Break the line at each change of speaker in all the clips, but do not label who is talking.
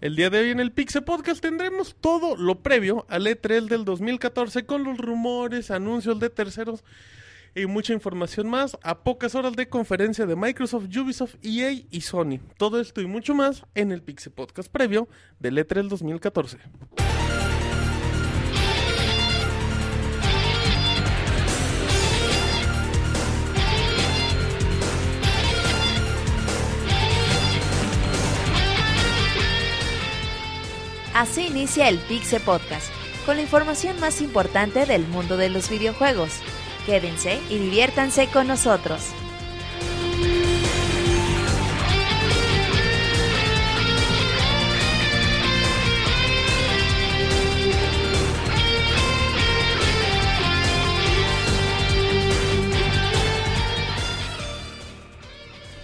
El día de hoy en el Pixe Podcast tendremos todo lo previo al E3 del 2014 con los rumores, anuncios de terceros y mucha información más a pocas horas de conferencia de Microsoft, Ubisoft, EA y Sony. Todo esto y mucho más en el Pixe Podcast previo del E3 del 2014.
Así inicia el Pixel Podcast, con la información más importante del mundo de los videojuegos. Quédense y diviértanse con nosotros.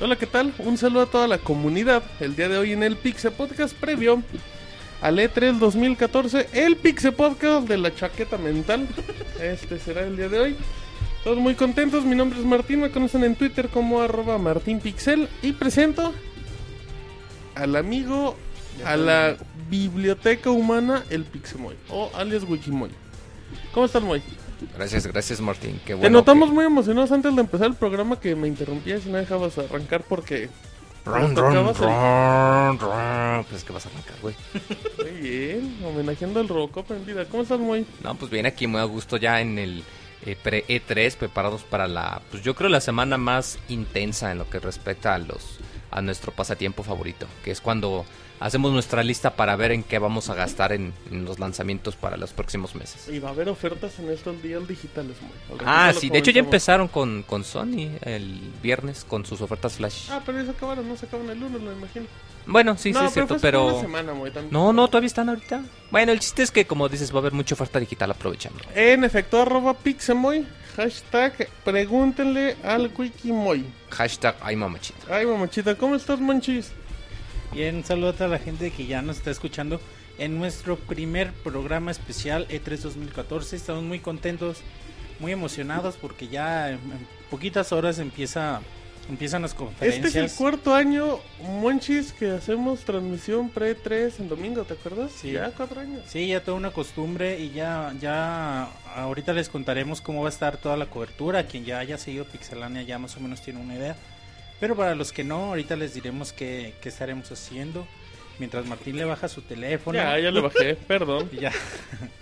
Hola, ¿qué tal? Un saludo a toda la comunidad. El día de hoy en el Pixel Podcast previo al E E3 2014, el Pixel Podcast de la chaqueta mental. Este será el día de hoy. Todos muy contentos, mi nombre es Martín, me conocen en Twitter como arroba martinpixel y presento al amigo, a la biblioteca humana, el Pixemoy, o alias Wikimoy. ¿Cómo estás, Moy?
Gracias, gracias Martín. Qué bueno.
Te notamos
que-
muy emocionados antes de empezar el programa que me interrumpías y no dejabas arrancar porque...
Run,
Nos
run,
tocabas el-
run, run. Pues que vas a arrancar, güey.
Muy bien, homenajeando al Robocop en vida. ¿Cómo estás, Moy?
No, pues bien, aquí muy a gusto ya en el eh, pre E3, preparados para la, pues yo creo la semana más intensa en lo que respecta a los a nuestro pasatiempo favorito, que es cuando hacemos nuestra lista para ver en qué vamos a gastar en, en los lanzamientos para los próximos meses.
Y va a haber ofertas en estos días digitales, Moy. Al ratito
Ah,
lo
sí, de hecho ya
comentamos.
empezaron con, con Sony el viernes con sus ofertas flash.
Ah, pero ya se acabaron, no se acaban el lunes, lo imagino.
Bueno, sí,
no,
sí, es cierto,
fue hace
pero...
una semana, Moy, también.
No, no, todavía están ahorita. Bueno, el chiste es que, como dices, va a haber mucha oferta digital aprovechando.
En efecto, arroba pixemoy, hashtag pregúntenle al Wikimoy.
Hashtag ay mamachita.
Ay, mamachita, ¿cómo estás, Monchis?
Bien, saludos a toda la gente que ya nos está escuchando en nuestro primer programa especial E E3 2014. Estamos muy contentos, muy emocionados porque ya en, en poquitas horas empieza empiezan las
Este
conferencias.
es el cuarto año, Monchis, que hacemos transmisión pre-3 en domingo, ¿te acuerdas?
Sí.
Ya, cuatro años.
Sí, ya toda una costumbre y ya ya ahorita les contaremos cómo va a estar toda la cobertura. Quien ya haya seguido Pixelania ya más o menos tiene una idea. Pero para los que no, ahorita les diremos qué, qué estaremos haciendo. Mientras Martín le baja su teléfono.
Ya, ya le bajé, perdón.
Y ya.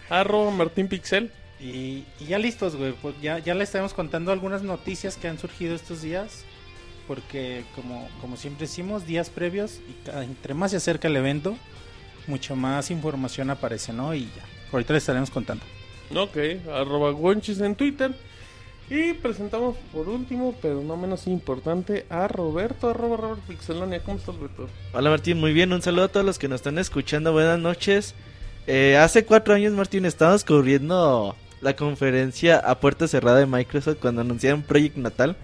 Arroba Martín Pixel.
Y, y ya listos, güey. Pues ya, ya les estaremos contando algunas noticias que han surgido estos días. Porque como, como siempre hicimos, días previos, y ca- entre más se acerca el evento, mucho más información aparece, ¿no? Y ya. Ahorita les estaremos contando.
Ok, arroba Wonchis en Twitter. Y presentamos por último, pero no menos importante, a Roberto, arroba Robert Pixelonia. ¿Cómo estás, Roberto?
Hola Martín, muy bien, un saludo a todos los que nos están escuchando, buenas noches. Eh, hace cuatro años Martín estábamos cubriendo la conferencia a puerta cerrada de Microsoft cuando anunciaron Project Natal,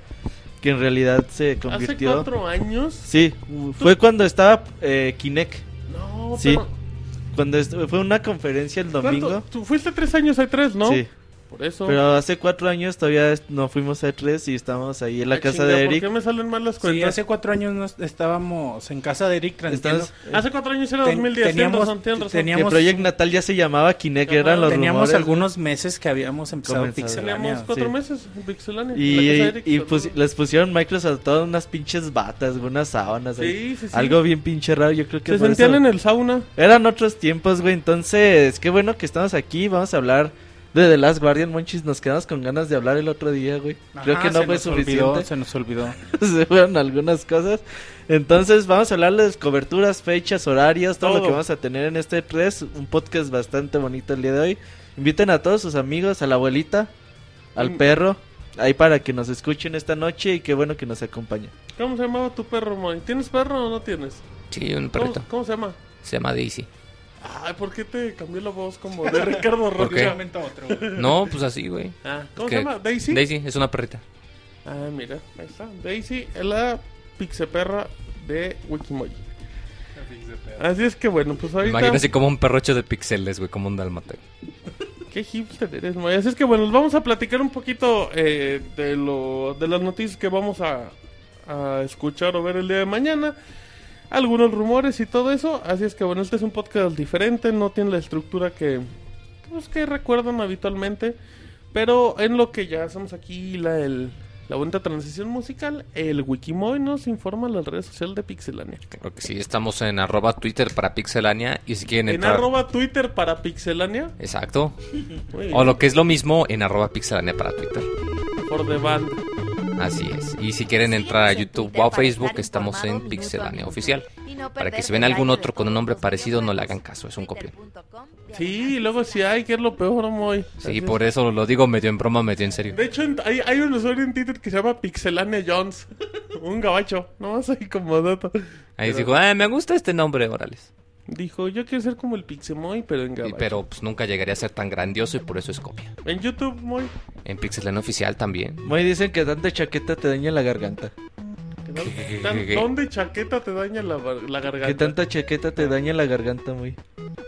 que en realidad se convirtió...
Hace cuatro años.
Sí, fue cuando estaba eh, Kinect,
No,
Sí,
pero-
cuando est- fue una conferencia el
¿cuánto?
domingo.
Tú fuiste tres años a tres, ¿no?
Sí,
Por eso.
pero hace cuatro años todavía est- no fuimos a E3 y estábamos ahí en la
Ah,
casa
chinga,
de
¿Por
Eric.
qué me salen mal las
Sí,
cuentas?
hace cuatro años nos estábamos en casa de Eric transmitiendo.
Estabas-
Eh, Hace cuatro años era
Ten-
2010. tienes
teníamos-
razón, tienes razón.
teníamos-
que Project Natal ya se llamaba Kinect,
Ajá,
eran los
Teníamos
rumores.
algunos meses que habíamos empezado
Comenzado.
Teníamos
Pixelania.
cuatro
sí.
meses en Pixelania. en la
Y,
casa de Eric,
y pues,
perdón.
pusi- les pusieron Microsoft todas unas pinches batas, unas sábanas. ahí.
Sí, sí, sí.
Algo bien pinche raro, yo creo que
Se
por
sentían
eso-
en el sauna.
Eran otros tiempos, güey. Entonces, qué bueno que estamos aquí. Vamos a hablar de The Last Guardian, monchis. Nos quedamos con ganas de hablar el otro día, güey. Creo
Ajá,
que no
se
fue
nos olvidó,
suficiente.
se nos olvidó.
se fueron algunas cosas. Entonces, vamos a hablar de las coberturas, fechas, horarios, todo,
Todo.
lo que vamos a tener en este 3. Un podcast bastante bonito el día de hoy. Inviten a todos sus amigos, a la abuelita, al
Mm.
perro, ahí para que nos escuchen esta noche y qué bueno que nos acompañen.
¿Cómo se llamaba tu perro, Moy? ¿Tienes perro o no tienes?
Sí, un
¿Cómo,
perrito.
cómo se llama?
Se llama Daisy.
Ay, ¿por qué te cambió la voz como de Ricardo
¿Por
Rocha?
qué?
momento a otro, güey.
No, pues así, güey.
Ah, ¿Cómo
Que-
se llama? ¿Daisy?
Daisy es una perrita.
Ah, mira, ahí está. Daisy es la pixeperra de Wikimoji. Así es que bueno, pues ahorita...
Imagínate como un perrocho de pixeles, güey, como un dalmate.
Qué hipster eres, Moy. Así es que bueno, vamos a platicar un poquito eh, de, lo, de las noticias que vamos a, a escuchar o ver el día de mañana. algunos rumores y todo eso. Así es que bueno, este es un podcast diferente, no tiene la estructura que, pues, que recuerdan habitualmente. Pero en lo que ya hacemos aquí la, el- la bonita transición musical, el Wikimoy nos informa las redes sociales de Pixelania.
Claro que sí, estamos en arroba Twitter para Pixelania y si quieren
En
entrar...
arroba Twitter para Pixelania.
Exacto.
Muy bien,
O lo que es lo mismo, en arroba Pixelania para Twitter.
por the band.
Así es. Y si quieren entrar a YouTube o a Facebook, estamos en Pixelania Oficial. Para que si ven algún otro con un nombre parecido, no le hagan caso, es un copión.
Sí, y luego si hay, que es lo peor, Moy.
Sí, por eso lo digo medio en broma, medio en serio.
De hecho, en- hay, hay un usuario en Twitter que se llama Pixelania Jones. un gabacho, nomás ahí como dato.
Ahí
Pero-
digo, "Ah, me gusta este nombre, Orales.
Dijo, yo quiero ser como el Pixemoy, pero en
Y-
gabacho.
Pero pues nunca llegaría a ser tan grandioso y por eso es copia.
En YouTube, Moy.
En Pixelania Oficial también.
Muy dicen que tanta chaqueta te daña la garganta.
¿qué tal? Tan- ¿Dónde chaqueta te daña la, bar- la garganta?
Que tanta chaqueta te daña la garganta, muy.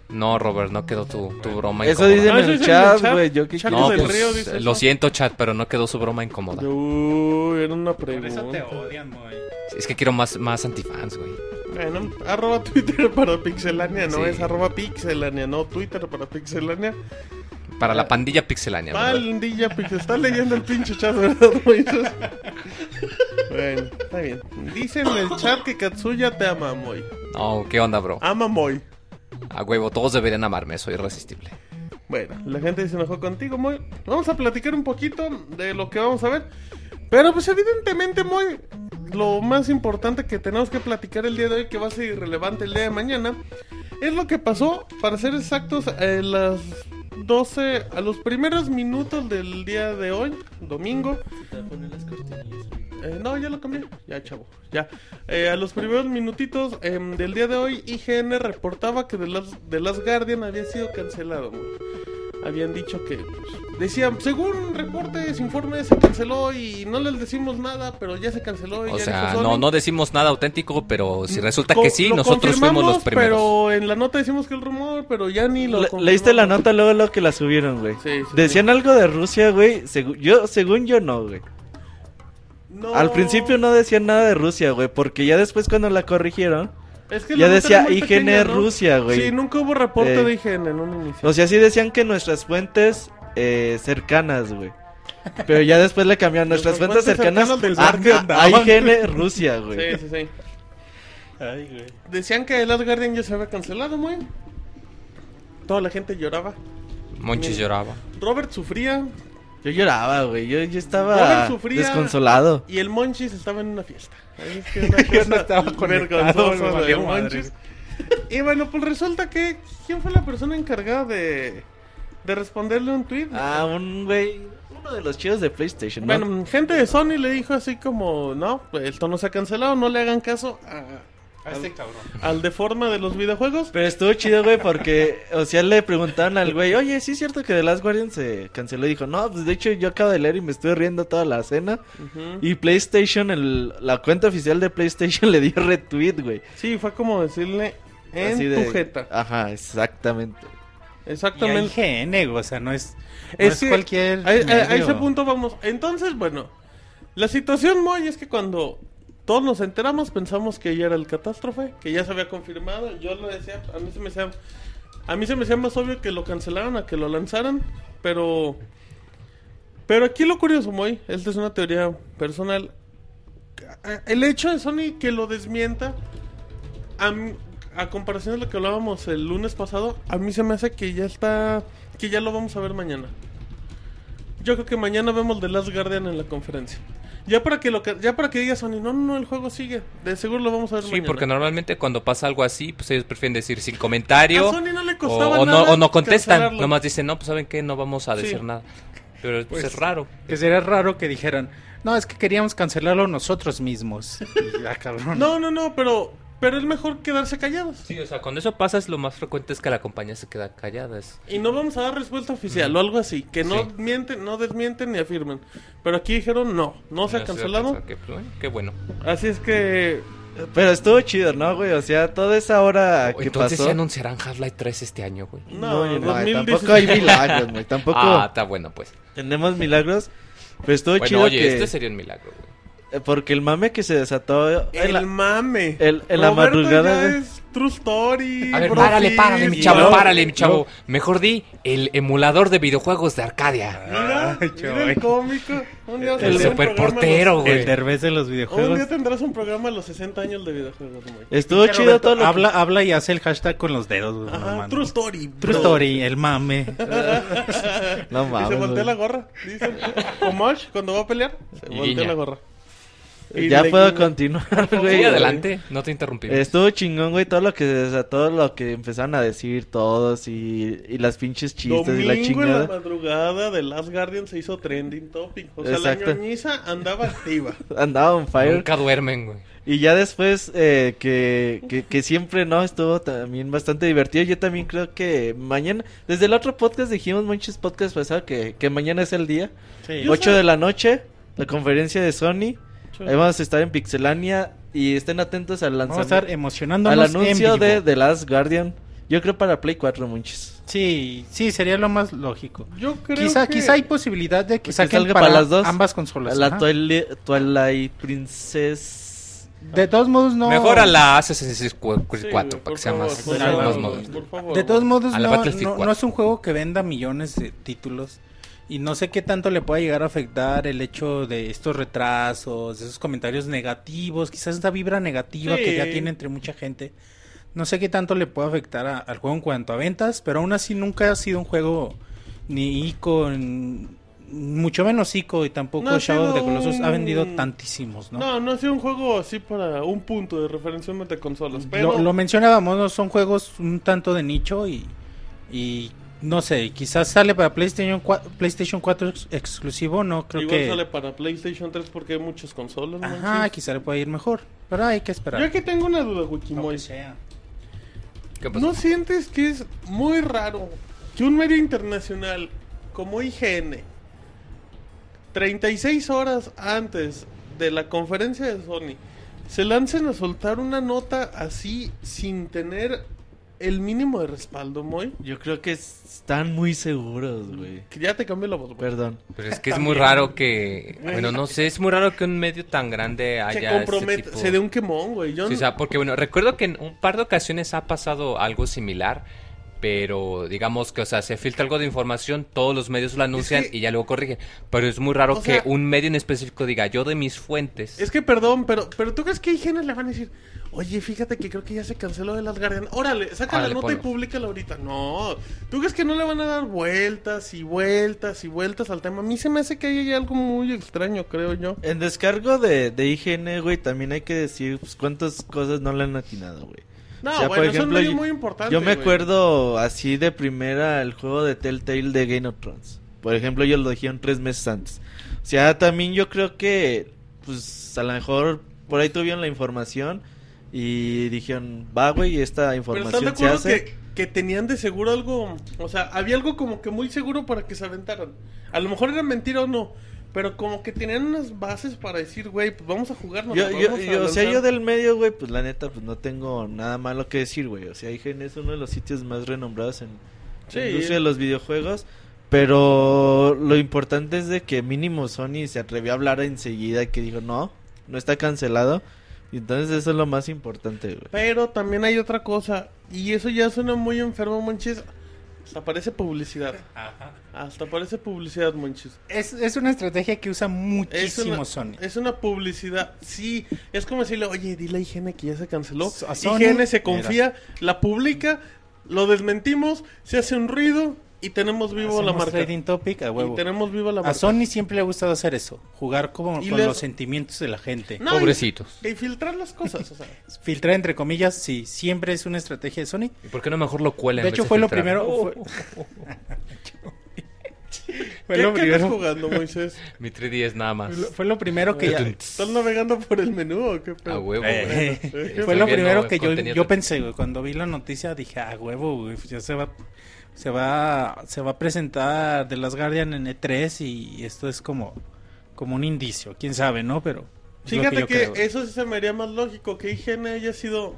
No, Robert, no quedó tu, tu broma
Eso
incómoda.
dicen
No,
en
Ah, eso
el
dicen en el
chat,
chat.
güey. Yo que
Chat
No,
del
pues,
Río dice
lo
eso.
siento, chat, pero no quedó su broma incómoda.
Uy, era una
Por eso te
pregunta.
odian, güey.
Es que quiero más, más antifans, güey.
Bueno, arroba Twitter para Pixelania, no
Sí.
es arroba Pixelania, no Twitter para Pixelania.
Para
Ah,
la pandilla pixelánea, ¿verdad?
Maldilla, Pixel. Estás pues, leyendo el pinche chat, ¿verdad, Moisés? bueno, está bien. Dice en el chat que Katsuya te ama, Moy.
No, ¿qué onda, bro?
Ama, Moy.
A huevo, todos deberían amarme, soy irresistible.
Bueno, la gente se enojó contigo, Moy. Vamos a platicar un poquito de lo que vamos a ver. Pero pues evidentemente, Moy, lo más importante que tenemos que platicar el día de hoy, que va a ser irrelevante el día de mañana, es lo que pasó, para ser exactos, a las 12, a los primeros minutos del día de hoy, domingo. Eh, no, ya lo cambié. Ya, chavo. Ya. Eh, a los primeros minutitos em, del día de hoy, IGN reportaba que The Last, The Last Guardian había sido cancelado. güey. Habían dicho que. pues, decían, según reportes, informes, se canceló y no les decimos nada, pero ya se canceló. Y
O
ya
sea,
dijo Sony.
no, no decimos nada auténtico, pero si resulta
Mm, Co-
que sí,
lo
nosotros fuimos los
confirmamos,
primeros.
Pero en la nota decimos que el rumor, pero ya ni lo.
Le- Leíste la
confirmamos.
nota luego lo que la subieron, güey.
Sí, sí,
Decían algo de Rusia, güey. segu- yo, según yo no, güey.
No.
Al principio no decían nada de Rusia, güey, porque ya después cuando la corrigieron,
Es que la
ya
nota
decía
era muy
IGN
pequeña, ¿no?
Rusia, güey.
Sí, nunca hubo reporte
Eh,
de IGN en un inicio.
o sea, sí decían que nuestras fuentes eh, cercanas, güey. Pero ya después le cambiaron nuestras
Nuestras
fuentes
fuentes
cercanas
cercanas del
a, a- a IGN Rusia, güey.
Sí, sí, sí.
Ay, güey.
Decían que The Last Guardian ya se había cancelado, muy. Toda la gente lloraba.
Monchis lloraba.
Robert sufría
Yo lloraba, güey. Yo, yo estaba
Robert sufría-
desconsolado.
y el Monchis estaba en una fiesta. Es que una cosa
estaba conectado,
vergonzosa
me valió
del
madre.
Monchis. Y bueno, pues resulta que ¿quién fue la persona encargada de, de responderle un tweet?
Ah, un güey, uno de los chidos de PlayStation, ¿no?
Bueno, gente de Sony le dijo así como, no, pues, esto no se ha cancelado, no le hagan caso a-
A este cabrón.
al de forma de los videojuegos.
Pero estuvo chido, güey, porque, o sea, le preguntaron al güey, oye, ¿sí es cierto que The Last Guardian se canceló? Y dijo, no, pues de hecho yo acabo de leer y me estuve riendo toda la cena.
Ujú.
Y PlayStation, el- la cuenta oficial de PlayStation le dio retweet, güey.
Sí, fue como decirle en
Así de- ah,
tu jeta.
Ajá, exactamente.
Exactamente.
Y a IGN, güey, o sea, no es, no
Es
es,
que
cualquier.
A, a- a
medio.
ese punto vamos. Entonces, bueno, la situación, Moy, es que cuando todos nos enteramos, pensamos que ya era el catástrofe, que ya se había confirmado. Yo lo decía, a mí se me hacía, a mí se me hacía más obvio que lo cancelaran a que lo lanzaran, pero. Pero aquí lo curioso, Moy, esta es una teoría personal. Ah, El hecho de Sony que lo desmienta, a, mí- a comparación de lo que hablábamos el lunes pasado, a mí se me hace que ya está. que ya lo vamos a ver mañana. Yo creo que mañana vemos The Last Guardian en la conferencia. Ya para que lo que, ya para que diga Sony, no, no, no, el juego sigue. De seguro lo vamos a ver
Sí,
Pues mañana.
porque normalmente cuando pasa algo así, pues ellos prefieren decir sin comentario.
A Sony no le
o,
costaba
o no,
nada
o no contestan.
cancelarlo.
Nomás dicen, no, pues saben qué, no vamos a decir
Sí.
nada. Pero pues,
Pues,
es raro.
Que sería raro que dijeran, no, es que queríamos cancelarlo nosotros mismos. Y ya, cabrón.
No, no, no, pero, pero es mejor quedarse callados.
Sí, o sea, cuando eso pasa, es lo más frecuente es que la compañía se queda callada. es-
Y no vamos a dar respuesta oficial o algo así. Que no
Sí.
mienten, no desmienten ni afirmen. Pero aquí dijeron no, no se ha
no
cancelado.
cancela, que, pues, bueno, Qué bueno.
Así es que
Pero estuvo chido, ¿no, güey? O sea, toda esa hora que
Oh, Entonces
Ah, pasó...
se anunciarán Half-Life 3 este año, güey.
No,
No, no,
2016.
tampoco hay milagros, güey. Tampoco
Ah, está bueno, pues.
tenemos milagros. Pero estuvo
bueno,
chido
oye,
que...
este sería un milagro, güey.
Eh, Porque el mame que se desató en
El
la,
mame.
el- en la
Roberto
madrugada,
ya
güey.
es True Story.
A ver,
bro,
párale,
sí,
párale, mi
sí.
chavo,
no,
párale, mi
no.
chavo. Mejor di el emulador de videojuegos de
Ah,
Arcadia.
Mira,
Ay,
mira
chavo. eh.
el cómico. Un día
El
tendrás
El
un programa a
superportero,
los-
güey.
El derbez de los
Un
videojuegos.
día tendrás un programa a los 60 años de videojuegos, güey.
Estuvo
Pinche
chido
Roberto,
todo lo que-
habla, habla y hace el hashtag con los dedos, güey. no
Ajá,
mames.
True Story. bro.
True story, el mame.
No
Y se
mames,
voltea
güey.
la gorra. Dicen, como Ash, cuando va a pelear, se
Y
voltea
guiña.
la gorra. Y
Ya
le
puedo
guiña.
continuar, güey.
Sí, adelante, no te interrumpí.
Estuvo chingón, güey, todo lo que se desató, lo que empezaron a decir todos y, y las pinches chistes
Domingo
y la
en la
chingada.
madrugada de Last Guardian se hizo trending topic. O sea,
Exacto.
la ñoñiza andaba activa.
Andaba on fire.
Nunca duermen, güey.
Y ya después, eh, que, que, que siempre no, estuvo también bastante divertido. Yo también creo que mañana, desde el otro podcast dijimos, muchos podcasts pasados, que, que mañana es el día.
Sí.
Yo
8
sé-
de la noche, la conferencia de Sony.
Chale.
Ahí vamos a estar en Pixelania y estén atentos al
Vamos a
lanzamiento.
estar
al
emocionándonos
anuncio
en vivo.
de The Last Guardian. Yo creo para Play 4, muchos.
Sí, sí, sería lo más lógico.
Yo creo
Quizá,
que...
quizá hay posibilidad de que
Pues que
saquen
salga
para,
para las dos.
ambas consolas.
La
ajá.
Twilight, Twilight Princess.
De todos modos no.
Mejor a la Assassin's
Sí,
pues
Creed 4
güey,
para
por
que sea
favor,
más,
por
más
favor,
moderno.
por favor,
De todos
güey.
modos
A la
no,
Battlefield
no-
4.
no es un juego que venda millones de títulos y no sé qué tanto le pueda llegar a afectar el hecho de estos retrasos, de esos comentarios negativos, quizás esa vibra negativa que ya
Sí.
tiene entre mucha gente. No sé qué tanto le puede afectar a- al juego en cuanto a ventas, pero aún así nunca ha sido un juego ni ICO, ni- mucho menos ICO y tampoco
No ha
Shadow of the
sido
Colossus ha vendido
un-
tantísimos, ¿no?
No, no ha sido un juego así para un punto de referencia entre consolas. Pero
Lo, lo mencionábamos, ¿no? son juegos un tanto de nicho y, y no sé, quizás sale para PlayStation 4, PlayStation 4 ex- exclusivo, no creo
igual
que...
sale para PlayStation 3 porque hay muchas consolas. no
Ajá,
manches.
quizá le puede ir mejor, pero hay que esperar.
Yo aquí tengo una duda,
Lo
Wikimoy.
que sea.
¿Qué pasó?
¿No sientes que es muy raro que un medio internacional como IGN, 36 horas antes de la conferencia de Sony, se lancen a soltar una nota así sin tener el mínimo de respaldo, Moy?
Yo creo que están muy seguros, güey.
Que ya te cambié la voz, güey.
Perdón.
Pero es que es muy raro que. Bueno, no sé, es muy raro que un medio tan grande haya.
Se
este
compromete,
tipo-
se dé un quemón, güey. Yo
Sí, o
no-
sea, porque bueno, recuerdo que en un par de ocasiones ha pasado algo similar. Pero digamos que, o sea, se filtra algo de información, todos los medios lo anuncian
que-
y ya luego corrigen. Pero es muy raro
O
que
sea-
un medio en específico diga, yo de mis fuentes.
Es que perdón, pero, pero tú crees que a IGN le van a decir, oye, fíjate que creo que ya se canceló de las Guardian. Órale, saca
Órale,
la nota
ponlo.
y públicala ahorita. No, tú crees que no le van a dar vueltas y vueltas y vueltas al tema. A mí se me hace que ahí hay algo muy extraño, creo yo.
En descargo de, de IGN, güey, también hay que decir pues, cuántas cosas no le han atinado, güey.
No,
O sea,
bueno, son medios
yo-
muy importantes.
Yo me
güey.
acuerdo así de primera el juego de Telltale de Game of Thrones. Por ejemplo, ellos lo dijeron tres meses antes. O sea, también yo creo que, pues, a lo mejor por ahí tuvieron la información y dijeron, va, güey, esta
Pero ¿estás de
información se
acuerdo
hace.
que, que tenían de seguro algo? O sea, había algo como que muy seguro para que se aventaran. A lo mejor era mentira o no. Pero como que tenían unas bases para decir, güey, pues vamos a jugar,
Yo, yo, yo- o sea, yo del medio, güey, pues la neta, pues no tengo nada malo que decir, güey. O sea, IGN es uno de los sitios más renombrados en
Sí.
la industria de los videojuegos. Pero lo importante es de que mínimo Sony se atrevió a hablar enseguida y que dijo, no, no está cancelado. Y entonces eso es lo más importante, güey.
Pero también hay otra cosa, y eso ya suena muy enfermo, Monchis. Hasta parece publicidad. Hasta parece publicidad, Monchis.
Es, es una estrategia que usa
Es
muchísimo
una,
Sony.
es una publicidad, sí. Es como decirle, oye, dile a IGN que ya se canceló.
A Sony,
IGN se confía, la publica, lo desmentimos, se hace un ruido y tenemos vivo la
Hacemos
marca.
Trading Topic a huevo.
Y tenemos viva la
A
marca.
Sony siempre le ha gustado hacer eso, jugar como,
Y
con
les-
los sentimientos de la gente.
No, y-
Pobrecitos.
Y, filtrar las cosas, o sea.
Filtrar entre comillas, sí, siempre es una estrategia de Sony.
¿Y por qué no mejor lo cuelen?
De
en
hecho,
vez
fue lo
filtrar?
primero. Fue, Fue
¿Qué,
lo
qué andas
primero,
jugando, Moisés?
Mi 3DS nada más.
fue lo primero que ya-
¿Estás navegando por el menú o qué pedo?
A huevo,
Eh,
güey.
fue lo
Estoy viendo
primero que yo,
contenido
yo
de-
pensé, güey. Cuando vi la noticia dije, ah, huevo, güey, ya se va, se va, se va a presentar The Last Guardian en E3 y esto es como, como un indicio, quién sabe, ¿no? Pero es lo
Fíjate
yo
que,
creo.
eso sí se me haría más lógico, que IGN haya sido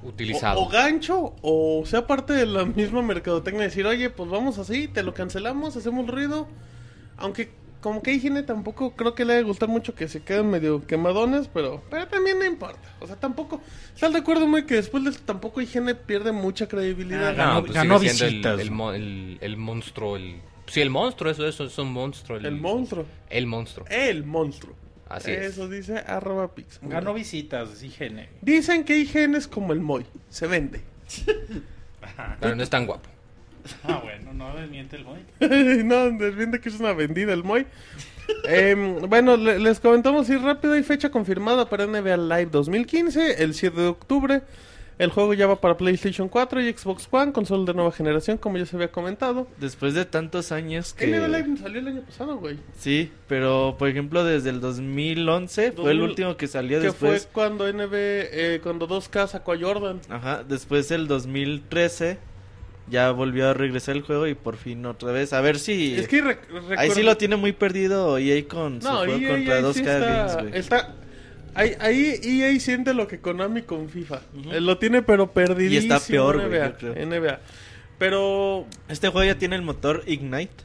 Utilizado.
O, o gancho o sea parte de la misma mercadotecnia. Decir, oye, pues vamos así, te lo cancelamos, hacemos ruido. Aunque como que a higiene tampoco creo que le haya gustado mucho que se queden medio quemadones, pero, pero también no importa. O sea, tampoco. Estás de acuerdo, muy que después de esto tampoco higiene pierde mucha credibilidad.
Ah, ganó-
pues
ganó
sigue siendo el-
visitas,
El, mon- el- el monstruo, el... Sí, el monstruo, eso, eso es un monstruo.
El monstruo.
El monstruo.
El monstruo.
Así es.
Eso dice arroba pix.
Ganó visitas, IGN.
Dicen que IGN es como el Moy. Se vende.
Pero no es tan guapo.
Ah, bueno, no me miente el güey.
no, desviende que es una vendida el Moy. Em, bueno, le- les comentamos así rápido. Hay fecha confirmada para NBA Live 2015, el 7 de octubre. El juego ya va para PlayStation 4 y Xbox One, consola de nueva generación, como ya se había comentado.
Después de tantos años que...
NBA Live salió el año pasado, güey.
Sí, pero por ejemplo desde el 2011 fue el
2000,
último que salió
Que fue
después.
cuando NB, eh, cuando 2K sacó a Jordan.
Ajá, después del 2013 ya volvió a regresar el juego y por fin otra vez. A ver si...
Es que rec- recuerdo-
Ahí sí lo tiene muy perdido EA con su
No,
juego
EA
contra
ahí
dos
sí
k
está,
Games, güey.
está- ahí, ahí EA siente lo que Konami con FIFA. Eh, Lo tiene pero perdidísimo.
Y está peor, güey,
NBA,
yo creo.
NBA. Pero
Este juego ya tiene el motor Ignite,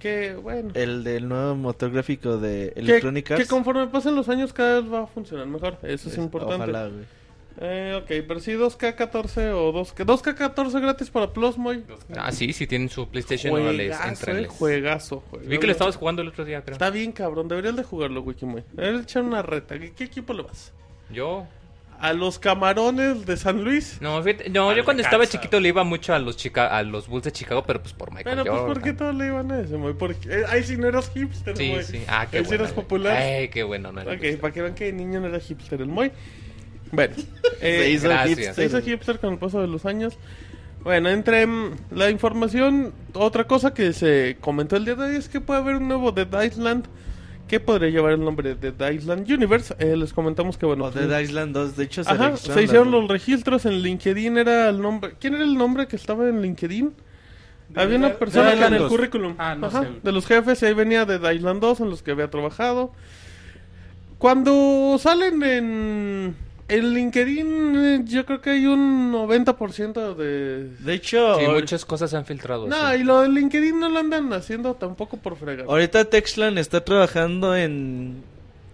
que bueno.
el del nuevo motor gráfico de
que,
Electronic
que
Arts.
conforme pasen los años cada vez va a funcionar mejor. Eso es,
Pues,
importante.
Ojalá, güey.
Eh, ok, pero sí 2K14 o 2K... 2K14 gratis para Plus, Moy.
Ah, sí, sí tienen su PlayStation, órale,
Juegazo, eh,
entrenles.
juegazo, juegazo.
Vi que lo estabas jugando el otro día, creo.
Está bien, cabrón. Deberías de jugarlo, Wikimoy. Deberías echar una reta. ¿Qué, qué equipo le vas?
Yo...
¿A los camarones de San Luis?
No, fíjate- no yo cuando estaba chiquito le iba mucho a los chica a los Bulls de Chicago, pero pues por Michael
Pero pues, ¿por
Jordan.
qué todos le iban a ese, güey? Porque eh, ahí sí no eras hipster,
Sí,
güey.
sí. Ah, qué
Ahí sí
bueno. Eh, pues,
eras
güey.
popular.
Ay, qué bueno. No era
ok,
hipster.
para que vean que de niño no era hipster el Moy. Bueno,
Se
eh,
hizo
gracias.
hipster.
se hizo hipster con el paso de los años. Bueno, entre mm, la información, otra cosa que se comentó el día de hoy es que puede haber un nuevo Dead Island que podría llevar el nombre de Dead Island Universe. Eh, les comentamos que, bueno,
O
pues,
Dead Island 2, de hecho se
Ajá,
registraron
se hicieron
las-
los registros en LinkedIn, era el nombre... ¿Quién era el nombre que estaba en LinkedIn? Había una persona
Dylan
en el
dos.
currículum
Ah, no
Ajá,
sé.
de los jefes, y ahí venía de Dylan 2 en los que había trabajado. Cuando salen en, en LinkedIn, eh, yo creo que hay un 90% de...
De hecho,
Sí,
ahor-
muchas cosas se han filtrado.
No,
sí.
y lo de LinkedIn no lo andan haciendo tampoco por fregar.
ahorita Texlan está trabajando en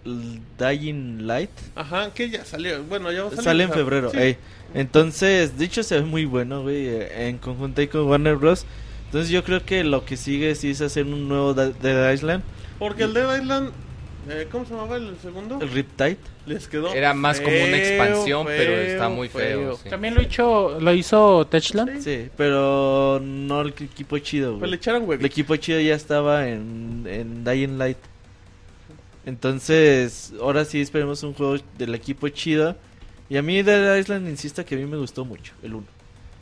l- Dying Light.
Ajá, que ya salió. Bueno, ya va a salir.
Sale en
Ah,
febrero,
sí.
ey. Entonces, dicho se ve muy bueno, güey, eh, en conjunto ahí con Warner Bros. Entonces yo creo que lo que sigue sí es hacer un nuevo Da- Dead Island,
Porque el Dead Island... eh, ¿Cómo se llamaba el segundo?
el Riptide.
Les quedó
Era más como una expansión, pero está muy feo, sí.
También lo hizo, lo hizo Techland.
Sí, pero no el equipo chido,
Pues le
güey.
echaron
El
huevitos.
equipo chido ya estaba en, en Dying Light. Entonces, ahora sí esperemos un juego del equipo chido. Y a mí Dead Island, insisto, que a mí me gustó mucho, el 1.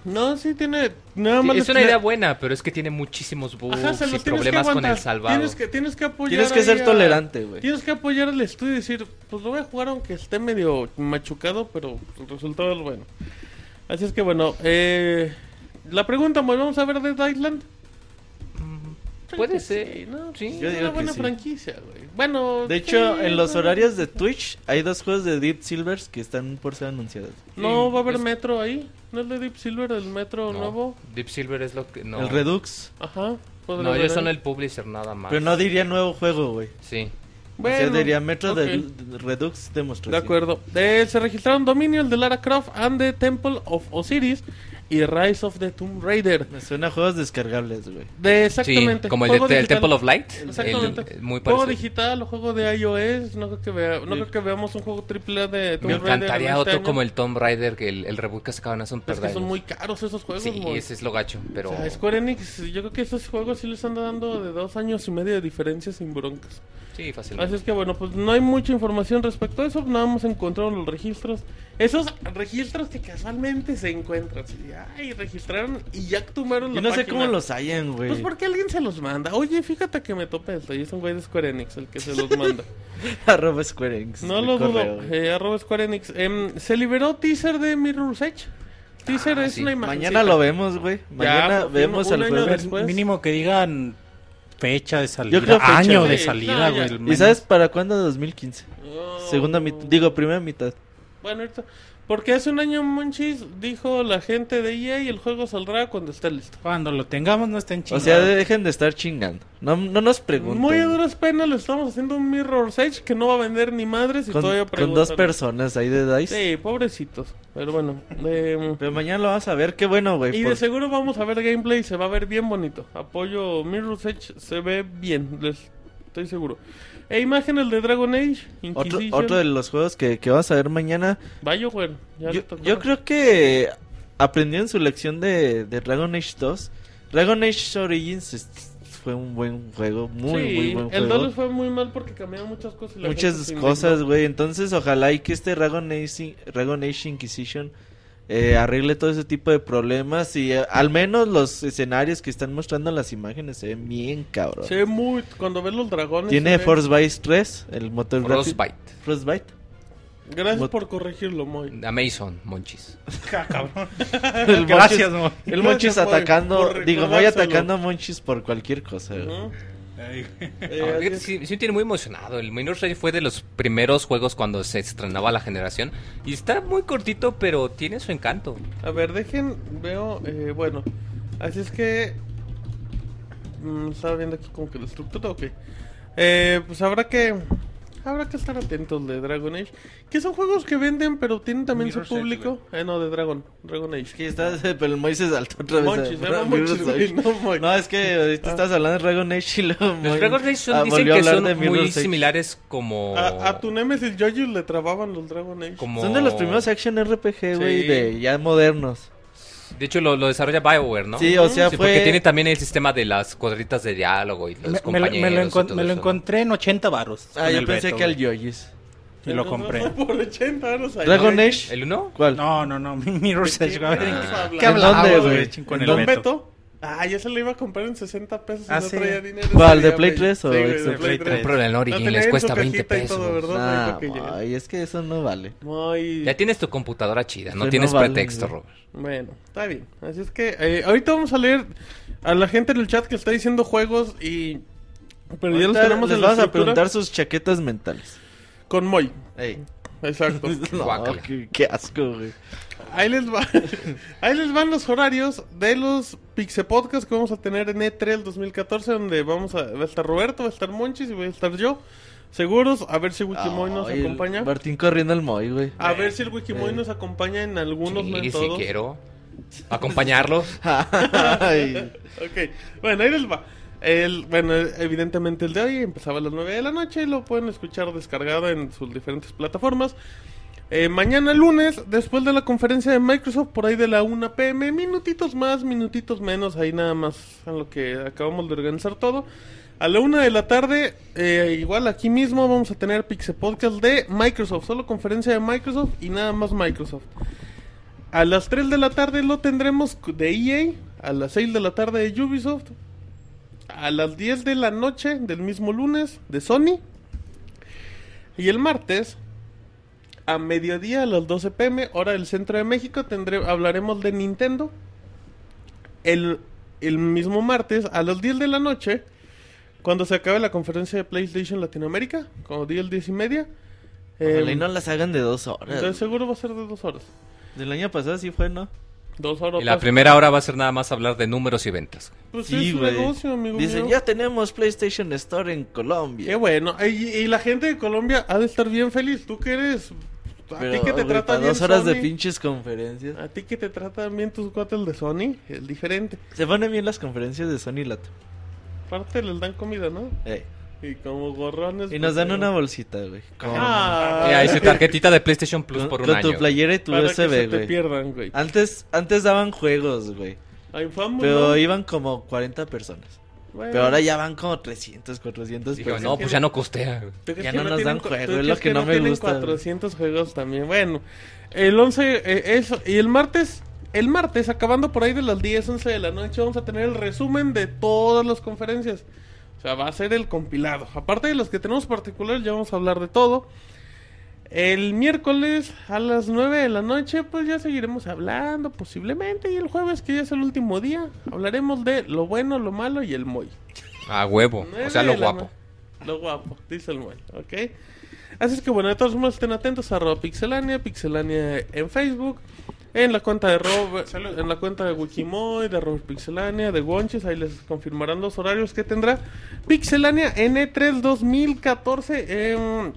No, sí tiene... Nada
Sí,
más
es
le-
una idea buena, pero es que tiene muchísimos bugs
Ajá, se
y
los tienes que
problemas con
aguantar.
el salvado.
Tienes que, tienes que apoyar.
Tienes que
ahí
ser
a-
tolerante, güey.
Tienes que apoyar al estudio y decir, pues lo voy a jugar aunque esté medio machucado, pero el resultado es bueno. Así es que bueno, eh, la pregunta, bueno, vamos a ver Dead Island.
Puede
Sí,
ser.
¿no?
Sí.
Es
Yo digo
una
que
buena
sí.
franquicia, güey. Bueno,
De
sí,
hecho, en los
no.
horarios de Twitch hay dos juegos de Deep Silvers que están por ser anunciados.
No va a haber
Es-
metro ahí. ¿No es de Deep Silver el metro
No,
nuevo?
Deep Silver es lo que. No,
El Redux.
Ajá. podré
no
ver
ellos son
ahí.
el publisher nada más.
Pero no diría nuevo juego, güey.
Sí.
o sea,
Bueno,
diría Metro
ok.
de de Redux demostración.
De acuerdo. Eh, se registraron Dominion de Lara Croft and the Temple of Osiris y Rise of the Tomb Raider.
Me suena a juegos descargables, güey.
De
sí,
exactamente.
como el, de-
juego
el
digital.
Temple of Light.
Exactamente.
el- el- muy
juego
parecido.
digital, o juego de iOS. No creo que, vea- no creo que veamos un juego triple A de Tomb
Me
Raider en
encantaría
este
otro
año.
como el Tomb Raider, que el, el reboot que sacaban hace un par
Es
de
que son
años.
muy caros esos juegos,
Sí,
güey.
ese es lo gacho, pero.
O sea, Square Enix, yo creo que esos juegos sí les están dando de dos años y medio de diferencia sin broncas.
Sí, fácil.
Así es que bueno, pues no hay mucha información respecto a eso, nada más encontraron los registros. Esos registros que casualmente se encuentran. así de, ay, registraron y ya tomaron
Yo
la
no sé
página".
cómo los hallan, güey.
Pues porque alguien se los manda. Oye, fíjate que me topé esto y es un güey de Square Enix el que se los manda.
Arroba Square Enix.
no
el
lo
correo,
dudo.
güey.
Eh, arroba Square Enix. Em, se liberó teaser de Mirror's Edge. Teaser
Ah,
es
sí.
una imagen.
Mañana lo vemos, güey. Mañana
por fin,
vemos
un
al
año
juego.
después. Pues-
Mínimo que digan fecha de salida.
Yo creo fecha,
año
güey.
de
Sí,
salida,
no, ya.
güey. al
¿Y
menos.
sabes para cuándo? 2015. Segunda mitad. Digo, primera mitad.
Oh. Bueno, ahorita. Porque hace un año Monchis dijo la gente de EA y el juego saldrá cuando esté listo.
Cuando lo tengamos no está en
O sea, dejen de estar chingando. No, no nos pregunten.
Muy a duras penas le estamos haciendo un Mirror Edge que no va a vender ni madres y
con,
todavía
con dos
preguntan.
personas ahí de DICE.
Sí, pobrecitos. Pero bueno. eh,
Pero mañana lo vas a ver. Qué bueno, güey.
y de
por-
seguro vamos a ver gameplay. Se va a ver bien bonito. Apoyo Mirror Edge. Se ve bien. Les estoy seguro. E imágenes de Dragon Age.
Otro,
Inquisition.
otro de los juegos que, que vas a ver mañana.
BioWare, ya
Yo,
le tocó.
yo creo que aprendieron su lección de, de Dragon Age 2. Dragon Age Origins es- fue un buen juego. Muy,
Sí,
muy buen
El
juego.
2 les fue muy mal porque cambiaron muchas cosas. y la gente
Muchas
se indignó.
cosas, güey. Entonces, ojalá y que este Dragon Age, Dragon Age Inquisition eh, arregle todo ese tipo de problemas. Y eh, al menos los escenarios que están mostrando en las imágenes se ven bien, cabrón.
Se ve muy. Cuando ves los dragones. se
Tiene
ve-
Frostbite 3, el motor gráfico.
Frostbite.
Frostbite.
Gracias
Mot-
por corregirlo, Moy.
Amazon, monchis.
El
Gracias,
Monchis-
mo.
El Monchis
Gracias por-
atacando,
por
digo, voy
recordárselo.
atacando a Monchis por cualquier cosa. güey.
Ujú. Eh,
No,
así
fíjate,
es.
sí, sí me tiene muy emocionado. El Minor Edge fue de los primeros juegos cuando se estrenaba la generación. Y está muy cortito, pero tiene su encanto.
A ver, dejen. Veo. eh, bueno. Así es que. mm, estaba viendo aquí como que la estructura. Ok. Eh, pues habrá que. Habrá que estar atentos de Dragon Age. Que son juegos que venden, pero tienen también
Mirror's
su
Edge,
público. Eh, no, de Dragon. Dragon Age.
Que estás, pero el Moy se saltó otra vez.
Monchis,
a-
era
a-
Monchis,
Mirror's
güey, Ah.
Edge.
no, Moy.
No, es que ahorita estás hablando de Dragon Age y luego.
Los
Moy-
Dragon Age son-
ah,
dicen
volvió a
que
hablar
son
de Ah,
muy
Mirror's Edge.
similares
Oh.
como...
A, a tu Nemesis Jojo le trababan los Dragon Age.
como-
Son de los primeros eh. action RPG, güey,
Sí.
de ya modernos.
De hecho, lo, lo desarrolla BioWare, ¿no?
Sí, o sea,
Sí, porque
fue.
tiene también el sistema de las cuadritas de diálogo y los
Me, me lo-
compañeros.
me lo,
y
encon-
todo
me lo
eso, ¿no?
encontré en 80 baros.
Ah,
con
yo
el
pensé
Beto,
que al
güey.
Yogis.
Y lo compré.
Por 80 euros ahí.
Dragon Age.
¿El 1?
¿Cuál?
No, no, no. Mirror's Edge, güey.
¿Qué
¿En
hablábamos,
dónde,
güey?
güey?
Ah. Con
¿Con
el
el Don
Beto.
Beto? Ah, yo se lo iba a comprar en 60 pesos y
Ah,
no
sí.
traía dinero. ese
¿Cuál, de
día,
Play
güey.
3 o
Sí, güey,
Xbox?
de Play 3.
Compro el
Lo
Origin,
tenía
les
en
cuesta
su
20
cajita y todo,
pesos.
¿verdad?
Ah,
Ahí fue que llegué.
Moy, es que eso no vale.
Muy...
Ya tienes tu computadora chida, no
Sí, no
tienes
vale,
pretexto,
güey.
Robert.
Bueno, está bien. Así es que eh, ahorita vamos a leer a la gente en el chat que está diciendo juegos y... Pero ya los
Ahorita
tenemos
les
en la
vas a
estructura
preguntar sus chaquetas mentales.
con Moy.
Ey.
Exacto.
No,
Guácala.
qué, qué asco, güey.
Ahí les, va, ahí les van los horarios de los Pixel Podcast que vamos a tener en E E3 el 2014, donde vamos a, va a estar Roberto, va a estar Monchis y voy a estar yo. Seguros, a ver si Wikimoy nos
Ay, el
acompaña.
Martín corriendo al Moy, güey.
A ver si el Wikimoy
Eh.
nos acompaña en algunos, no
Sí,
en
sí
todos.
quiero acompañarlos.
Ah.
Ay.
Ok, bueno, ahí les va. El, bueno, evidentemente el de hoy empezaba a las 9 de la noche y lo pueden escuchar descargado en sus diferentes plataformas. Eh, mañana lunes, después de la conferencia de Microsoft, por ahí de la 1 pm, minutitos más, minutitos menos, ahí nada más en lo que acabamos de organizar todo. A la 1 de la tarde, eh, igual aquí mismo vamos a tener Pixel Podcast de Microsoft, solo conferencia de Microsoft y nada más Microsoft. A las 3 de la tarde lo tendremos cu- de EA, a las 6 de la tarde de Ubisoft, a las 10 de la noche del mismo lunes de Sony y el martes a mediodía a las 12 pm hora del centro de México tendré hablaremos de Nintendo. El, el mismo martes a las 10 de la noche cuando se acabe la conferencia de PlayStation Latinoamérica, como 10, 10 y media.
Ojalá y
em,
no las hagan de dos horas.
entonces seguro va a ser de dos horas.
Del año pasado sí fue, ¿no?
Dos horas.
Y la
pasa.
primera hora va a ser nada más hablar de números y ventas.
Pues sí, es un negocio, amigo
Dicen,
mío.
ya tenemos PlayStation Store en Colombia.
Qué Eh, bueno. Y, y la gente de Colombia ha de estar bien feliz. Tú que eres. A
Pero,
ti que te
güey,
trata
para
bien.
dos horas de
Sony,
pinches conferencias.
A ti que te tratan bien tus cuates de Sony. Es diferente.
Se ponen bien las conferencias de Sony Lato.
Aparte les dan comida, ¿no?
Ey.
Y como gorrones.
Y nos
pues,
dan
¿no?
una bolsita, güey. Con,
Ah,
Y ahí su tarjetita de PlayStation Plus
con-
por un
con
año.
tu playera y tu
para que se
USB,
te
güey.
pierdan, güey.
Antes, antes daban juegos, güey.
A Infamous,
Ah, Pero
¿no?
iban como 40 personas.
Bueno,
Pero ahora ya van como 300, 400
Dije,
personas.
no, pues ya no costea.
¿tú crees
ya
que
no nos
tienen
dan
cu-
juego,
tú
es lo
crees
que no me
tienen
gusta, güey.
400 juegos también. Bueno, el 11, eh, eso. Y el martes, el martes, acabando por ahí de las 10, 11 de la noche, vamos a tener el resumen de todas las conferencias. O sea, va a ser el compilado. Aparte de los que tenemos particulares, ya vamos a hablar de todo. El miércoles a las 9 de la noche, pues ya seguiremos hablando posiblemente. Y el jueves, que ya es el último día, hablaremos de lo bueno, lo malo y el muy.
A huevo. O sea, lo
Nueve de la
guapo.
ma- Lo guapo, dice el güey, ¿ok? Así es que bueno, de todos modos estén atentos a arroba Pixelania, Pixelania en Facebook, en la cuenta de Robert, en la cuenta de Wikimoy, de Robert Pixelania, de Wonches, ahí les confirmarán los horarios que tendrá Pixelania N3 2014. em,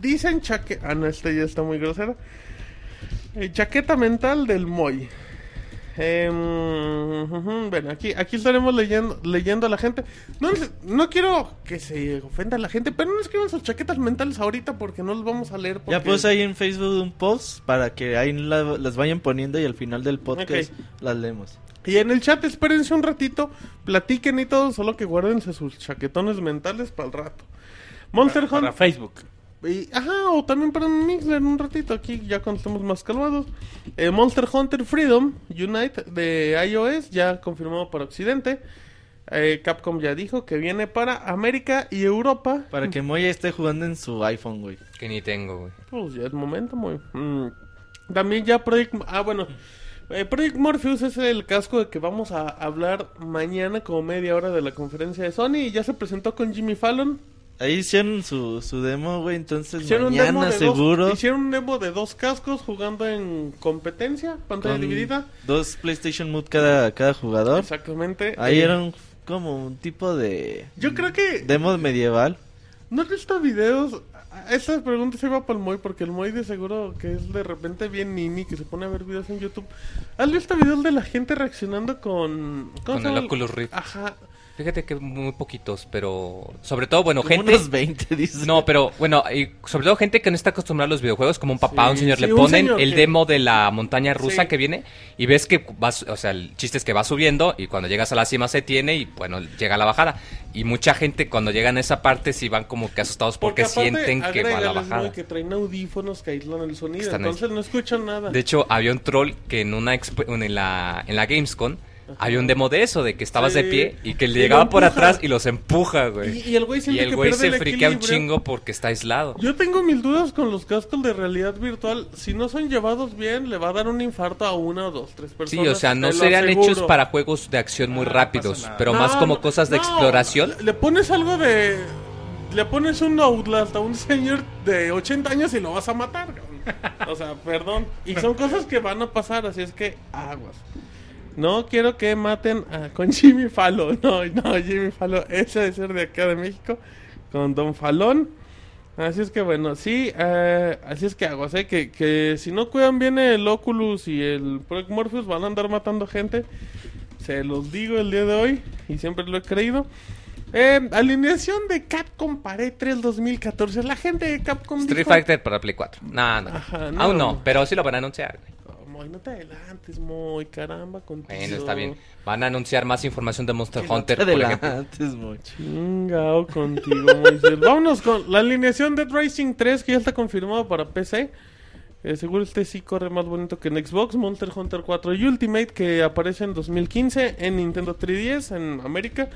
dicen chaque... Ah, no, este ya está muy grosera. Eh, chaqueta mental del Moy. Em, ujú, bueno, aquí, aquí estaremos leyendo, leyendo a la gente. No, les- no quiero que se ofenda a la gente, pero no escriban sus chaquetas mentales ahorita porque no los vamos a leer. Porque...
Ya puse ahí en Facebook un post para que ahí la- las vayan poniendo y al final del podcast
Ok.
las leemos.
Y en el chat, espérense un ratito, platiquen y todo, solo que guárdense sus chaquetones mentales para el rato. Monster Hunt.
Para Facebook.
Y- ajá, o también para Mixler en un ratito, aquí ya cuando estemos más calmados. Eh, Monster Hunter Freedom Unite de iOS, ya confirmado para Occidente. Eh, Capcom ya dijo que viene para América y Europa.
Para que Moya esté jugando en su iPhone, güey.
Que ni tengo, güey.
Pues ya es momento, muy. mm. También ya Project. Ah, bueno. eh, Project Morpheus es el casco de que vamos a hablar mañana como media hora de la conferencia de Sony. Y ya se presentó con Jimmy Fallon.
Ahí hicieron su, su demo, güey, entonces
Hicieron un, demo
mañana
de
seguro.
Dos, hicieron un demo de dos cascos jugando en competencia, pantalla
con
dividida.
Dos PlayStation Move cada, cada jugador.
Exactamente.
Ahí
Eh,
era un- como un tipo de
Yo creo que.
demo medieval.
¿No has visto videos? A- Esa pregunta se iba para el Moy, porque el Moy de seguro que es de repente bien nini, que se pone a ver videos en YouTube. ¿Has visto videos de la gente reaccionando con... ¿cómo
Con
se
el
llama?
Oculus Rift.
Ajá.
Fíjate que muy poquitos, pero sobre todo, bueno,
Como
gente...
Unos 20, dice.
No, pero bueno, y sobre todo gente que no está acostumbrada a los videojuegos, como un papá,
Sí,
un señor,
sí,
le
un
ponen
señor
el
que-
demo de la montaña rusa
Sí.
que viene y ves que vas, o sea, el chiste es que va subiendo y cuando llegas a la cima se tiene y bueno, llega la bajada. Y mucha gente cuando llegan a esa parte sí van como que asustados porque,
aparte,
sienten que va a la
agrégales, ¿no?
bajada.
que traen audífonos que aislan el sonido,
Están ahí.
entonces no escuchan nada.
De hecho, había un troll que en una exp- en la, en la Gamescom había un demo de eso, de que estabas de
Sí.
pie y que
Y
le
lo
llegaba por
empuja.
atrás y los empuja, güey.
y, y el güey
Y
siente
el
que
güey
pierde
se
el
friquea un
equilibrio.
chingo porque está aislado.
Yo tengo mil dudas con los cascos de realidad virtual. Si no son llevados bien, le va a dar un infarto a una o dos, tres
Sí,
personas.
o sea, no
te lo
serían hechos
aseguro.
para juegos de acción muy
Ah, no
rápidos,
pasa nada.
pero
No,
más como
no,
cosas de
no.
exploración.
Le pones algo de. Le pones un Outlast a un señor de 80 años y lo vas a matar. cabrón. O sea, perdón. Y son cosas que van a pasar, así es que aguas. No quiero que maten a- con Jimmy Fallon. No, no, Jimmy Fallon. Ese de ser de acá de México. Con Don Fallon. Así es que bueno, sí. eh, así es que aguas, eh, que, que si no cuidan bien el Oculus y el Project Morpheus van a andar matando gente. Se los digo el día de hoy y siempre lo he creído. Eh, alineación de Capcom para E3 2014. La gente de Capcom
Street
dijo-
Fighter para Play 4. No, no.
Ajá, no.
Aún no, pero sí lo van a anunciar. güey.
Oh, Moy, no te adelantes, Moy, caramba, contigo.
Bueno, está bien. Van a anunciar más información de Monster Hunter, por ejemplo.
Antes mucho.
Chingao contigo, Moisés. Vámonos con la alineación Dead Racing 3, que ya está confirmado para PC. Eh, seguro este sí corre más bonito que en Xbox, Monster Hunter 4 y Ultimate, que aparece en 2015 en Nintendo 3DS en América.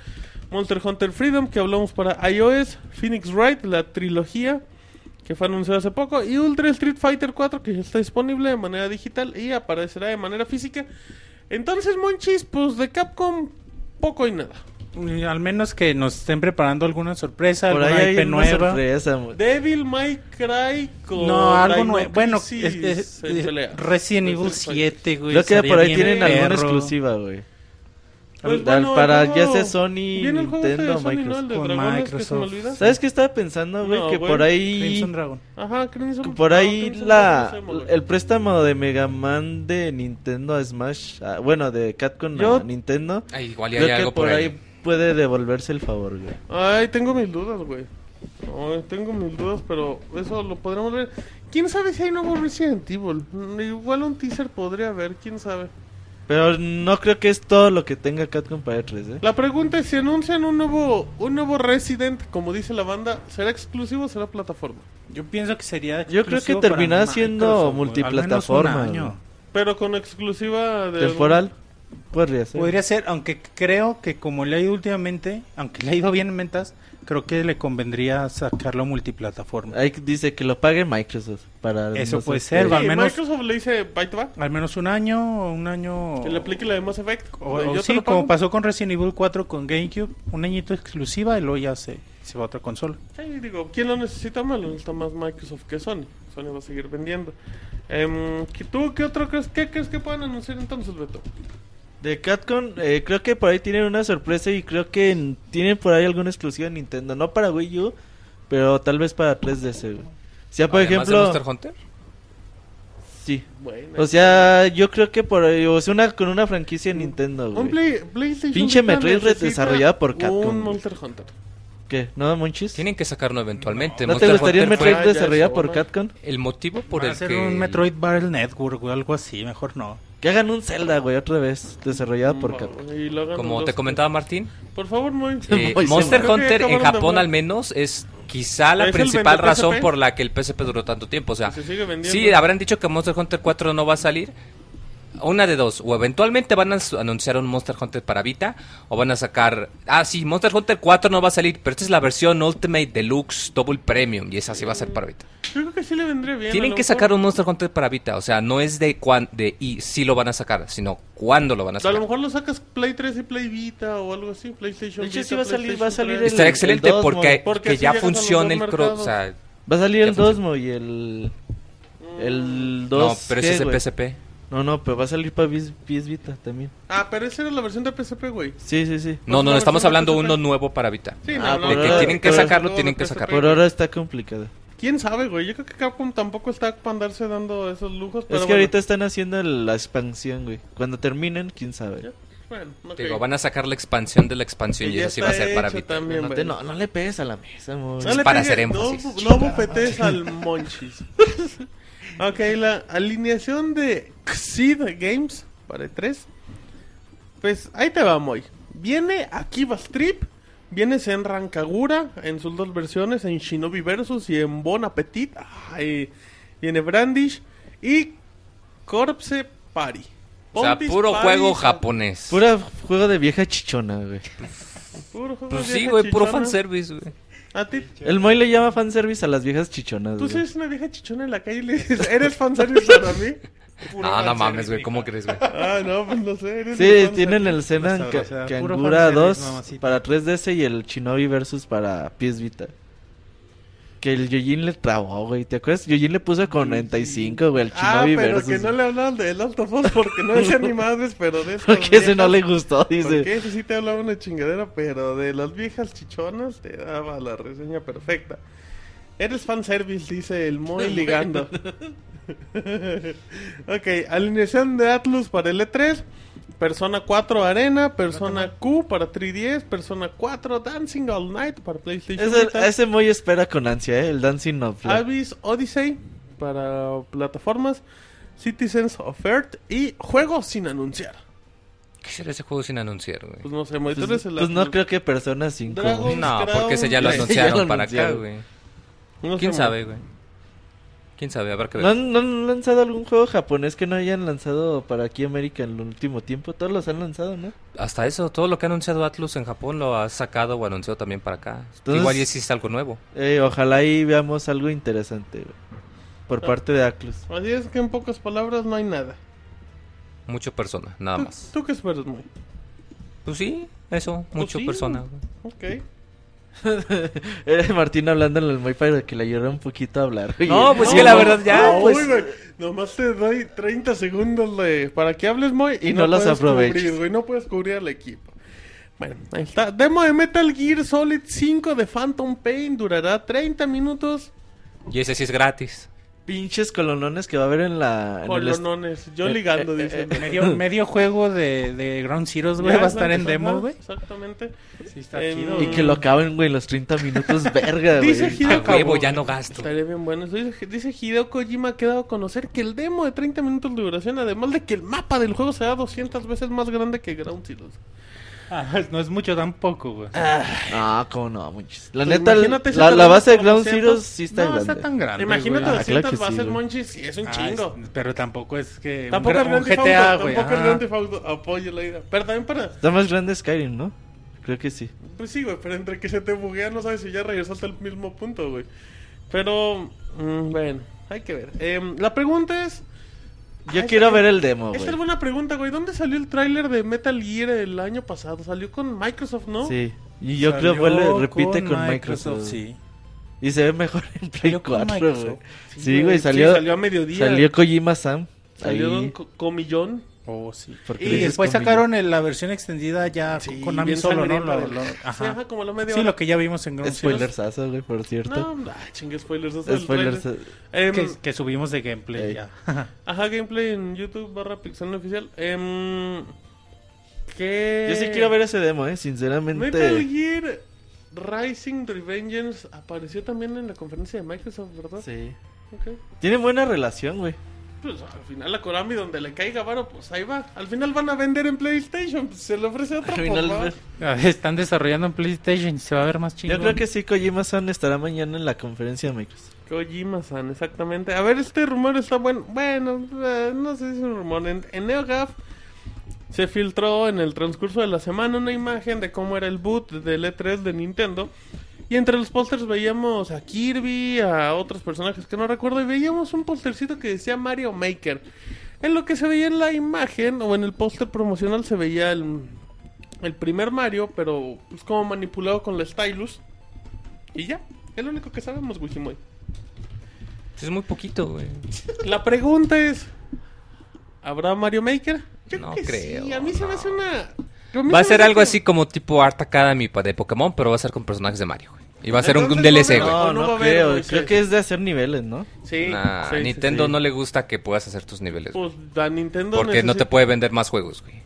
Monster Hunter Freedom, que hablamos para iOS. Phoenix Wright, la trilogía, que fue anunciada hace poco. Y Ultra Street Fighter 4, que ya está disponible de manera digital y aparecerá de manera física. Entonces, Monchis, pues de Capcom, poco y nada.
Y Mm, Al menos que nos estén preparando alguna sorpresa,
Por
alguna
ahí
IP
hay una
nueva.
sorpresa. mo-
Devil May Cry con
No, algo
Dino
nuevo. Bueno,
Crisis
es-
este,
es-
en
es-
pelea.
Resident Evil
Entonces,
7, güey.
Creo que
estaría
por ahí
bien
tienen alguna
perro.
exclusiva, güey.
Pues
Al-
bueno,
para
el
ya
juego-
sea Sony,
Viene el juego este de
Nintendo,
Sony, ¿no? El
Microsoft.
de
Con
dragones que se me
Microsoft.
olvida.
¿Sabes qué estaba pensando, güey?
No,
que
güey.
por ahí...
Crimson Dragon.
Ajá, Crimson.
Por
no,
ahí
Crimson
la
Dragon no se llama,
el préstamo de Mega Man de Nintendo a Smash, ah, bueno, de Capcom
Yo-
a Nintendo.
Ah, igual ya
Creo
hay
que
algo por ahí.
puede devolverse el favor, güey.
güey. Ay, tengo mis dudas, güey. Ay, tengo mis dudas, pero eso lo podremos ver. ¿Quién sabe si hay nuevo Resident Evil? Mm, Igual un teaser podría haber, quién sabe.
Pero no creo que es todo lo que tenga Capcom para E3, ¿eh?
La pregunta es si anuncian un nuevo un nuevo Resident, como dice la banda, ¿será exclusivo o será plataforma?
Yo pienso que sería.
Yo creo que
exclusivo para
terminará siendo
Microsoft, güey.
multiplataforma,
Al menos un año.
güey.
Pero con exclusiva de
Temporal podría ser.
Podría ser, aunque creo que como le ha ido últimamente, aunque le ha ido bien en ventas, creo que le convendría sacarlo multiplataforma.
Ahí dice que lo pague Microsoft para
Eso
no
puede
sé,
ser,
eh,
Sí,
al menos-
Microsoft le dice, "Ahí te va".
Al menos un año, un año.
Que le aplique la de Mass Effect.
o-
Yo
o
te
sí,
lo pago.
como pasó con Resident Evil 4 con GameCube, un añito exclusiva y luego ya se, se va a otra consola.
Sí, digo, ¿quién lo necesita más? Lo necesita más Microsoft que Sony. Sony va a seguir vendiendo. Em, ¿qué- ¿Tú qué otro crees, qué crees que puedan anunciar entonces, Beto?
De Catcon, eh, creo que por ahí tienen una sorpresa y creo que en- tienen por ahí alguna exclusiva en Nintendo. No para Wii U, pero tal vez para 3DS. güey. O sea, por
Además de
ejemplo...
Monster Hunter?
Sí.
Bueno,
O sea, yo creo que por ahí... O sea, una, con una franquicia de Nintendo,
un
güey.
Play- PlayStation
Pinche
Vita
Metroid
necesita
desarrollada por Capcom,
Un
güey.
Monster Hunter.
¿Qué? ¿No, Monchis?
Tienen que sacarlo eventualmente.
¿No te
Monster
gustaría el
Hunter
Metroid
fue- Ah, ya,
desarrollado por
sobra.
Catcon?
fue el motivo por
Por
el
hacer
que...
un Metroid Battle Network o algo así, mejor no.
Que hagan un Zelda, güey, otra vez. Desarrollado Ah, por
Va,
Capcom.
y lo hagan
Como
los
te
dos.
comentaba Martín,
Por favor, muy.
eh,
Voy, se
Monster
me- Creo
Hunter
que
en
acabaron de
Japón
hablar.
al menos es quizá la
Es el
principal
vende
razón
PSP.
por la que el PSP duró tanto tiempo. O sea,
Se sigue vendiendo.
sí, habrán dicho que Monster Hunter 4 no va a salir. Una de dos, o eventualmente van a s- anunciar un Monster Hunter para Vita, o van a sacar... Ah, sí, Monster Hunter 4 no va a salir, pero esta es la versión Ultimate Deluxe Double Premium, y esa sí va a ser para Vita.
Yo creo que sí le vendría bien. a
Tienen
lo
que sacar
mejor.
un Monster Hunter para Vita, o sea, no es de cuán, de y si lo van a sacar, sino cuándo lo van a
A
sacar.
lo mejor lo sacas Play 3 y Play Vita o algo así. PlayStation
De hecho,
Vita,
sí va a salir- va a
PlayStation
salir el-
Está excelente
dos,
porque,
mon-
porque
que
así
ya
llegas a los
funciona
dos
el cross.
mercados.
O sea,
Va a salir
Ya
el
funciona.
2, mo, y el...
Mm.
El 2...
no, pero ese es de PSP.
No, no, pero va a salir para PS Vita también.
Ah, pero esa era la versión de PSP, güey.
Sí, sí, sí.
No, no,
Otra
no,
versión
estamos
de
hablando
PSP.
uno nuevo para Vita.
Sí,
Ah,
De
por
que
ahora-
tienen que
por-
sacarlo,
por
tienen que
PSP.
sacarlo.
Por ahora está complicado.
¿Quién sabe, güey? Yo creo que Capcom tampoco está para andarse dando esos lujos.
Es que
pero bueno.
ahorita están haciendo la expansión, güey. Cuando terminen, quién sabe.
Ya, Bueno, ok.
Digo, van a sacar la expansión de la expansión
Que
y
ya
eso sí va a
está
ser para
hecho
Vita.
también,
no,
güey.
te- no, no le pegues a la mesa, amor.
No le
para
pegues,
hacer énfasis.
no bu- No, bufetes al Monchis. ok, la alineación de Xid Games para 3. Pues ahí te va, Moy. Viene Akiva Strip. Vienes en Rancagura, en sus dos versiones, en Shinobi Versus y en Bon Appetit. Ay, viene Brandish y Corpse Party.
O sea,
Pompis
puro
Party,
juego
ja-
japonés.
Pura juego de vieja chichona, güey.
Puro juego
Pues
de
sí,
vieja
güey, puro
chichona.
fanservice, güey.
A ti,
El Moy le llama fanservice a las viejas chichonas,
tú
güey.
eres una vieja chichona en la calle y le dices, ¿eres fanservice para mí? Puro
Ah, No,
fanservice.
no mames, güey, ¿cómo crees, güey?
Ah, no, pues no sé. eres
Sí,
un
tienen
fan
el Zenan
Hasta ahora,
Ka-
o sea, puro
Kangura
fanservice,
2
mamacita.
para 3DS y el Shinobi versus para PS Vita. Que el Yojin le trabó, güey. ¿Te acuerdas? Yojin le puso con 95, güey, el
Ah,
Shinobi
pero
versus.
que no le hablaban del Last of Us porque no decían ni madres, pero de esas
Porque ese no le
viejas-
gustó,
Porque
dice.
ese sí te hablaba una chingadera, pero de las viejas chichonas te daba la reseña perfecta. Eres fanservice, dice el Moy ligando. ok, alineación de Atlus para el E3. Persona 4 Arena, Persona Q para 3DS, Persona 4 Dancing All Night para PlayStation
Ese,
Vita.
ese Moy espera con ansia, ¿eh? El Dancing of Love.
Abyss Odyssey para plataformas, Citizens of Earth y juegos sin anunciar.
¿Qué será ese juego sin anunciar,
Pues
güey?
no sé,
Pues,
monitores
pues no creo que Persona 5.
Dragon-
güey.
No, porque ese ya lo
Ese ya
lo
anunciaron para acá,
anunciaron.
güey.
no
¿Quién
sé,
sabe, güey? ¿Quién sabe? Habrá que
¿No
ver.
han, no han lanzado algún juego japonés que no hayan lanzado para aquí América en el último tiempo? Todos los han lanzado, ¿no?
Hasta eso, todo lo que ha anunciado Atlus en Japón lo ha sacado o anunciado también para acá.
Entonces-
Igual y existe algo nuevo.
Eh, ojalá ahí veamos algo interesante, güey, Por
Ah.
parte de Aclus.
man. Así es que en pocas palabras no hay nada.
Mucho persona, nada
¿Tú,
más.
tú qué esperas, muy?
Pues sí, eso, mucho
sí,
persona.
güey.
güey.
Ok.
Era Martín hablando en el Moy para que le ayudara un poquito a hablar. güey.
No, pues sí, la verdad ya,
no,
pues.
uy, güey, nomás te doy 30 segundos de- para que hables, Moy, y,
Y no las
puedes
aproveches.
cubrir, güey, no puedes cubrir al equipo. Bueno, ahí está. Demo de Metal Gear Solid 5 de Phantom Pain durará 30 minutos.
Y ese sí es gratis.
Pinches colonones que va a haber en la. en el est-
Colonones, yo ligando, dicen.
Medio, medio juego de, de Ground Zeroes, güey,
Ya,
va a estar en
exacto,
demo,
ajá,
güey. Eh,
Exactamente.
Sí, está
Em,
chido.
Y que lo acaben, güey, en los 30 minutos, verga, güey.
Dice Hideo
A huevo,
Kojima-
ya no gasto.
Estaría bien bueno. Dice, dice Hideo Kojima que ha dado a conocer que el demo de 30 minutos de duración, además de que el mapa del juego será 200 veces más grande que Ground Zero.
Ah, no es mucho tampoco, güey.
Ah, No, cómo no, muchas. La
Pues
neta,
imagínate si
la,
te
la
lo
base de
hacen
Ground
400.
Zero sí está
no
grande.
está tan grande.
Imagínate
güey.
Ah, claro
200
que sí,
bases,
güey.
Monchis, y es un
Ah,
chingo.
es- pero tampoco es que.
Tampoco es
un, gra- un
Grand Theft Auto,
GTA, güey.
Tampoco es
ajá.
Grand Theft Auto. Apoyo la idea. Pero también para.
Está más grande Skyrim, ¿no? Creo que sí.
Pues sí, güey, pero entre que se te buguea no sabes si ya regresaste al mismo punto, güey. Pero, mm, bueno, hay que ver. Em, la pregunta es,
Yo
Ah,
quiero
esa-
ver el demo,
esta es
güey.
buena pregunta, güey, ¿dónde salió el tráiler de Metal Gear el año pasado? Salió con Microsoft, ¿no?
Sí. Y yo
Salió
creo que vuelve, repite con, Microsoft.
sí.
Y se ve mejor en Play
Salió con
4,
Microsoft.
güey.
Sí,
Sí, güey, salió,
salió a mediodía.
salió Kojima Sam.
Salió
ahí,
Don Co- Comillón.
Oh, sí.
porque le
Y
dices
después
Kojima.
sacaron el- la versión extendida ya con Konami
bien
solo, ¿no?
sangriento.
Lo- lo-
Sí,
ajá.
ajá, como la media
Sí,
hora.
lo que ya vimos en Ground Zeroes,
Spoilersazo, güey, por cierto.
No, ah, chingue, spoilers. eso es el
Spoilers. eh,
trailer. Em,
que, que subimos de gameplay
Ey.
ya.
Ajá, gameplay en YouTube barra Pixel no oficial. Em, ¿Qué?
Yo sí quiero ver ese demo, eh, sinceramente.
Metal Gear Rising Revengeance apareció también en la conferencia de Microsoft, ¿verdad?
Sí.
Ok.
Tienen buena relación, güey.
Pues al final a Konami donde le caiga varo, pues ahí va. Al final van a vender en PlayStation, pues, se le ofrece otra
Al final,
por favor.
Están desarrollando en PlayStation, se va a ver más chido.
Yo creo que sí, Kojima San estará mañana en la conferencia de Microsoft.
Kojima-san, exactamente. A ver, este rumor está bueno. Bueno, eh, no sé si es un rumor. En, en NeoGAF se filtró en el transcurso de la semana una imagen de cómo era el boot del E3 de Nintendo. Y entre los pósters veíamos a Kirby, a otros personajes que no recuerdo, y veíamos un póstercito que decía Mario Maker. En lo que se veía en la imagen o en el póster promocional se veía el, el primer Mario, pero pues como manipulado con la stylus. Y ya, es lo único que sabemos, Wikimoy.
Es muy poquito, güey.
La pregunta es: ¿habrá Mario Maker?
No
que
creo,
sí. A mí se me
no.
hace una. a mí
Va a
se me
ser
hace
algo
que-
así como tipo Art Academy pa- de Pokémon, pero va a ser con personajes de Mario, güey. Y va a ser un, un
Entonces,
DLC,
no,
güey.
no
No, no,
va a haber,
creo.
güey,
creo
sí.
que es de hacer niveles, ¿no?
Sí.
Nah,
sí,
a
sí,
Nintendo
sí.
no le gusta que puedas hacer tus niveles. güey.
Pues a Nintendo.
porque no te
necesita-
puede vender más juegos, güey.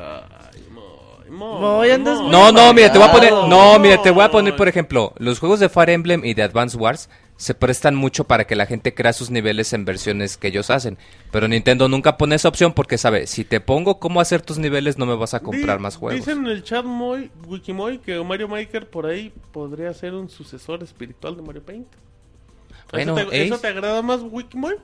Ay, Moy, Moy,
Moy, andas
Moy.
muy
No, no, mira, te voy a poner.
Claro.
No, mira, te voy a poner,
Moy.
por ejemplo, los juegos de Fire Emblem y de Advance Wars se prestan mucho para que la gente crea sus niveles en versiones que ellos hacen. Pero Nintendo nunca pone esa opción porque sabe, si te pongo cómo hacer tus niveles, no me vas a comprar
Di-
más juegos.
Dicen en el chat Moy, Wikimoy que Mario Maker por ahí podría ser un sucesor espiritual de Mario Paint.
Bueno,
¿Eso, te,
Ace.
eso te agrada más, Wikimoy?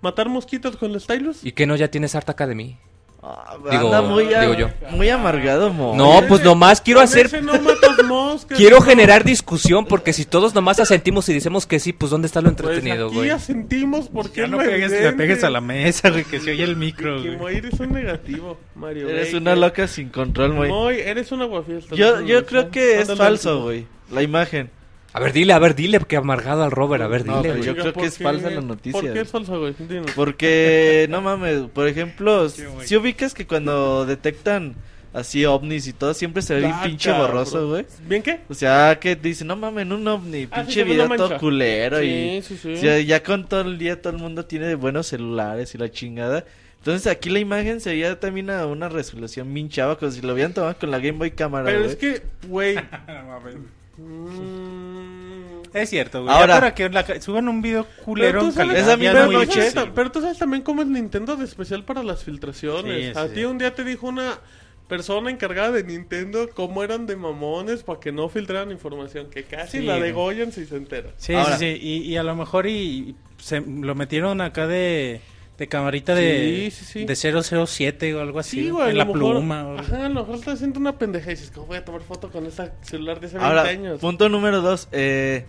¿Matar mosquitos con la stylus?
¿Y que no ya tienes Art Academy?
Ah,
Digo-
anda muy, a-
digo yo.
muy amargado, mo.
No,
Con
pues
ese-
nomás quiero
con
hacer-
ese no matas moscas.
Quiero generar discusión porque si todos nomás asentimos y decimos que sí, pues ¿dónde está lo
Pues
entretenido,
aquí
güey?
ya sentimos porque
Ya
es
no
lo
pegues, le
evidente.
pegues a la mesa, güey, que se oye el micro,
Que
güey.
Moy eres un negativo, Mario.
Eres
Baker.
una loca sin control, güey.
Moy, eres una guafiesta.
Yo, yo creo que es
Ándale,
falso,
ándale.
güey. La imagen.
A ver, dile, a ver, dile, que amargado al Robert, a ver, dile,
No, pero
güey.
yo
Oiga,
creo que
¿por
es
qué?
falsa la noticia,
¿Por qué
güey.
es falsa, güey? Dinos.
Porque, no mames, por ejemplo,
Qué güey.
si ubicas que cuando detectan así ovnis y todo, siempre se ve bien
Ah,
pinche
cabrón.
borroso, güey.
¿Bien qué?
O sea, que dicen, no mames, un ovni,
Ah, sí,
pinche
se ve una
video todo
mancha.
culero y...
Sí, sí, sí.
o sea, ya con todo el día todo el mundo tiene buenos celulares y la chingada. Entonces aquí la imagen se veía también a una resolución bien chava, como si lo hubieran tomado con la Game Boy cámara,
Pero
güey.
es que, güey.
No mames.
mm,
Es cierto, güey. Ahora,
Ahora-
para que la ca- suban un video culero
pero
en
tú sabes-
calidad
Esa
ya
misma
muy
pero, tú
noche-
sabes,
difícil.
ta- pero tú sabes también cómo es Nintendo de especial para las filtraciones.
Sí,
A
sí.
ti un día te dijo una persona encargada de Nintendo cómo eran de mamones para que no filtraran información. Que casi
Sí,
la
güey.
degollan si se enteran.
Sí,
Ahora-
sí, sí. Y, y a lo mejor y, y se lo metieron acá de, de camarita de,
Sí, sí, sí.
de 007 o algo así.
Sí, güey.
en
a
la
lo mejor-
pluma. o-
Ajá, a lo mejor estás haciendo una pendeja y dices, ¿cómo voy a tomar foto con ese celular de hace 20
Ahora,
años?
punto número dos. Eh,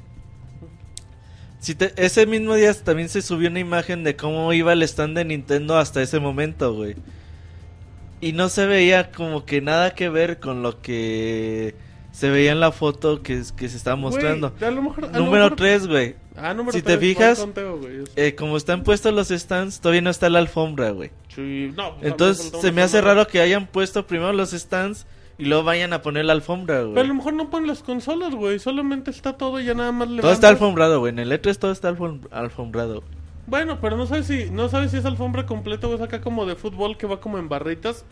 si te- ese mismo día también se subió una imagen de cómo iba el stand de Nintendo hasta ese momento, güey. Y no se veía como que nada que ver con lo que se veía en la foto que, es- que se estaba
Güey,
mostrando.
a lo mejor- a lo
número
mejor-
3, güey.
Ah, número
si
tres,
te
mal
fijas-
conteo, güey.
Eh, como están puestos los stands, todavía no está la alfombra, güey.
Sí, no, pues,
Entonces
también
se me
falta
hace
una-
raro que hayan puesto primero los stands y luego vayan a poner la alfombra, güey.
Pero a lo mejor no ponen las consolas, güey. Solamente está todo y ya nada más le
Todo está
levantas.
alfombrado, güey. En el E3 todo está alfom- alfombrado.
Bueno, pero no sabes si no sabes si es alfombra completa o es acá como de fútbol que va como en barritas.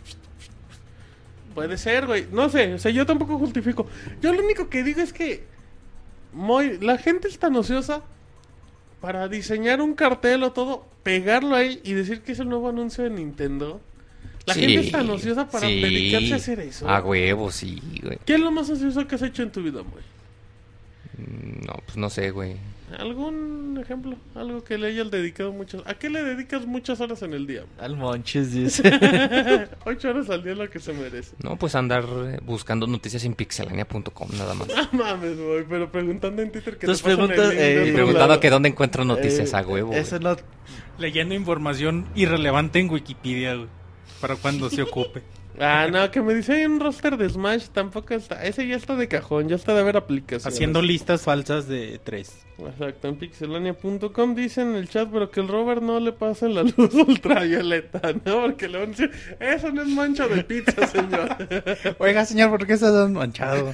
Puede ser, güey. No sé, o sea, yo tampoco justifico. Yo lo único que digo es que muy, la gente es tan ociosa para diseñar un cartel o todo, pegarlo ahí y decir que es el nuevo anuncio de Nintendo. La
Sí,
gente es tan ociosa para
sí. Ah,
dedicarse a hacer eso.
A huevo, sí, güey.
¿Qué es lo más ocioso que has hecho en tu vida, güey?
Mm, No, pues no sé, güey.
¿Algún ejemplo? Algo que le hayas dedicado muchas... ¿A qué le dedicas muchas horas en el día?
Al Monches dice.
Ocho horas al día es lo que se merece.
No, pues andar eh, buscando noticias en pixelania.com nada más.
No Ah, mames, güey, pero preguntando en Twitter que
Tus
te pasen el
preguntas,
link de
eh,
otro
Y preguntando
lado.
que dónde encuentro noticias
Eh,
a huevo. güey.
Eso no.
Leyendo información irrelevante en Wikipedia, güey. Para cuando se ocupe.
Ah, no, que me dice un roster de Smash tampoco está. Ese ya está de cajón, ya está de haber aplicaciones.
Haciendo listas falsas de tres.
Exacto, en pixelania.com dicen en el chat, pero que el Robert no le pase la luz ultravioleta, ¿no? Porque le van a decir, eso no es mancha de pizza, señor.
Oiga, señor, ¿por qué está tan manchado?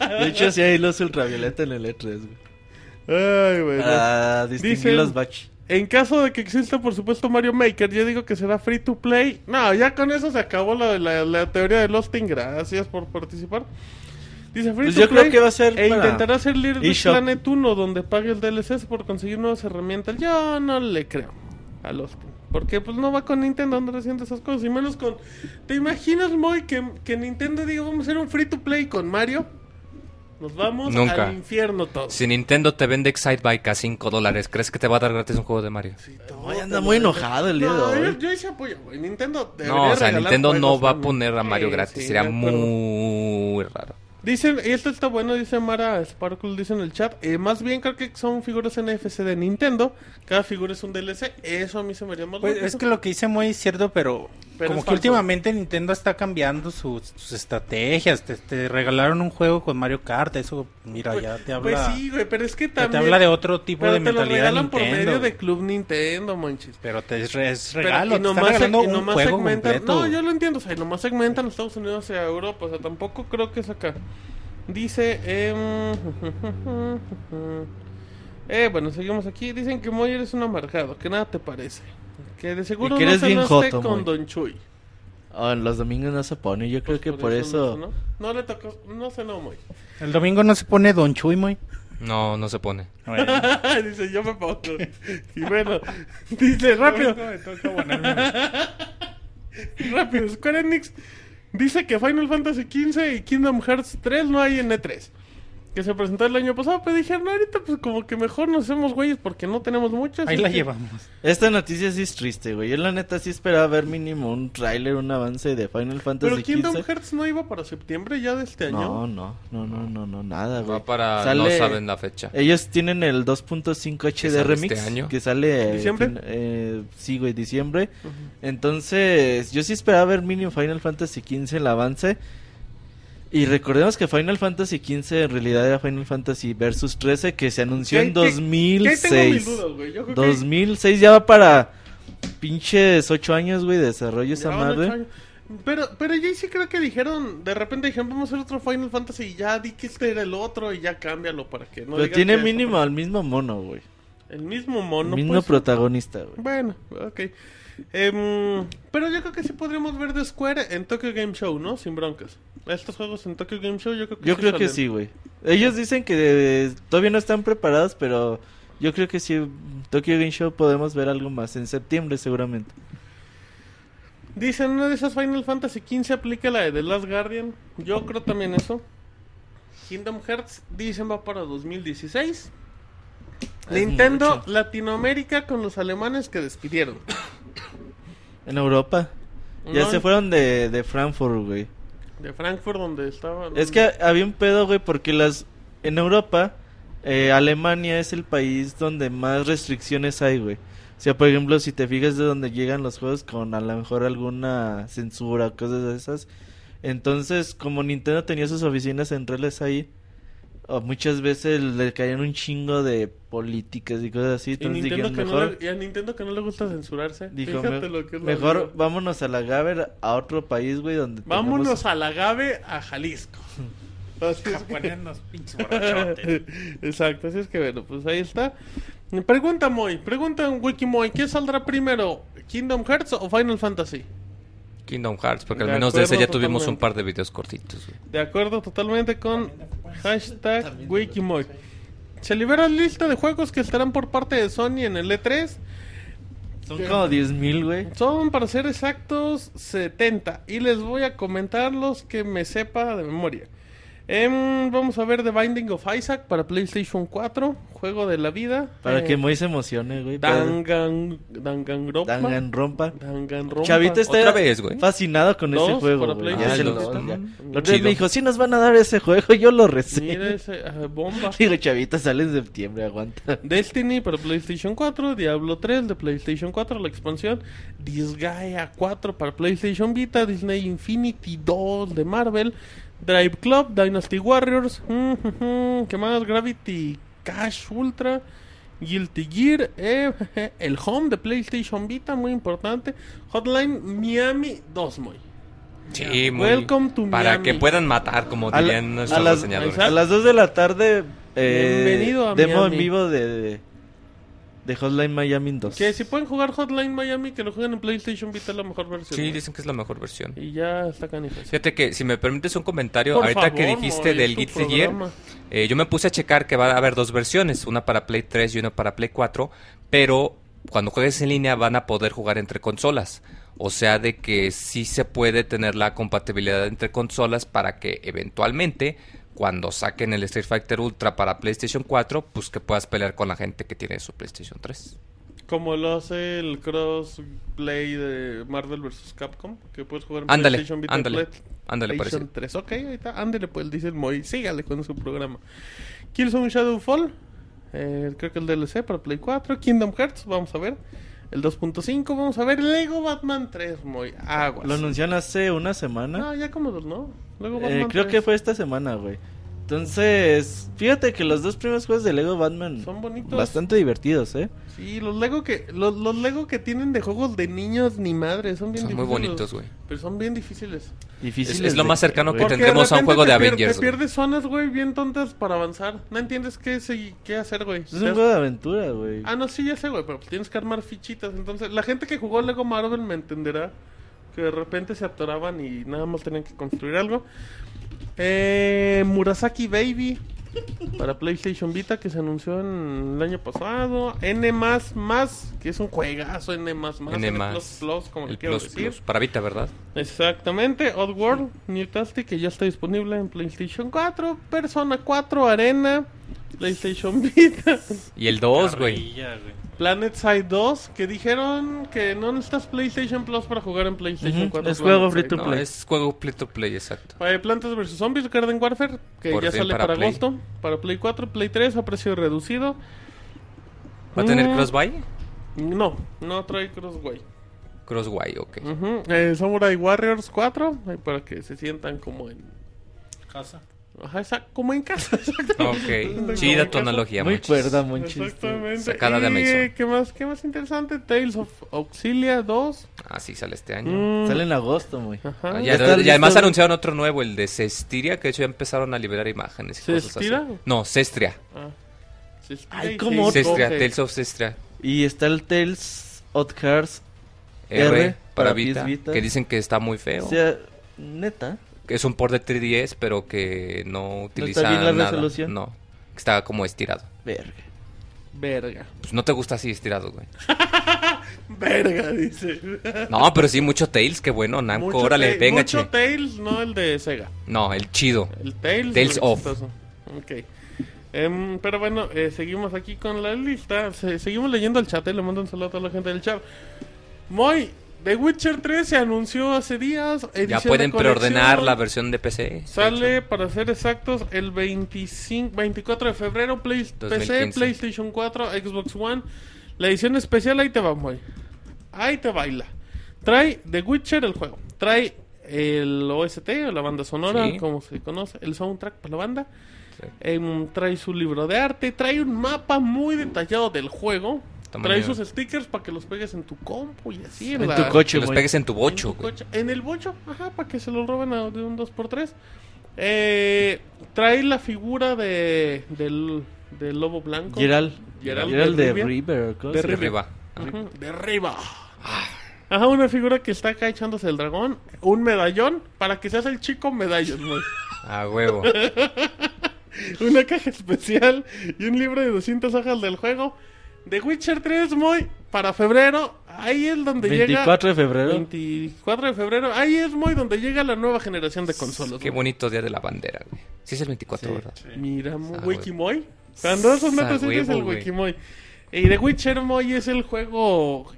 De hecho, sí hay luz ultravioleta en el E3, güey.
Ay, bueno.
Para distinguir
Dicen-
los batch.
En caso de que exista, por supuesto, Mario Maker, yo digo que será free to play. No, ya con eso se acabó la, la, la teoría de Losting. Gracias por participar. Dice free
Pues
to
yo creo
play,
que va a ser
E
para
intentará ser Little Big
eShop.
Planet 1, donde pague el DLCs por conseguir nuevas herramientas. Yo no le creo a Losting. Porque pues no va con Nintendo andar haciendo esas cosas. Y menos con. ¿Te imaginas, Moy, que, que Nintendo diga vamos a hacer un free to play con Mario? Nos vamos
Nunca.
al infierno todos.
Si Nintendo te vende Excitebike a 5 dólares, ¿crees que te va a dar gratis un juego de Mario?
Hoy anda muy enojado el día
No,
de
yo,
hoy.
yo ahí sí apoyo, güey. Nintendo debería
No, o sea,
regalar
Nintendo no
juegos
va a
también.
poner a Mario
Sí,
gratis.
sí,
Sería
de acuerdo.
muy raro.
Dicen, y esto está bueno, dice Mara Sparkle, dice en el chat. eh, más bien creo que son figuras NFC de Nintendo. Cada figura es un DLC. Eso a mí se me haría más
Pues
bonito.
es que lo que hice muy cierto, pero,
Pero
como
es
que
falso.
últimamente Nintendo está cambiando sus, sus estrategias. Te, te regalaron un juego con Mario Kart, eso, mira,
Pues-
ya te
Pues
habla,
sí, güey, pero es que
ya
también.
te habla de otro tipo
pero
de
te lo
mentalidad de
regalan por
Nintendo.
medio de Club Nintendo, manches.
Pero te es, re- es
Pero-
regalo,
y
te están
nomás,
regalando
y
un
nomás
juego
segmentan.
completo.
No, yo lo entiendo. O sea, y nomás segmentan Estados Unidos hacia Europa. O sea, tampoco creo que es acá. Dice. em, eh, bueno, seguimos aquí. Dicen que Moy eres un amargado. Que nada te parece. Que de seguro
Y que
no
eres bien
cenaste
joto,
con
Moy.
Don Chuy.
Oh, los domingos no se pone, yo creo
Pues
que por
No,
eso...
cenó. no le tocó. No cenó Moy.
El domingo no se pone Don Chuy, muy.
No, no se pone.
dice, yo me pongo. Y bueno, dice rápido. Rápido, Square Enix dice que Final Fantasy XV y Kingdom Hearts 3 no hay en E3. Que se presentó el año pasado, pero dijeron, "No, ahorita pues como que mejor nos hacemos güeyes porque no tenemos muchas. este,
Ahí la
Así que-
llevamos.
Esta noticia sí es triste, güey. Yo la neta sí esperaba ver mínimo un tráiler, un avance de Final
Pero
Fantasy
Kingdom
XV.
Hearts no iba para septiembre ya de este
No,
año.
no, no, no, no, no, nada, güey.
Va para no
Sale- Eh,
saben la fecha.
Ellos tienen el 2.5
Que
HD
sale
remix
este año.
que sale eh,
¿Diciembre?
fin- eh, sí, güey, diciembre. Entonces, yo sí esperaba ver mínimo Final Fantasy XV el avance. Y recordemos que Final Fantasy XV en realidad era Final Fantasy Versus 13 que se anunció
Que-
en
que- que ahí Que ahí
2006.
tengo mis dudas, güey. Yo creo que
2006 ya va para pinches 8 años, güey, de desarrollo esa
ya van ocho
madre.
años. Pero, pero yo ahí sí creo que dijeron, de repente dijeron, vamos a hacer otro Final Fantasy y ya di que este era el otro y ya cámbialo para que no
Pero
digan
tiene
que es
mínimo
otro.
al mismo mono, güey.
El mismo mono.
mismo
pues.
protagonista, güey.
Bueno, ok. Em, pero yo creo que sí podríamos ver de Square en Tokyo Game Show, ¿no? Sin broncas. Estos juegos en Tokyo Game Show yo creo que
Yo
sí
creo que
salen.
sí, güey. Ellos dicen que eh, todavía no están preparados, pero yo creo que sí. mm, Tokyo Game Show podemos ver algo más en septiembre, seguramente.
Dicen, una de esas Final Fantasy XV aplica la de The Last Guardian. Yo creo también eso. Kingdom Hearts, dicen, va para 2016.
Es
Nintendo
mucho.
Latinoamérica con los alemanes que despidieron.
En Europa. Ya
No,
se fueron de, de Frankfurt, güey.
De Frankfurt, donde estaba.
Es que había un pedo, güey, porque las en Europa, eh, Alemania es el país donde más restricciones hay, güey. O sea, por ejemplo, si te fijas de donde llegan los juegos con a lo mejor alguna censura o cosas de esas. Entonces, como Nintendo tenía sus oficinas centrales ahí, o muchas veces le caían un chingo de políticas y cosas así.
Y,
Entonces
Nintendo
dijeron,
que no
mejor,
le, y a Nintendo que no le gusta censurarse.
dijo,
Fíjate
"Me-
lo que es la
mejor
vida.
vámonos a la Gaber, a otro país, güey, donde tengamos-
Vámonos al agave a Jalisco. Así es que-
Ponernos pinches borrachotes.
Exacto, así es que bueno, pues ahí está. Pregunta Moy, pregunta en Wikimoy, ¿qué saldrá primero? ¿Kingdom Hearts o Final Fantasy?
Kingdom Hearts, porque
De
al menos de ese ya
acuerdo
tuvimos un
totalmente.
par de videos cortitos. güey.
De acuerdo totalmente con hashtag Wikimoy. Se libera lista de juegos que estarán por parte de Sony en el E E3.
Son como 10.000, güey.
Son, para ser exactos, 70. Y les voy a comentar los que me sepa de memoria. Em, vamos a ver The Binding of Isaac para PlayStation 4, juego de la vida.
Para
Eh,
que Moy se emocione, güey. pero-
Dangan, Danganronpa.
Danganronpa.
Danganronpa.
Chavito está
Otra vez, güey.
fascinado con ese
Dos para
juego, güey.
Play
Ya se
dos.
lo-
Ah,
ya.
dos.
La otra vez
Chido.
me dijo, si nos van a dar ese juego, yo lo
Mira
reseño.
ese, ah, bomba.
Digo, chavito, sale en septiembre, aguanta.
Destiny para PlayStation 4, Diablo 3 de PlayStation 4, la expansión, Disgaea 4 para PlayStation Vita, Disney Infinity 2 de Marvel, Drive Club, Dynasty Warriors, mm, mm, mm, ¿qué más? Gravity Cash Ultra, Guilty Gear, eh, el Home de PlayStation Vita, muy importante, Hotline Miami 2, muy.
Sí, muy-
Welcome to
Para
Miami.
que puedan matar, como
A, la-
dirían
a
nuestros
las,
reseñadores.
a las 2 de la tarde, eh,
Bienvenido a
demo
Miami.
en vivo de, de, de Hotline Miami 2.
Que si pueden jugar Hotline Miami, que lo jueguen en PlayStation Vita, es la mejor versión.
Sí,
güey.
dicen que es la mejor versión.
Y ya está canijo.
Fíjate que, si me permites un comentario,
Por
ahorita
favor,
que dijiste
Moy, es
del
tu
Guilty Gear,
programa.
eh, yo me puse a checar que va a haber dos versiones, una para Play 3 y una para Play 4, pero cuando juegues en línea van a poder jugar entre consolas. O sea, de que sí se puede tener la compatibilidad entre consolas para que eventualmente, cuando saquen el Street Fighter Ultra para PlayStation 4, pues que puedas pelear con la gente que tiene su PlayStation 3.
Como lo hace el crossplay de Marvel vs. Capcom, que puedes jugar en
Ándale,
PlayStation Vita y
ándale,
Play-
ándale, parece.
PlayStation 3. Ok, ahí está. Ándale, pues dice el Moy. Sígale con su programa. Killzone Shadowfall. eh, creo que el DLC para Play 4. Kingdom Hearts, vamos a ver. El 2.5, vamos a ver. Lego Batman 3, Moy. Aguas.
Lo anunciaron hace una semana.
No, ya como dos, ¿no? Lego
Eh,
Batman
creo
3.
que fue esta semana, güey. Entonces, fíjate que los dos primeros juegos de Lego Batman
Son bonitos.
bastante divertidos, ¿eh?
Sí, los Lego que los, los Lego que tienen de juegos de niños ni madre son bien
Son muy
difíciles.
bonitos, güey.
Pero son bien difíciles.
Difíciles.
Es- es lo
de
más cercano
creer,
que
güey.
Porque
tendremos a un
repente
juego de
te pier-
Avengers,
Te
güey.
pierdes zonas, güey, bien tontas para avanzar. No entiendes qué, se- qué hacer, güey.
Es un juego de aventura, güey.
Ah, no, sí, ya sé, güey, pero pues tienes que armar fichitas. Entonces, la gente que jugó Lego Marvel me entenderá que de repente se atoraban y nada más tenían que construir algo. Eh, Murasaki Baby para PlayStation Vita que se anunció en el año pasado. N, que es un juegazo. N,
N++,
como le
El
quiero
Plus
decir.
Plus, para Vita, ¿verdad?
Exactamente, Oddworld, New Tasty, que ya está disponible en PlayStation 4, Persona 4 Arena, PlayStation Vita,
Y el 2, güey.
Carrilla, güey.
Planet Side 2, que dijeron que no necesitas PlayStation Plus para jugar en PlayStation
Ujú,
4.
es juego
Planet
free
Side
to
dos.
No,
play.
es juego play to play, exacto.
Eh, Plantas vs Zombies Garden Warfare, que
Por
ya
fin
sale
para
para,
Play.
agosto, para Play 4, Play 3 a precio reducido.
¿Va a tener
Mm.
cross-buy?
No, no trae Crossway.
Cross-buy, ok.
Ujú, eh, Samurai Warriors 4, eh, para que se sientan como en...
Casa.
Ajá, esa- como en casa, exactamente.
Ok, chida tu analogía,
Muy
Monchis.
cuerda, monchis.
Exactamente.
este, Sacada de
Y,
Amazon.
eh, ¿qué más, ¿Qué más interesante? Tales of Auxilia 2.
Ah, sí, sale este año.
Mm,
Sale en agosto, güey.
Ajá.
Ah,
Ya
y,
está
y
listo,
además
güey.
anunciaron otro nuevo, el de Cestiria, que de hecho ya empezaron a liberar imágenes. y cosas así.
¿Cestira?
No, Cestria.
Ah. Se estira
Ay,
y
¿cómo
se
Cestria,
escoge.
Tales of Cestria.
Y está el Tales Odd Cars.
R,
R
para
para
Vita,
PS Vita.
que dicen que está muy feo.
O sea, neta.
que es un port de 3DS, pero que no utiliza
bien la
nada.
resolución?
No, que está como estirado.
Verga.
Verga.
Pues no te gusta así estirado, güey.
Verga, dice.
No, pero sí, mucho Tales, qué bueno, Namco,
Mucho
órale,
Ta-
venga,
Mucho
che.
Tales, no el de Sega.
No, el chido.
El Tales.
Tales
lo
of.
chistoso. Ok. Em, pero bueno, eh, seguimos aquí con la lista. Se- seguimos leyendo el chat. eh, Le mando un saludo a toda la gente del chat. Moy, The Witcher 3 se anunció hace días.
Ya
edición de
pueden
colección.
preordenar la versión de PC.
Sale, para ser exactos, el 25, 24 de febrero, Play- PC,
2015.
PlayStation 4, Xbox One. La edición especial, ahí te va, muy. Ahí te baila. Trae The Witcher el juego. Trae el OST, o la banda sonora,
Sí.
como se conoce, el soundtrack para la banda.
Sí.
Em, trae su libro de arte, trae un mapa muy detallado del juego.
Tamaño.
Trae sus stickers para que los pegues en tu compu y así.
En
la-
tu coche,
Que los
güey.
pegues en tu bocho,
en, tu
güey.
coche. En el bocho, ajá, para que se lo roben a- de un 2x3. Eh, trae la figura de del, del lobo blanco.
Gerald.
Gerald
Gerald,
de
de
Rivia.
River. ¿cómo
De
se
De
llama?
arriba. Ah,
Ujú, de arriba. Ajá, una figura que está acá echándose el dragón. Un medallón para que seas el chico medallón. güey.
A huevo.
una caja especial y un libro de 200 hojas del juego. The Witcher 3, muy para febrero. Ahí es donde llega
24 de febrero.
24 de febrero. Ahí es muy donde llega la nueva generación de consolas.
Qué
güey.
bonito día de la bandera, güey. Sí es el 24, ¿verdad?
Mira, mo-
Ah, güey.
Wikimoy. Cuando esos
Ah,
metas es
huevo,
el
güey.
Wikimoy. Y The Witcher Moy es el juego.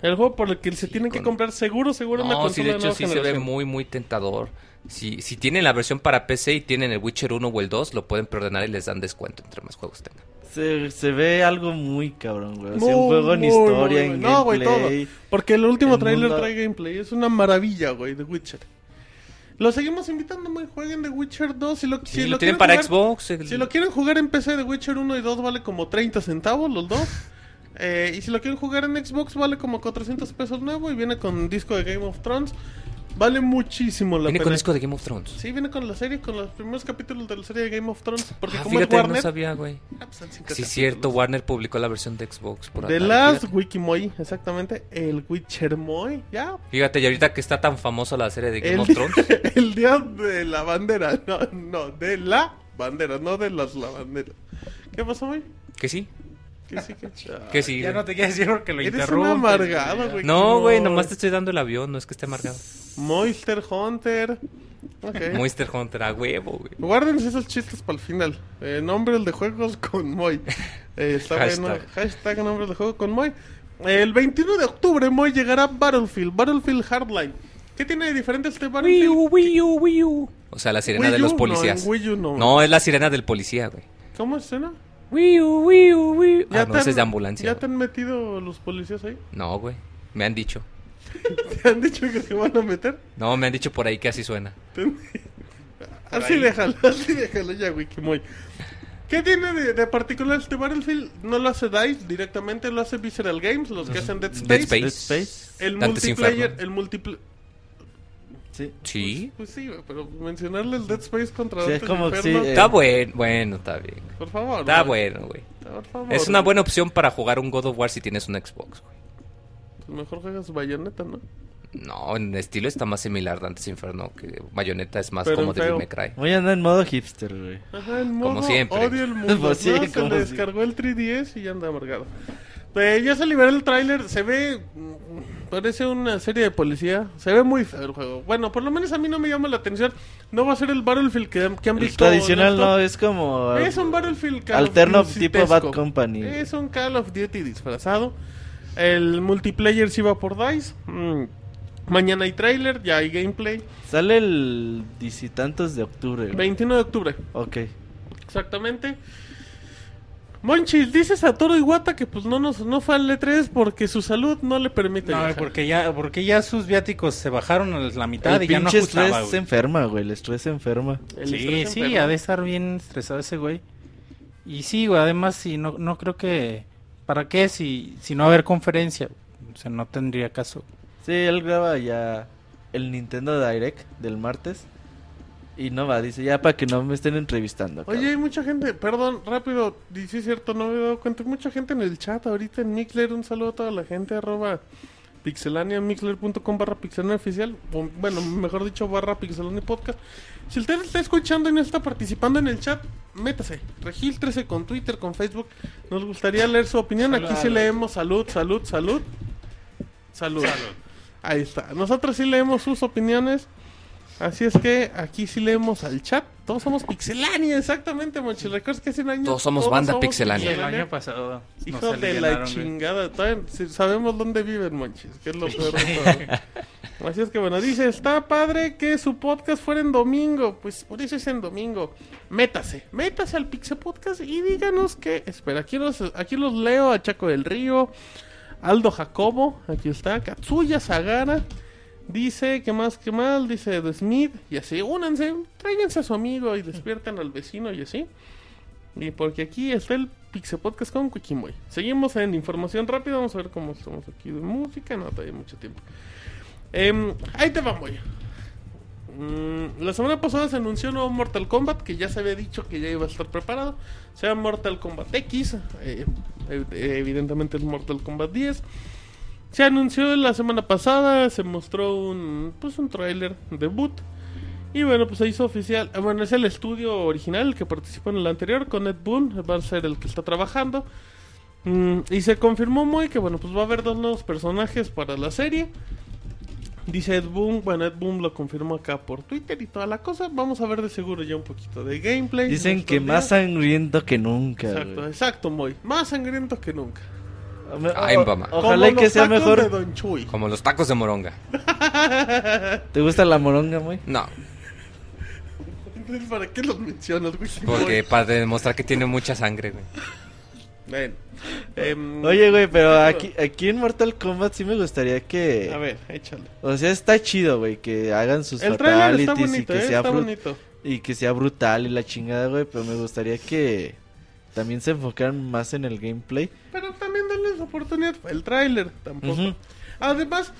El juego por el que se tienen que
con-
comprar seguro, seguro una
No,
consola
sí, de hecho
nueva
sí se ve
generación.
muy, muy tentador. Si, si tienen la versión para PC y tienen el Witcher 1 o el 2, lo pueden preordenar y les dan descuento entre más juegos tengan.
Se, se ve algo muy cabrón, güey. O sea,
Muy,
un juego en
muy,
historia,
muy,
en
No, güey, todo.
gameplay.
Porque el último
El
trailer
mundo-
trae gameplay. Es una maravilla, güey, The Witcher. Lo seguimos invitando, muy jueguen The Witcher 2. Si lo,
Si,
si
lo,
lo
tienen
quieren
para
jugar-
Xbox, el-
Si lo quieren jugar en PC, The Witcher 1 y 2 vale como 30 centavos los dos. Eh, y si lo quieren jugar en Xbox, vale como 400 pesos nuevo y viene con disco de Game of Thrones. Vale muchísimo la
viene
pena.
con disco de Game of Thrones.
Sí, viene con la serie, con los primeros capítulos de la serie de Game of Thrones. Porque
ah,
como
fíjate,
es Warner...
no sabía, güey.
ah, pues son cinco
Sí,
capítulos.
cierto, Warner publicó la versión de Xbox. Por
The
acá,
Last
fíjate.
Wikimoy, exactamente. El Witcher Moy, ya.
Fíjate, y ahorita que está tan famosa la serie de Game
El,
of Thrones,
el día de la bandera. No, no, de la bandera, no de las lavanderas. ¿Qué pasó, Moy?
que sí,
¿Qué sí, qué?
que sí.
Ya
güey.
no te quieres decir porque lo
Eres un
interrumpo.
amargado, güey.
No, güey,
Moy.
nomás te estoy dando el avión, no es que esté amargado.
Monster Hunter. Ok.
Monster Hunter a huevo, güey.
Guárdense esos chistes para el final. Eh, nombres de juegos con Moy. Eh, está
Hashtag.
bueno. Hashtag nombres de juego con Moy. El 21 de octubre, Moy, llegará Battlefield. Battlefield Hardline. ¿Qué tiene de diferente este Battlefield?
O sea, la sirena
Wii
de
U,
los
no,
policías.
en Wii U no.
No, es la sirena del policía, güey.
¿Cómo suena?
Ah,
te
no, esa
han-
es de ambulancia.
¿Ya te han metido los policías ahí?
güey. No, güey. Me han dicho.
¿Te han dicho que se van a meter?
No, me han dicho por ahí que así suena.
Así déjalo, así déjalo ya, Wikimoy. ¿Qué tiene de, de particular este Battlefield? No lo hace DICE directamente, lo hace Visceral Games, los que hacen Dead Space.
Dead Space.
Dead Space.
El
Dante's
multiplayer,
Inferno.
el multiplayer...
Sí.
Sí.
Pues sí, güey, pero mencionarle el Dead Space contra
Sí, es
Dante's
como que sí,
Inferno,
eh,
Está bueno, bueno, está bien. güey.
por favor.
Está
güey,
bueno, güey.
Por favor.
Es una
güey.
buena opción para jugar un God of War si tienes un Xbox, güey.
Mejor juegas Bayonetta, ¿no?
No, en estilo está más similar Dantes Inferno, que Bayonetta es más
Pero
como
en feo.
Devil May Cry.
Voy a andar en modo hipster, güey.
Ajá, el modo
Como siempre.
odio el mundo.
Pues sí,
¿no? se
como
le
si-
descargó el 3DS y ya anda amargado. Pues ya se liberó el tráiler, se ve... mm, Parece una serie de policía. Se ve muy feo el juego. Bueno, por lo menos a mí no me llama la atención. No va a ser el Battlefield que, que han
El
visto. en
tradicional
esto.
no, es como...
Es un Battlefield Call of
Alterno
Duty
tipo Bad
tesco.
Company.
Es un Call of Duty disfrazado. El multiplayer sí va por DICE. Mm. Mañana hay tráiler, ya hay gameplay.
Sale el Dicitantos de octubre. güey.
21 de octubre.
Ok.
Exactamente. Monchis, dices a Toro Iwata que pues no nos no fue al E3 porque su salud no le permite.
No, güey,
viajar.
porque ya, porque ya sus viáticos se bajaron a la mitad
El
y ya no
pinche estrés
ajustaba,
se
güey.
enferma, güey. El estrés se enferma.
El
Sí,
estrés
sí,
enferma.
ha de estar bien estresado ese güey. Y sí, güey, además sí, no, no creo que... ¿Para qué si, si no va a haber conferencia? O sea, no tendría caso.
Sí, él graba ya el Nintendo Direct del martes. Y no va, dice, ya para que no me estén entrevistando.
Oye, hay mucha gente, perdón, rápido, y sí es cierto, no me he dado cuenta, hay mucha gente en el chat ahorita en Mixler, un saludo a toda la gente, arroba pixelania, mixler.com barra pixelania oficial, o, bueno, mejor dicho, barra pixelania podcast. Si usted está escuchando y no está participando en el chat, métase, regístrese con Twitter, con Facebook, nos gustaría leer su opinión, aquí sí leemos salud, salud, salud, salud. Ahí está, nosotros sí leemos sus opiniones. Así es que aquí sí leemos al chat. Todos somos Pixelania, exactamente, Monchi. ¿Recuerdas que hace un año?
Todos somos banda pixelania.
pixelania?
pasado
Hijo de la chingada. Todavía sí sabemos dónde viven, Monchis. Que es lo peor de todo. Así es que bueno, dice: Está padre que su podcast fuera en domingo. Pues por eso es en domingo. Métase, métase al Pixel Podcast y díganos que. Espera, aquí los, aquí los leo a Chaco del Río. Aldo Jacobo, aquí está. Katsuya Sagara. Dice, que más, que mal, dice The Smith, y así, únanse, tráiganse a su amigo y despiertan al vecino y así. Y porque aquí está el Pixel Podcast con Coquimboy. Seguimos en información rápida, vamos a ver cómo estamos aquí de música, no todavía hay mucho tiempo. Em, ahí te vamos. la semana pasada se anunció un nuevo Mortal Kombat que ya se había dicho que ya iba a estar preparado. Se llama Mortal Kombat X, eh, ev- evidentemente es Mortal Kombat 10. Se anunció la semana pasada, se mostró un pues un tráiler debut. Y bueno, pues se hizo oficial. eh, Bueno, es el estudio original el que participó en el anterior con Ed Boon. Va a ser el que está trabajando. Mm, y se confirmó muy que, bueno, pues va a haber dos nuevos personajes para la serie. Dice Ed Boom, bueno, Ed Boom lo confirmó acá por Twitter y toda la cosa. Vamos a ver de seguro ya un poquito de gameplay.
Dicen
nuestros
que
días.
más sangriento que nunca.
Exacto, eh.
güey.
exacto, muy. Más sangrientos que nunca.
Ome-
Ay,
o-
mamá.
Ojalá y
Como
que
los
sea
tacos
mejor.
de Don Chuy.
Como los tacos de moronga.
¿Te gusta la moronga, güey?
No,
¿Para qué los mencionas, güey?
porque para demostrar que tiene mucha sangre, güey.
Bueno, em,
Oye, güey, pero aquí, aquí en Mortal Kombat sí me gustaría que...
A ver, échale.
O sea, está chido, güey, que hagan sus
El trailer está
Pues fatalities y
bonito,
que
eh,
sea
está
brut-
bonito.
y que sea brutal y la chingada, güey, pero me gustaría que también se enfocaran más en el gameplay.
Pero también darles oportunidad. El tráiler tampoco.
Ujú.
Además,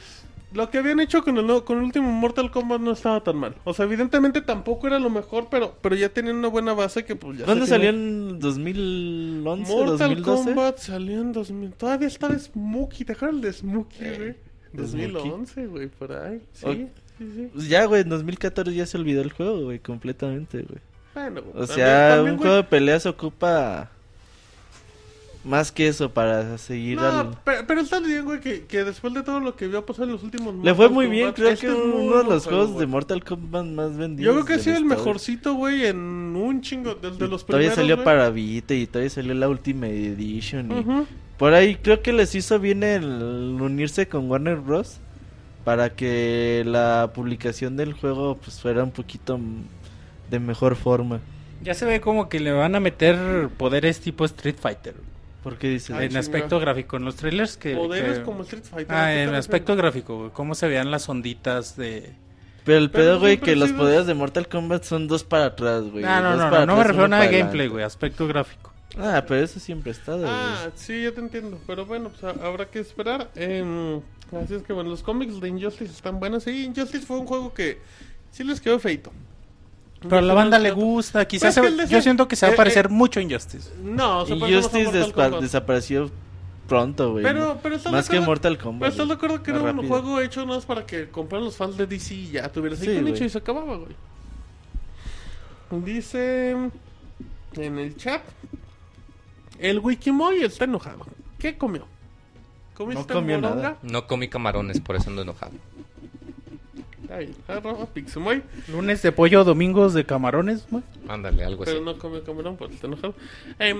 lo que habían hecho con el, nuevo- con el último Mortal Kombat no estaba tan mal. O sea, evidentemente tampoco era lo mejor, pero, pero ya tenían una buena base que pues ya...
¿Cuándo
se
salió
tiene-
en 2011,
Mortal
2012?
Kombat salió en 2000. Todavía estaba Smokey, ¿te acuerdas de Smokey, güey?
Eh, de Smokey.
2011, güey, por ahí. Sí,
Ok.
sí, sí.
Pues ya, güey, en 2014 ya se olvidó el juego, güey, completamente, güey.
Bueno, güey,
O
también-
sea,
también,
un
güey,
juego de peleas ocupa más que eso para seguir
No,
al...
pero, pero está bien, güey, que, que después de todo lo que vio pasar en los últimos
Le fue
Mortal
muy bien,
Kombat,
creo
este
que
es muy
uno de
buen juego,
los juegos
güey.
de Mortal Kombat más vendidos.
Yo creo que ha
de
sido
la
el
historia.
mejorcito, güey, en un chingo de, de los
Todavía
primeros.
salió
güey.
para Vita y todavía salió la Ultimate Edition. Y
Ujú.
Por ahí creo que les hizo bien el unirse con Warner Bros. Para que la publicación del juego pues fuera un poquito m- de mejor forma.
Ya se ve como que le van a meter poderes tipo Street Fighter.
Porque dice...
Ay,
en aspecto gráfico, en los trailers que...
Poderes
que-
como Street Fighter. ¿a qué
Ah,
te
en
refieres?
aspecto gráfico, güey, cómo se vean las onditas de...
Pero el
Pero
pedo,
son
güey, que los
parecidos.
poderes de Mortal Kombat son dos para atrás, güey.
Ah, no,
dos
no,
para
no, no me
atrás,
refiero a
uno
nada de
para
gameplay,
adelante.
güey, aspecto gráfico.
Ah, pero eso siempre ha estado, güey.
Ah,
Pues,
sí, ya te entiendo. Pero bueno, pues ha- habrá que esperar. Em, así es que bueno, los cómics de Injustice están buenos. Sí, Injustice fue un juego que sí les quedó feito.
Pero a la banda le gusta,
Pues
quizás
es
se-
que el de
yo
ese-
siento que se va
eh,
a parecer
eh.
mucho a Injustice.
No, se parece
Y
más a
Justice
Mortal
despa-
Kombat.
desapareció pronto, güey.
Pero, pero estás de
Más que
acuerdo-
Mortal Kombat.
Pero estás de
güey.
acuerdo que
Más
era un
rápido.
juego hecho nada más para que compraran los fans de DC y ya tuvieras
Sí,
ahí con
güey.
hecho y se acababa, güey. Dice en el chat: El Wikimoy está enojado. ¿Qué comió? ¿Comiste
No comió
moronga?
nada.
No comí camarones, por eso ando enojado.
Está bien, arroba Pixemoy.
Lunes de pollo, domingos de camarones, güey.
Ándale, algo
Pues
así.
Pero no comió camarón porque está enojado. Em,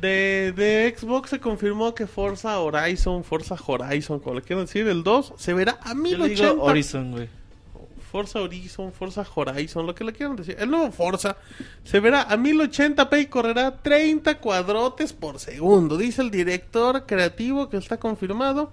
de, de Xbox se confirmó que Forza Horizon, Forza Horizon, como le quieran decir, el 2 se verá a
Yo le
1080.
digo Horizon, güey.
Forza Horizon, Forza Horizon, lo que le quieran decir. El nuevo Forza se verá a 1080p y correrá 30 cuadrotes por segundo, dice el director creativo que está confirmado.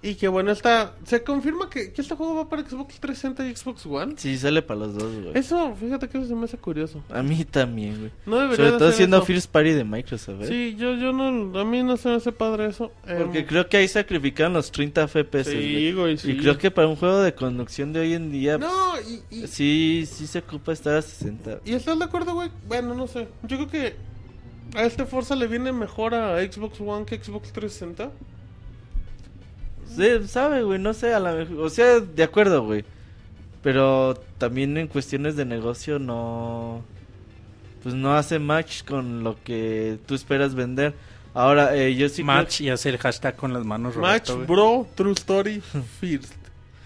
Y que bueno, está, se confirma que, que este juego va para Xbox 360 y Xbox One.
Sí, sale para los dos, güey.
Eso, fíjate que eso se me hace curioso.
A mí también, güey.
No debería
Sobre
de
todo
hacer
siendo
eso.
First Party de Microsoft, ¿eh?
Sí, yo, yo no, a mí no se me hace padre eso. Em,
Porque creo que ahí sacrificaron los 30 FPS,
sí,
güey.
güey, sí.
Y creo que pues, para un juego de conducción de hoy en día,
No, y, y-
sí, sí se ocupa estar a 60.
¿Y estás de acuerdo, güey? Bueno, no sé. Yo creo que a este Forza le viene mejor a Xbox One que Xbox 360.
Sí, sabe, güey, no sé, a la mejor... O sea, de acuerdo, güey. Pero también en cuestiones de negocio no... Pues no hace match con lo que tú esperas vender. Ahora, eh, yo sí creo-
Match y hacer hashtag con las manos,
Match,
Roberto, güey.
bro, true story, first.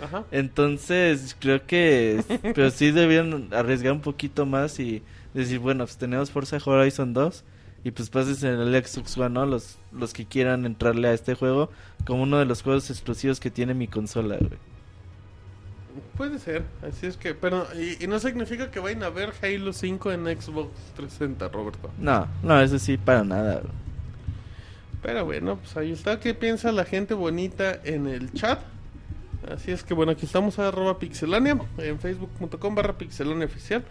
Ajá.
Entonces, creo que. Pero sí debieron arriesgar un poquito más y decir, bueno, pues tenemos Forza Horizon 2. Y pues pases en el Xbox One, ¿no? Los, los que quieran entrarle a este juego como uno de los juegos exclusivos que tiene mi consola, güey.
Puede ser, así es que, pero, y, y no significa que vayan a ver Halo 5 en Xbox 360, Roberto.
No, no, eso sí, para nada, güey.
Pero bueno, pues ahí está, ¿qué piensa la gente bonita en el chat? Así es que bueno, aquí estamos a arroba pixelania, en facebook.com barra pixelania oficial.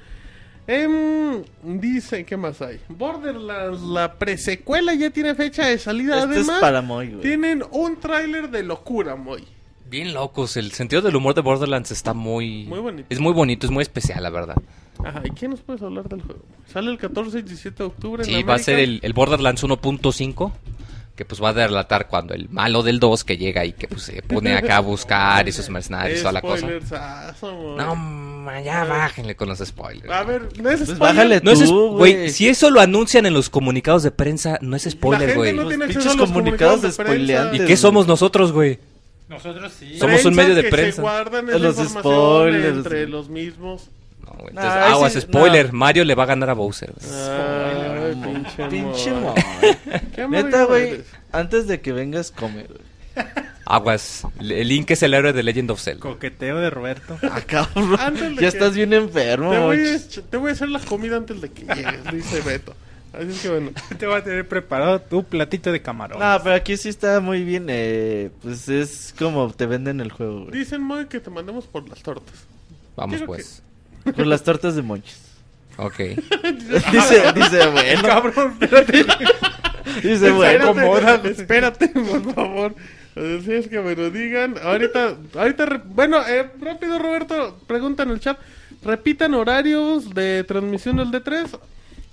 Em, dice, ¿qué más hay? Borderlands, la presecuela ya tiene fecha de salida,
Esto
además
es para Moy, güey.
tienen un tráiler de locura, Moy.
Bien locos, el sentido del humor de Borderlands está muy...
Muy bonito.
Es muy bonito, es muy especial, la verdad.
Ajá, ¿y qué nos puedes hablar del juego? Sale el 14 y 17 de octubre en
Sí, va a ser
Pues América.
el, el Borderlands 1.5, que pues va a relatar cuando el malo del 2 que llega y que pues se pone acá a buscar y sus mercenarios y toda la cosa.
Spoilers, ah, somos-
No, ma, ya bájenle con los spoilers.
A ver, no es
Pues
spoiler.
bájale
No es
tú,
es- güey, si eso lo anuncian en los comunicados de prensa, no es spoiler,
gente
güey.
no tiene
Los
acceso a
pinches
los
comunicados
comunicados de prensa.
spoileantes,
¿Y qué somos nosotros, güey?
Nosotros sí.
Somos un medio de
que
prensa.
Se guardan esa
Los
información
spoilers.
entre los mismos.
No, güey,
No,
entonces,
ese-
aguas, spoiler,
no. Ah.
Mario le va a ganar a Bowser. güey.
Ay, pinche,
Pinche
mo-
mo.
Qué
Neta,
amargado
güey,
eres.
antes de que vengas, come, güey.
Aguas, el Link es el héroe de Legend of Zelda.
Coqueteo de Roberto.
Ah, cabrón.
Antes de
Ya
que-
estás bien enfermo,
Te voy, a,
ch-
te voy a hacer la comida antes de que llegues, dice Beto. Así es que bueno.
Te va a tener preparado tu platito de camarón.
No, pero aquí sí está muy bien. Eh, pues es como te venden el juego, güey.
Dicen, Moy, que te mandemos por las tortas.
Vamos
Creo
pues.
Con las tortas de monches.
Ok.
dice, dice, bueno.
Cabrón, espérate.
Dice, bueno.
Espérate, espérate, por favor. Así es que me lo digan. Ahorita, ahorita, re- bueno, eh, rápido, Roberto, pregunta en el chat. Repitan horarios de transmisión del D3.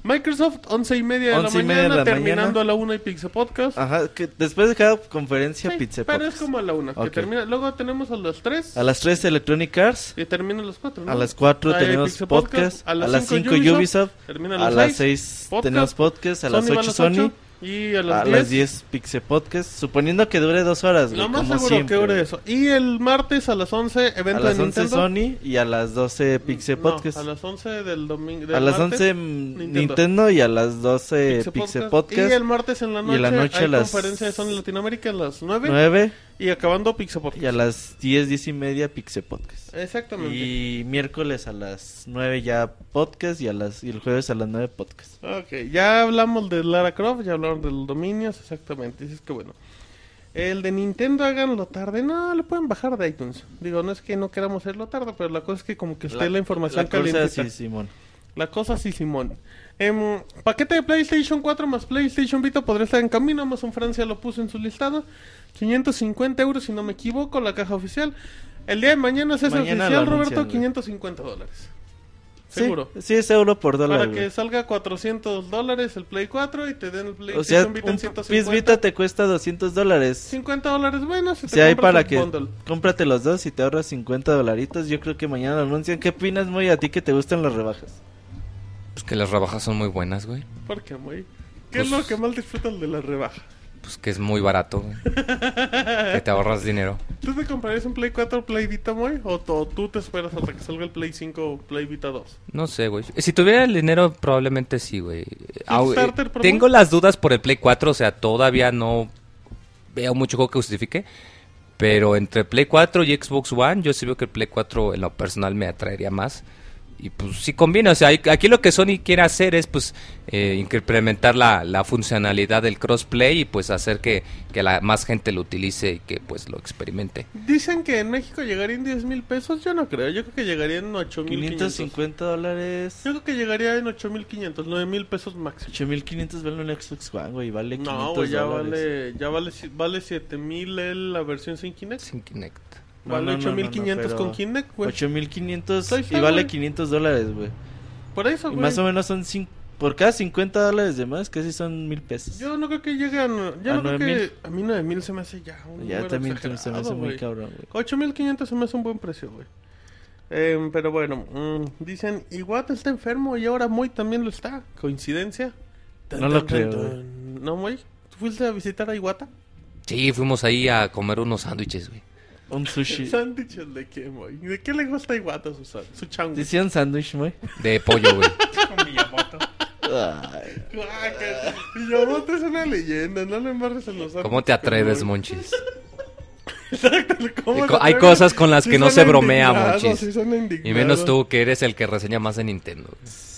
Microsoft, once y media de la
11 y
mañana,
media de la
terminando
mañana. Ah,
a la una y Pixel Podcast.
Ajá, que después de cada
Sí,
conferencia, pizza.
pero es
Podcast.
como a la una, que
Ok.
termina. Luego tenemos a las tres.
A las 3 Electronic Arts.
Y termina a las 4,
A las 4
Ahí
tenemos
Pixel
podcast, A las 5 Ubisoft.
Termina
A las 6
podcast,
tenemos podcast. A las
Sony va
8 Sony.
Y a
A
las 10.
las 10 Pixel Podcast. Suponiendo que dure 2 horas, güey.
Lo más
como
seguro
siempre.
que dure eso. Y el martes a las 11,
A
evento
las
de
11
Nintendo.
Sony y a las 12 Pixel
No,
Podcast.
a las 11 del domingo.
A las 11 Nintendo. y a las 12 Pixel, Podcast.
Y el martes en la
Y
noche,
en la noche
hay
a las-
conferencia de Sony Latinoamérica a las 9.
9
Y acabando Pixel Podcast.
y a las 10, 10 y media Pixel Podcast.
Exactamente.
Y miércoles a las 9 ya podcast y a las y el jueves a las 9 podcast.
Ok, ya hablamos de Lara Croft, ya hablaron de los dominios, exactamente. Así es que bueno. El de Nintendo háganlo tarde. No, lo pueden bajar de iTunes. Digo, no es que no queramos hacerlo tarde, pero la cosa es que como que esté Este, la, información
la cosa
calientita.
sí, Simón.
La cosa sí, Simón. Em, paquete de PlayStation 4 más PlayStation Vita podría estar en camino. Amazon Francia lo puso en su listado. 550 euros, si no me equivoco, la caja oficial. El día de mañana es ese
Mañana lo
oficial,
anuncian,
Roberto,
güey.
550 dólares.
Sí,
Seguro.
Sí, es euro por dólar.
Para
güey.
que salga 400 dólares el Play 4 y te den el PlayStation
o sea, un
Vita en
Piz
150.
Vita te cuesta 200 dólares.
50 dólares, bueno, si te
Si hay
compras
para
el
que
bundle.
cómprate los dos y te ahorras 50 dolaritos, yo creo que mañana lo anuncian. ¿Qué opinas, muy a ti que te gustan las rebajas?
Pues que las rebajas son muy buenas, güey.
¿Por qué, güey? ¿Qué es
Pues-
lo que más disfrutas de la rebaja?
Pues que es muy barato, güey. Que te ahorras dinero.
¿Tú te comprarías un Play 4 o Play Vita, güey? ¿O, t- o tú te esperas hasta que salga el Play 5 o Play Vita 2?
No sé, güey. Si tuviera el dinero, probablemente sí, güey. Au- eh,
Kickstarter, por
Tengo
favor.
las dudas por el Play 4, o sea, todavía no veo mucho juego que justifique. Pero entre Play 4 y Xbox One, yo sí veo que el Play 4 en lo personal me atraería más. Y pues sí conviene, o sea, hay- aquí lo que Sony quiere hacer es pues eh, incrementar la, la funcionalidad del crossplay y pues hacer que, que la más gente lo utilice y que pues lo experimente.
Dicen que en México llegaría en 10 mil pesos. Yo no creo. Yo creo que llegaría en 8 mil 550.
550 dólares.
Yo creo que llegaría en 8 mil 500, 9 mil pesos máximo.
8500 vale un Xbox One, güey, vale 500
No, güey, ya
dólares.
vale, ya vale, si- vale 7 mil el- la versión sin Kinect.
Sin Kinect.
No,
vale
no, no,
8500
no, no,
con
pero
Kinect, güey.
8500
Ahí está,
y vale
güey.
500 dólares, güey.
Por eso,
Y
güey.
más o menos son cin- por cada 50 dólares de más, casi son mil pesos.
Yo no creo que lleguen. Yo
¿A
no creo
9,000?
que. A mí 9000 se me hace ya. Un
ya
número
también te- se me
exagerado,
hace muy
güey.
cabrón, güey.
8500 se me hace un buen precio, güey. Em, pero bueno, mm, dicen, Iwata está enfermo y ahora Moy también lo está. ¿Coincidencia?
No lo creo,
¿No, Moy? ¿Tú fuiste a visitar a Iwata?
Sí, fuimos ahí a comer unos sándwiches, güey.
Un sushi.
¿Sándwiches de qué, Moy? ¿De qué le gusta a Iwata su, sa- su chango?
Decían sándwich, güey.
De pollo, güey.
Con Miyamoto.
Ay,
Guácala. Miyamoto es una leyenda, no le embarres en los
¿Cómo te atreves, Monchis?
¿Cómo
Hay
te
co- hay
atreves?
cosas con las
Sí
que no
suena
se bromea,
indignado,
Monchis.
sí suena
Y menos
indignado.
tú, que eres el que reseña más de Nintendo.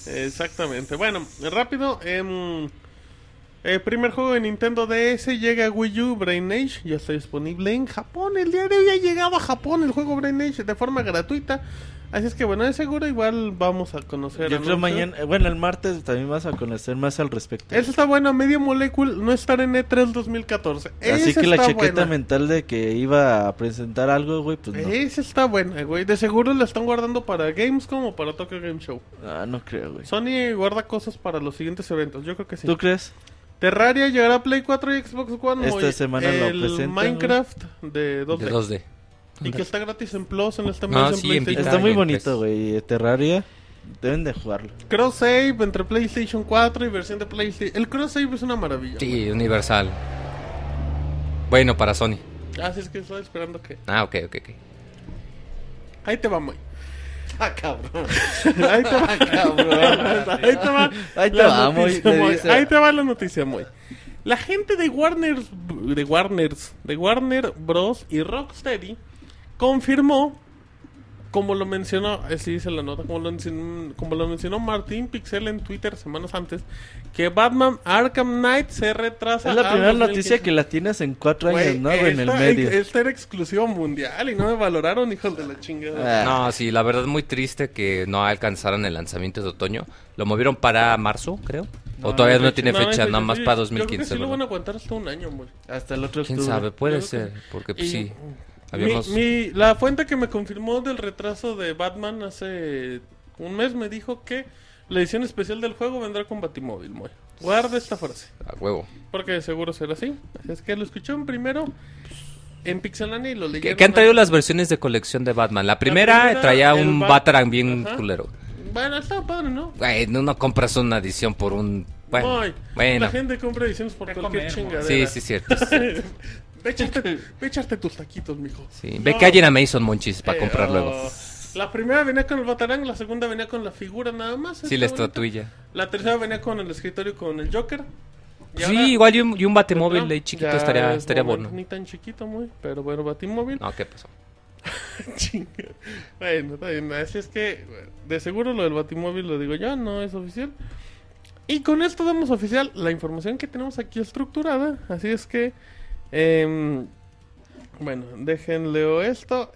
Exactamente. Bueno, rápido. em, el primer juego de Nintendo DS llega a Wii U Brain Age. Ya está disponible en Japón. El día de hoy ha llegado a Japón el juego Brain Age de forma gratuita. Así es que bueno, de seguro igual vamos a
Yo
conocer.
creo
anuncios.
mañana, eh, bueno, el martes también vas a conocer más al respecto.
Eso está bueno. Media Molecule no estar en E E3 2014.
Así
Esa
que la
está
chaqueta
buena.
mental de que iba a presentar algo, güey, pues no.
Esa está buena, güey. De seguro la están guardando para Gamescom o para Tokyo Game Show.
Ah, no creo, güey.
Sony guarda cosas para los siguientes eventos. Yo creo que sí.
¿Tú crees?
Terraria llegará a Play 4 y Xbox One.
Esta
hoy.
semana lo
el
presentan, güey.
Minecraft de 2D.
De 2D.
Y que está gratis en Plus en este mes
Ah,
en
sí, en
PlayStation.
Está muy
Ay,
bonito,
pues.
güey. Terraria. Deben de jugarlo.
Cross save entre PlayStation 4 y versión de PlayStation. El cross save es una maravilla. güey.
Sí, Universal. Bueno, para Sony.
Así es que estoy esperando que.
Ah, ok, ok, ok.
Ahí te va, muy.
Ah, cabrón. Ah,
Ahí te va, cabrón. Ahí te va.
Ahí te
la
va,
noticia,
Moy, le
Moy.
dice.
Ahí te va la noticia, muy. La gente de Warner, de Warners, de Warner Bros. y Rocksteady confirmó, como lo mencionó, así dice la nota, como lo, encin- como lo mencionó Martín Pixel en Twitter semanas antes, que Batman Arkham Knight se retrasa.
Es la
a
primera
2015.
noticia que la tienes en cuatro
Ah, pues, Güey,
años, ¿no? güey? En el
esta-
medio.
Esta era exclusiva mundial y no me valoraron, hijos de la chingada.
Ah.
No, sí, la verdad muy triste que no alcanzaran el lanzamiento de otoño. Lo movieron para marzo, creo. o todavía no, tiene
hay
fecha, nada más
Oye,
para
Yo creo que
2015.
sí lo
¿verdad?
van a aguantar hasta un año, güey.
Hasta el otro
¿Quién
octubre.
sabe? Puede
Yo creo que
ser, porque pues,
Y-
sí.
Mi-
Habíamos...
mi- la fuente que me confirmó del retraso de Batman hace un mes me dijo que la edición especial del juego vendrá con Batimóvil, güey. Guarda esta frase,
A huevo.
porque de seguro será así. Así es que lo escucharon primero en Pixelania y lo
¿Qué,
leyeron.
qué han traído
ahí.
las versiones de colección de Batman? La primera,
primera,
traía
el
un
Bat-
Batarang bien
Ajá.
culero.
Bueno, estaba padre, ¿no?
Güey, no, no compras una edición por un... Bueno,
Ay,
bueno.
La gente compra ediciones por cualquier
comer,
chingadera.
Sí, sí, cierto.
ve, echarte, ve echarte tus taquitos, mijo.
Sí. Ve
No.
que hay a Mason Monchis para
Eh,
comprar
oh.
luego.
La primera venía con el batarang, la segunda venía con la figura nada más. está
Sí, la
bonita.
estatuilla.
La tercera venía con el escritorio con el Joker. Y
Sí,
ahora-
igual y un, y un batemóvil
¿no?
ahí chiquito
Ya
estaría,
es
estaría
momento,
bueno.
Ni tan chiquito, muy, pero bueno, Batimóvil.
No, ¿qué pasó?
Chinga. bueno, está bien. Así es que, de seguro lo del Batimóvil lo digo yo, no es oficial. Y con esto damos oficial la información que tenemos aquí estructurada. Así es que, em, bueno, déjenleo esto.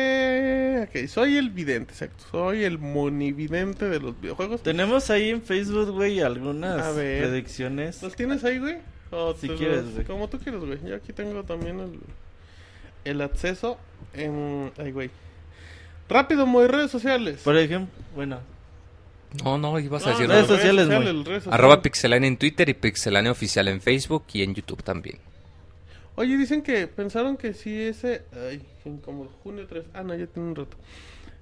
Eh, ok, soy el vidente, exacto. Soy el monividente de los videojuegos.
Tenemos ahí en Facebook, güey, algunas
A ver.
predicciones.
¿Los tienes ahí, güey? O
Si
te
quieres,
los-
güey.
Como tú quieres, güey. Yo aquí tengo también el, el acceso. En... Ay, güey. Rápido, muy redes sociales.
Por ejemplo, bueno,
No, Ah, no, ibas a
No,
decir...
no,
redes
algo.
redes
sociales, güey.
sociales, redes sociales.
Arroba Pixelania en Twitter y Pixelania Oficial en Facebook y en YouTube también.
Oye, dicen que pensaron que sí ese... Ay, en como junio 3. Ah, no, ya tiene un rato.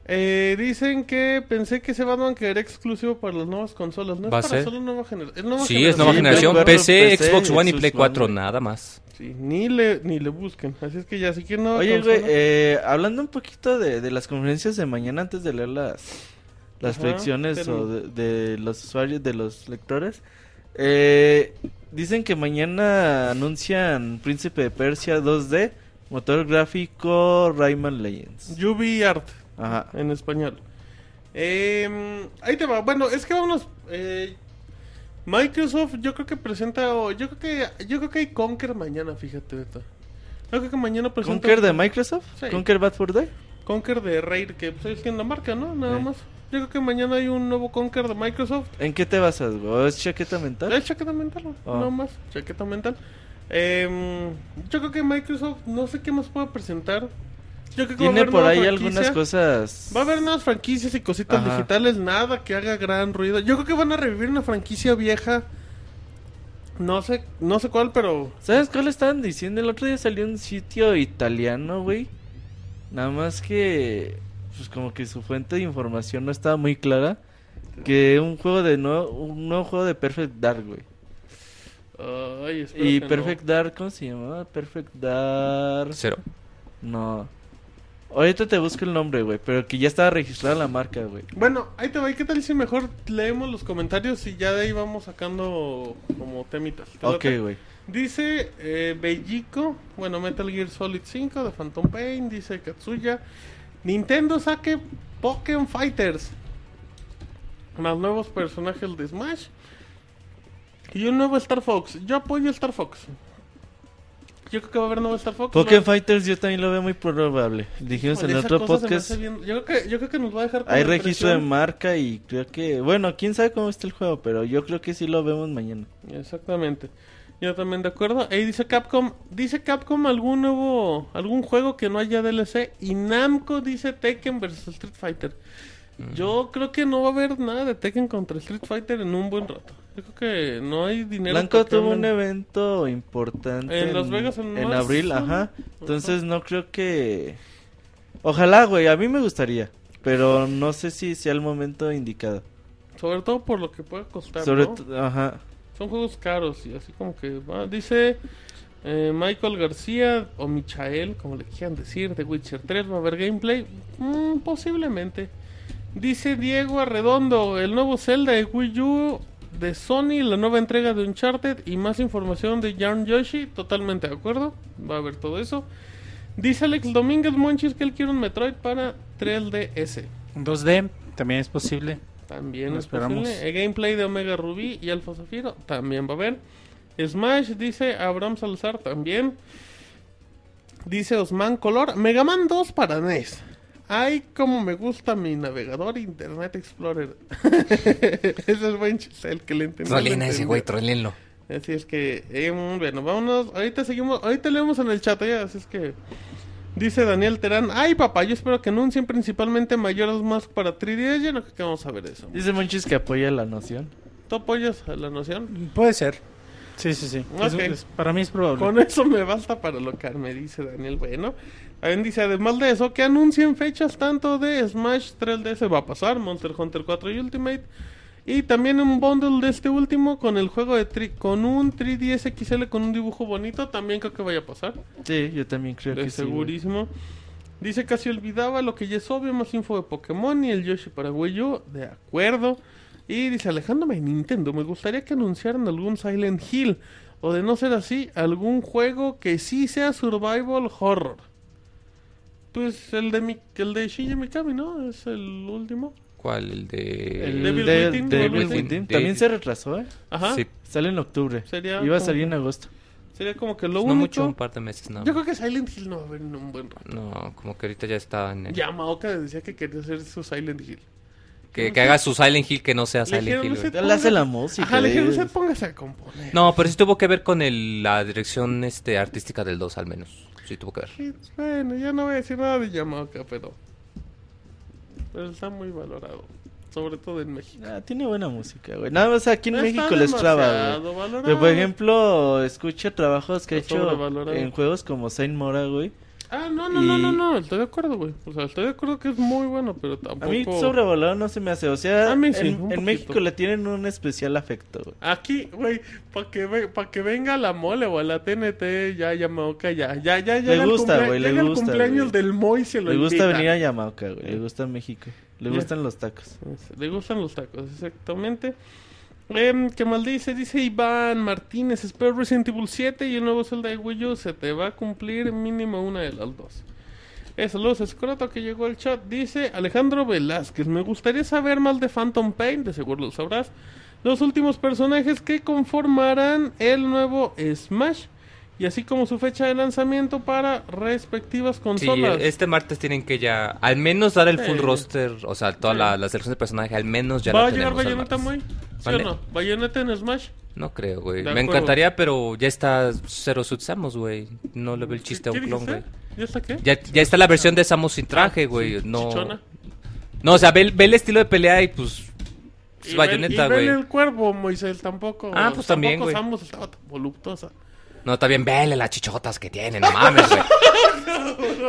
Eh, dicen que pensé que ese Batman quedaría exclusivo para las nuevas consolas. No
¿Va a
es para
ser?
solo nueva generación. nueva
Sí, es nueva
Sí,
generación.
Play
PC,
cuatro,
Xbox
PC,
One y
Xbox
Play
One.
4, nada más.
Sí, ni le, ni le busquen. Así es que ya, si quieren nueva
Oye, güey,
consola-
eh, hablando un poquito de, de las conferencias de mañana antes de leer las, las
Ajá,
predicciones
pero-
o de, de los usuarios, de los lectores, eh, dicen que mañana anuncian Príncipe de Persia 2D, motor gráfico Rayman Legends.
UV Art.
Ajá.
en español. Em, ahí te va. Bueno, es que vámonos. eh, Microsoft, yo creo que presenta. o Yo creo que yo creo que hay Conquer mañana, fíjate, Beto. Yo creo que mañana presenta.
¿Conquer de Microsoft?
pues, Sí.
¿Conquer Bad for Day?
Conquer de Raid, que pues, es quien la marca, ¿no? Nada
Eh.
más. Yo creo que mañana hay un nuevo Conquer de Microsoft.
¿En qué te basas, güey? ¿O ¿Es chaqueta mental?
Es chaqueta mental, güey,
¿Eh? Ah.
nada más. Chaqueta mental. Em, yo creo que Microsoft, no sé qué más pueda presentar. Yo creo que va a
Tiene
haber
por
nueva
ahí
franquicia.
algunas cosas...
Va a haber nuevas franquicias y cositas
Ajá.
digitales, nada que haga gran ruido. Yo creo que van a revivir una franquicia vieja. No sé, no sé cuál, pero
¿Sabes cuál estaban diciendo? El otro día salió un sitio italiano, güey. Nada más que, pues como que su fuente de información no estaba muy clara. Que un juego de nuevo, un nuevo juego de Perfect Dark, güey.
ay, espero
Y
que no.
Perfect Dark, ¿cómo se llamaba? Perfect Dark.
Cero.
No. Ahorita te busco el nombre, güey. Pero que ya estaba registrada la marca, güey.
Bueno, ahí te va. ¿Y qué tal si mejor leemos los comentarios y ya de ahí vamos sacando como temitas? ¿Te
Ok,
late?
güey.
Dice eh, Bellico, bueno, Metal Gear Solid 5 de Phantom Pain, dice Katsuya. Nintendo saque Pokémon Fighters. Más nuevos personajes de Smash. Y un nuevo Star Fox. Yo apoyo Star Fox. Yo creo que va a haber nuevo Star Fox.
Pokémon
Lo-
Fighters yo también lo veo muy probable. Dijimos
Híjole,
en
esa
otro
cosa se me
podcast.
hace bien- Yo, creo que, yo creo que nos va a dejar. con
Hay
la
registro de
impresión-
marca y creo que, bueno, quién sabe cómo está el juego, pero yo creo que sí lo vemos mañana.
Exactamente. Yo también de acuerdo. Ahí dice Capcom, dice Capcom algún nuevo, algún juego que no haya DLC y Namco dice Tekken versus
Mm.
Street Fighter. Yo creo que no va a haber nada de Tekken contra Street Fighter en un buen rato. Yo creo que no hay dinero.
Blanco
que
tuvo
cambien.
un evento importante
En Las Vegas, en marzo.
abril, ajá. Entonces no creo que. Ojalá, güey, a mí me gustaría. Pero no sé si sea el momento indicado.
Sobre todo por lo que puede costar.
Sobre
¿no?
todo, ajá.
Son juegos caros y así como que va. Dice eh, Michael García o Michael, como le quieran decir, de Witcher 3. ¿Va a haber gameplay? Mm, posiblemente. Dice Diego Arredondo, el nuevo Zelda de Wii U de Sony, la nueva entrega de Uncharted y más información de Yarn Yoshi. Totalmente de acuerdo. Va a haber todo eso. Dice Alex Domínguez Monchis que él quiere un Metroid para 3DS.
2D también es posible.
También
Lo
es posible.
esperamos.
El gameplay de Omega Rubí y Alfa Zafiro también va a haber. Smash dice Abraham Salazar también. Dice Osman Color. Mega Man 2 para NES. Ay, como me gusta mi navegador Internet Explorer. Ese es buen chiste, el que le entendió.
Trolen
le
a ese E güey,
entendió.
trolenlo.
Así es que, eh, bueno, vámonos. Ahorita seguimos, ahorita leemos en el chat, ¿eh? así es que. Dice Daniel Terán, ay papá, yo espero que anuncien principalmente mayores más para 3DS, ya no creo que vamos a ver eso.
Dice Monchis que apoya la noción.
¿Tú apoyas a la noción?
Puede ser. Sí, sí, sí. Es-
Ok.
es- para mí es probable.
Con eso me basta para lo que me dice Daniel Bueno. También dice, además de eso, que anuncien fechas tanto de Smash 3DS va a pasar, Monster Hunter 4 y Ultimate. Y también un bundle de este último con el juego de tri- con un 3DS XL con un dibujo bonito, también creo que vaya a pasar.
Sí, yo también creo
De
que sí. güey.
segurísimo. Dice casi olvidaba lo que ya es obvio, más info de Pokémon y el Yoshi Paraguayo, de acuerdo. Y dice Alejandro de Nintendo, me gustaría que anunciaran algún Silent Hill, o de no ser así, algún juego que sí sea survival horror. Pues el de mi, el de Shinji Mikami, ¿no? Es el último.
¿Cuál? El de.
El
Devil
de-
Within,
Devil
Devil
Within.
Within.
También se retrasó, ¿eh?
Ajá.
Sí,
Sale en octubre.
Sería
Iba a
como-
salir en agosto.
Sería como que lo
no
único.
mucho, un par de meses, no.
Yo creo que Silent Hill no va a haber en un buen rato.
No, como que ahorita ya está en el-
Ya Maoka decía que quería hacer su Silent Hill.
Que, que haga su Silent Hill que no sea
Le
Silent
dijeron,
Hill.
"No
güey.
sé
Él hace la música.
Ajá, le dijeron,
de-
"Usted póngase a componer.
No, pero sí tuvo que ver con el- la dirección este, artística del 2, al menos. Sí tuvo que ver.
Sí, Pues, Bueno, ya no voy a decir nada de Yamaoka, pero. Pero está muy valorado. Sobre todo en México.
Ah, tiene buena música, güey. Nada más aquí en
No
México
está
les traba,
demasiado
güey.
valorado.
Pero, por ejemplo, escucha trabajos que he
Está
hecho
sobrevalorado.
en juegos como Saint Mora, güey.
Ah, no, no, no,
y-
no, no, estoy de acuerdo, güey. O sea, estoy de acuerdo que es muy bueno, pero
A mí
tampoco.
sobrevalorado no se me hace. O sea,
A mí sí, un
en,
poquito.
en México le tienen un especial afecto, güey.
Aquí, güey, para que, ve- pa' que venga la mole o a la TNT, ya Yamaoka, ya, ya, ya, ya.
gusta, güey, le
llega el
gusta,
cumpleaños
güey.
del Moy se lo
Le gusta
invita.
venir a Yamaoka, güey. Le gusta México. Le
Ya.
gustan los tacos.
Es- Le gustan los tacos, exactamente. Em, ¿Qué maldice? Dice Iván Martínez, espero Resident Evil 7 y el nuevo Zelda de Wii U se te va a cumplir mínimo una de las dos. Eh, saludos escroto que llegó al chat. Dice Alejandro Velázquez, me gustaría saber más de Phantom Pain, de seguro lo sabrás. Los últimos personajes que conformarán el nuevo Smash y así como su fecha de lanzamiento para respectivas
Sí,
consolas.
este martes tienen que ya, al menos dar el full
Sí.
roster, o sea, toda la, la selección de personaje, al menos ya
¿Va
la
a llegar
tenemos al
Bayonetta muy?
martes.
¿Sí o
¿Mande?
no? ¿Bayonetta en Smash?
No creo,
De
güey. Me
acuerdo.
encantaría, pero ya está cero Suit Samus, güey. No le veo el chiste a un
¿Qué
clon, güey.
dijiste? ¿Ya está qué?
Ya, ya está la versión de Samus sin traje, güey.
Sí,
No,
chichona.
no, o sea, ve, el- ve el estilo de pelea y pues.
Y
Es
ve-
bayoneta,
y ve
güey.
el cuervo, Moisés, tampoco.
Ah, pues también,
Tampoco
güey.
Samus estaba tan voluptuosa.
No, también vele las chichotas que tienen, no mames, güey.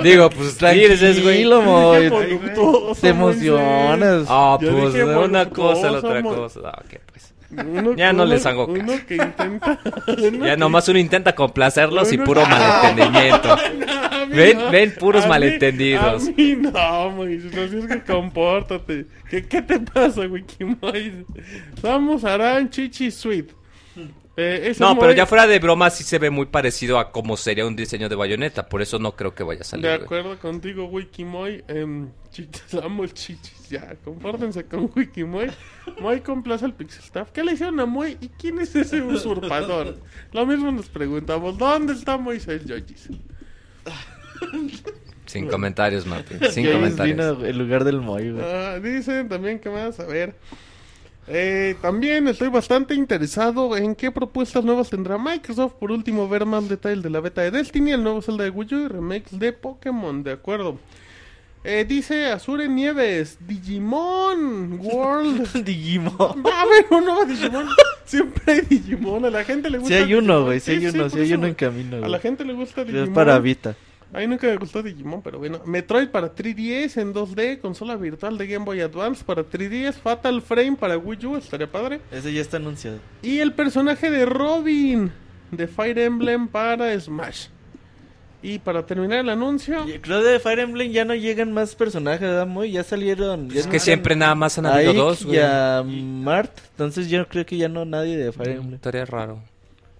Digo, pues tranquilos, güey.
Tranquilo,
Dije
Moy.
voluptuosa,
Te
Moisés.
emocionas.
Ah,
Yo
pues
dije
de una cosa a la otra
voluptuosa,
cosa. Ah, ok, pues.
Uno-
Ya no
uno-
les hago
Uno
caso.
que intenta. uno
Ya
que-
nomás uno intenta complacerlos y
Uno-
puro
Ah.
malentendimiento.
No, a mí
Ven- ven puros
A mí-
malentendidos.
A mí no, Moisés. Así es que compórtate. ¿Qué, qué te pasa, güey? ¿Qué Moisés? Samus Aran Chichi Sweet. Eh, ese
No, pero
Moy-
ya fuera de broma sí se ve muy parecido a cómo sería un diseño de bayoneta, por eso no creo que vaya a
De
salir. güey.
acuerdo contigo, Wikimoy. em, chichis, amo chichis. Ya, compórtense con Wikimoy. Moy complace al Pixel Staff. ¿Qué le hicieron a Moy? ¿Y quién es ese usurpador? Lo mismo nos preguntamos. ¿Dónde está Moisés Yoyis?
Sin comentarios, Martín. Sin
James
comentarios.
vino en lugar del Moy, güey.
Ah, dicen también que más, a ver. Eh, también estoy bastante interesado en qué propuestas nuevas tendrá Microsoft. Por último, ver más detalles de la beta de Destiny, el nuevo Zelda de Wii U y remakes de Pokémon, de acuerdo. Eh, dice Azure Nieves, Digimon World. Ah.
Digimon.
Va a haber un nuevo Digimon. Siempre hay Digimon. A la gente le
Si
gusta.
hay uno, güey, si
si
hay uno, si hay uno en camino,
A la
güey.
gente le gusta Digimon.
Es para Vita.
A mí nunca me gustó Digimon, pero bueno. Metroid para 3DS en 2D, consola virtual de Game Boy Advance para 3DS, Fatal Frame para Wii U, estaría padre.
Ese ya está anunciado.
Y el personaje de Robin de Fire Emblem para Smash. Y para terminar el anuncio,
Y Creo de Fire Emblem ya no llegan más personajes, ¿verdad? Muy, ya salieron. ya
Pues Es
no
que
eran
siempre nada más han
a
habido
Ike
dos,
Y
güey.
a Mart. Entonces yo creo que ya no nadie de
Mm.
Fire Emblem.
Estaría raro.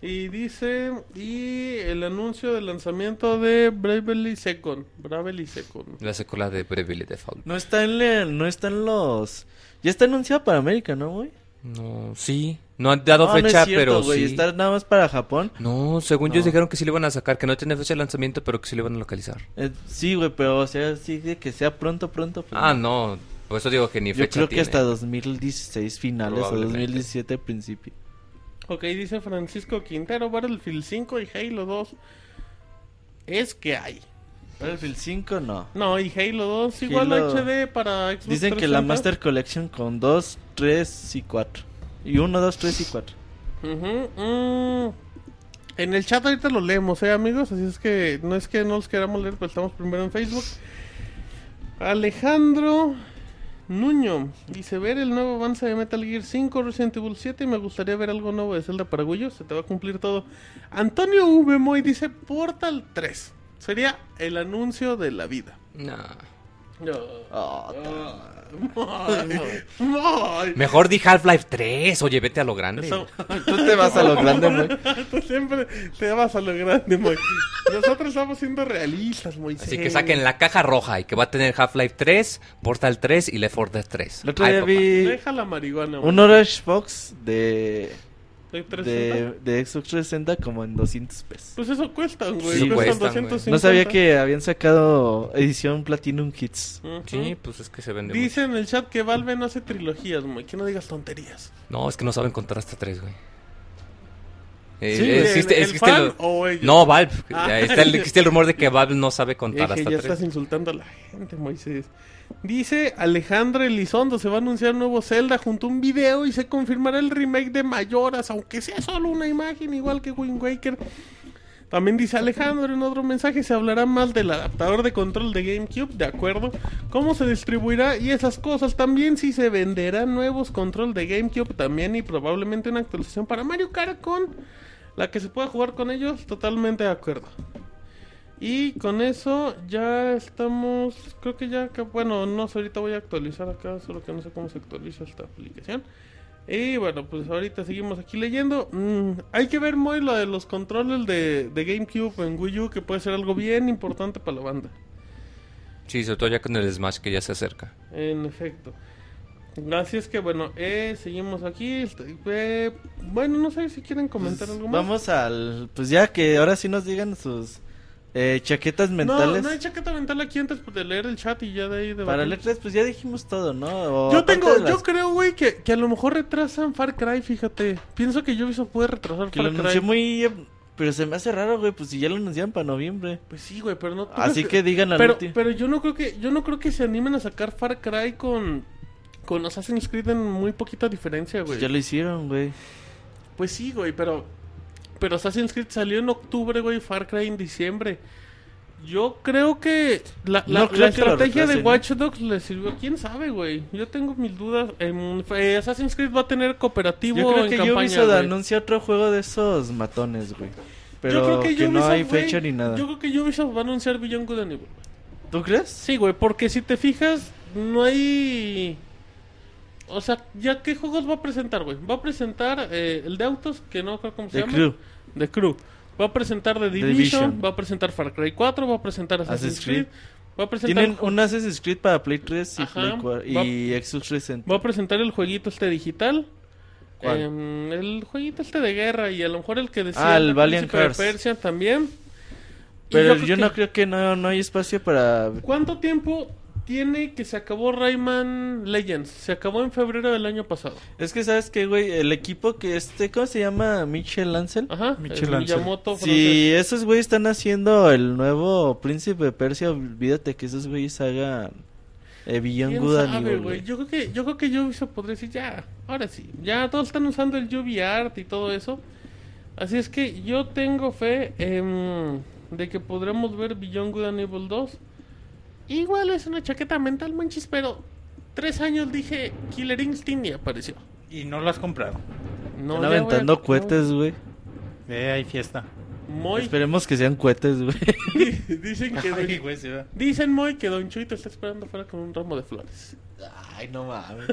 y dice, y el anuncio del lanzamiento de Bravely Second. Bravely Second.
La secuela de Bravely Default.
No está en, la- no está en los. Ya está anunciado para América, ¿no, güey?
No, sí. No han dado
No, no es
fecha,
cierto,
pero
güey,
sí.
Está nada más para Japón.
No, según ellos
No.
dijeron que sí le iban a sacar, que no tiene fecha de lanzamiento, pero que sí le van a localizar.
Eh, sí, güey, pero o sea, sí de que sea pronto, pronto. pues,
Ah, no. Por eso digo que ni
Yo
fecha
creo que
tiene.
hasta 2016 finales o
Probablemente.
2017 principio.
Ok, dice Francisco Quintero, Battlefield 5 y Halo 2. Es que hay.
Battlefield 5 no.
No, y Halo 2 igual
Halo-
HD para Xbox
Dicen que la
360.
Master Collection con 2, 3 y 4. Y 1, 2, 3 y 4.
Ujú, mm. En el chat ahorita lo leemos, ¿eh, amigos? Así es que no es que no los queramos leer, pero estamos primero en Facebook. Alejandro Nuño dice: Ver el nuevo avance de Metal Gear 5, Resident Evil 7. Y me gustaría ver algo nuevo de Zelda para Wii U, Se te va a cumplir todo. Antonio V. Moy dice: Portal 3. Sería el anuncio de la vida.
No.
Oh,
Ah,
Moy, Moy.
Mejor di Half-Life 3. Oye, vete a lo grande.
Eso-
Tú te vas a lo grande, güey.
Tú siempre te vas a lo grande, Moy. Nosotros estamos siendo realistas, Moy.
Así que saquen la caja roja y que va a tener Half-Life 3, Portal 3 y Left 4 Dead 3.
El otro
Ay,
día
papá.
vi
Deja la marihuana, Moy.
un Orange Fox de,
Hay 300.
de, de Xbox 360 como en 200 pesos.
Pues eso cuesta, güey. Cuestan
Sí, cuestan, güey.
250.
No sabía que habían sacado edición Platinum Hits.
Ujú.
Sí, pues es que se vende
Dice en el chat que Valve no hace trilogías, Moy. Que no digas tonterías.
mucho. No, es que no saben contar hasta 3, güey. Eh,
Sí,
existe,
¿El- el
existe
fan
lo-
o ellos?
No, Valve.
Ah.
Ya está el- existe el rumor de que Valve no sabe contar
Eje,
hasta
ya estás
3.
insultando a la gente, Moisés. Dice Alejandro Elizondo, se va a anunciar un nuevo Zelda junto a un video y se confirmará el remake de Mayoras, aunque sea solo una imagen, igual que Wind Waker. También dice Alejandro en otro mensaje, se hablará más del adaptador de control de GameCube, de acuerdo, cómo se distribuirá y esas cosas. También si se venderán nuevos control de GameCube también y probablemente una actualización para Mario Kart con la que se pueda jugar con ellos, totalmente de acuerdo. Y con eso ya estamos. Creo que ya. que- Bueno, no sé, ahorita voy a actualizar acá. Solo que no sé cómo se actualiza esta aplicación. Y bueno, pues ahorita seguimos aquí leyendo. Mm, hay que ver muy lo de los controles de, de GameCube en Wii U, que puede ser algo bien importante para la banda.
Sí, sobre todo ya con el Smash que ya se acerca.
En efecto. Así es que bueno, eh, seguimos aquí. Este, eh, bueno, no sé si quieren comentar algo más.
Pues, Vamos al. Pues ya que ahora sí nos digan sus eh, chaquetas mentales.
No, no hay chaqueta mental aquí antes de leer el chat y ya de ahí de
Para el E3, pues ya dijimos todo, ¿no? O
Yo
aparte
tengo,
de las-
yo creo, güey, que, que a lo mejor retrasan Far Cry, fíjate. Pienso que Ubisoft puede retrasar
Que lo
Far
anuncié
Cry.
muy. eh, Pero se me hace raro, güey, pues si ya lo anunciaron para noviembre.
Pues sí, güey, pero no. ¿tú
Así
crees
que digan al
Pero,
último.
pero yo no creo que, yo no creo que se animen a sacar Far Cry con, con Assassin's Creed en muy poquita diferencia, güey.
Pues ya lo hicieron, güey.
Pues sí, güey, pero, pero Assassin's Creed salió en octubre, güey, Far Cry en diciembre. Yo creo que la, la-
No
la
creo que lo
estrategia de
retrasen, ¿eh? ¿no?
Watch Dogs le sirvió. ¿Quién sabe, güey? Yo tengo mis dudas. Em, eh, Assassin's Creed va a tener cooperativo
Yo creo
en
que
campaña,
Ubisoft
güey.
anuncia otro juego de esos matones, güey. Pero
yo creo que,
que, no
Ubisoft,
hay
güey,
fecha ni nada.
Yo creo que Ubisoft va a anunciar Beyond Good and Evil. güey.
¿Tú crees?
Sí, güey, porque si te fijas, no hay... O sea, ¿ya qué juegos va a presentar, güey? Va a presentar eh, el de autos, que no creo cómo se
The
llama.
Crew.
The Crew. Va a presentar The Division,
Division.
va a presentar Far Cry 4, va a presentar Assassin's,
Assassin's
Creed.
Creed.
va a presentar...
Tienen un Assassin's Creed para Play 3 y,
Ajá,
Play 4 y Xbox 360.
Va a presentar el jueguito este digital.
¿Cuál?
Em, el jueguito este de guerra y a lo mejor el que decía
Ah, el Valiant
Príncipe de
Hearts.
Persia también. Y
Pero
creo
yo no
que-
creo que no, no hay espacio para...
¿Cuánto tiempo tiene que se acabó Rayman Legends? Se acabó en febrero del año pasado.
Es que, ¿sabes qué, güey? El equipo que este... ¿Cómo se llama? Michel Ancel.
Ajá.
Michel
el
Ancel.
Miyamoto francés.
Si esos güeyes están haciendo el nuevo Príncipe de Persia, olvídate que esos güeyes hagan Eh, Beyond
¿Quién
Good and
sabe,
Evil,
güey?
güey.
Yo creo que, yo creo que Ubi se podría decir, ya, ahora sí, ya todos están usando el UbiArt y todo eso. Así es que yo tengo fe em, de que podremos ver Beyond Good and Evil 2. Igual es una chaqueta mental, manchis, pero tres años dije Killer Instinct y apareció.
Y no lo has comprado.
No, ya
Están
voy a-
aventando cohetes, güey.
Eh, hay fiesta.
Moy,
Esperemos que sean cohetes, güey.
dicen que...
Ay,
don-
güey, sí, va.
Dicen, Moy, que Don Chuito está esperando fuera con un ramo de flores.
Ay, no mames.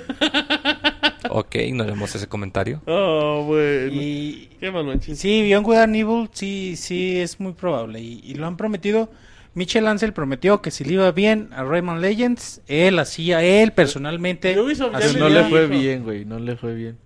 Ok, ignoremos ese comentario.
Oh, bueno.
Y,
Qué mal, manchis.
Sí, Beyond Good and Evil sí, sí es muy probable y, y lo han prometido. Michel Ansel prometió que si le iba bien a Rayman Legends, él hacía, él personalmente.
Pero Ubisoft ya
Pero
le
no
dio-
le
hacía-
fue bien, güey. No le fue bien.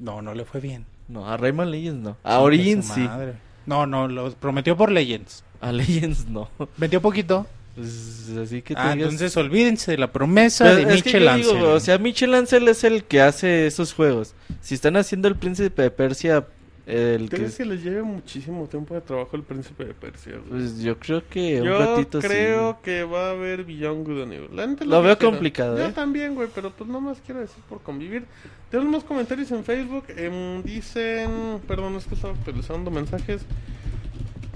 No, no le fue bien.
No, a Rayman Legends no. A Origins
Su
sí.
madre. No, no, lo prometió por Legends.
A Legends no.
Vendió poquito.
Pues, así que
Ah,
tengas-
entonces olvídense de la promesa
Pero
de
es que
Michel
yo digo,
Ansel.
o sea, Michel Ansel es el que hace esos juegos. Si están haciendo el Príncipe de Persia, el que
¿Crees
es-
que les lleve muchísimo tiempo de trabajo el príncipe de Persia? güey?
pues yo creo que un
Yo
ratito sí.
creo que va a haber Beyond Good and Evil. La neta es
Lo
que
veo
quiero.
complicado,
Yo
¿eh?
también, güey, pero pues nomás quiero decir por convivir. Tenemos más comentarios en Facebook. em, dicen. Perdón, es que estaba actualizando mensajes.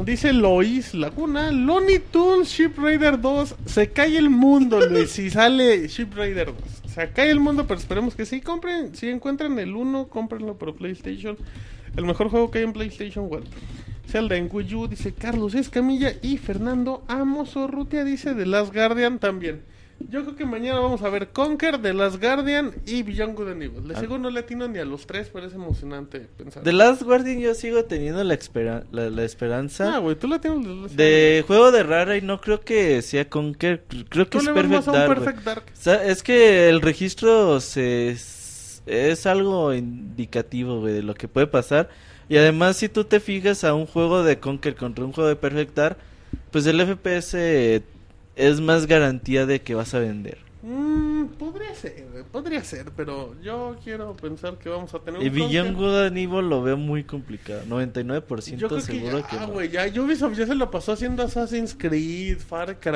Dice Lois Laguna: Lonnie Tunes Ship Raider 2. Se cae el mundo, Luis. si sale Ship Raider 2. Se cae el mundo, pero esperemos que sí. Compren. Si encuentran el 1, cómprenlo por PlayStation. El mejor juego que hay en PlayStation 1. Zelda en Wii U, dice Carlos Escamilla y Fernando Amos Orrutia dice The Last Guardian también. Yo creo que mañana vamos a ver Conker, The Last Guardian y Beyond Good and Evil. De
Ah.
seguro no le atino ni a los tres, pero es emocionante pensar.
The Last Guardian yo sigo teniendo la, espera- la, la esperanza
Ah, güey, tú le atinas de Last
de juego de Rara y no creo que sea Conker, creo que
Tú
es
le ves más
Perfect
a un
Dark. güey.
Perfect Dark.
O sea, es que el registro se- es, es algo indicativo, güey, de lo que puede pasar. Y además, si tú te fijas a un juego de Conquer contra un juego de Perfect Dark, pues el FPS es más garantía de que vas a vender.
Mm, podría ser, güey, podría ser, pero yo quiero pensar que vamos a tener
Y
un
Beyond
Conker.
Good and Evil lo veo muy complicado. 99%
Yo creo que
seguro
ya,
que, no.
güey, ya Ubisoft ya se lo pasó haciendo Assassin's Creed, Far Cry,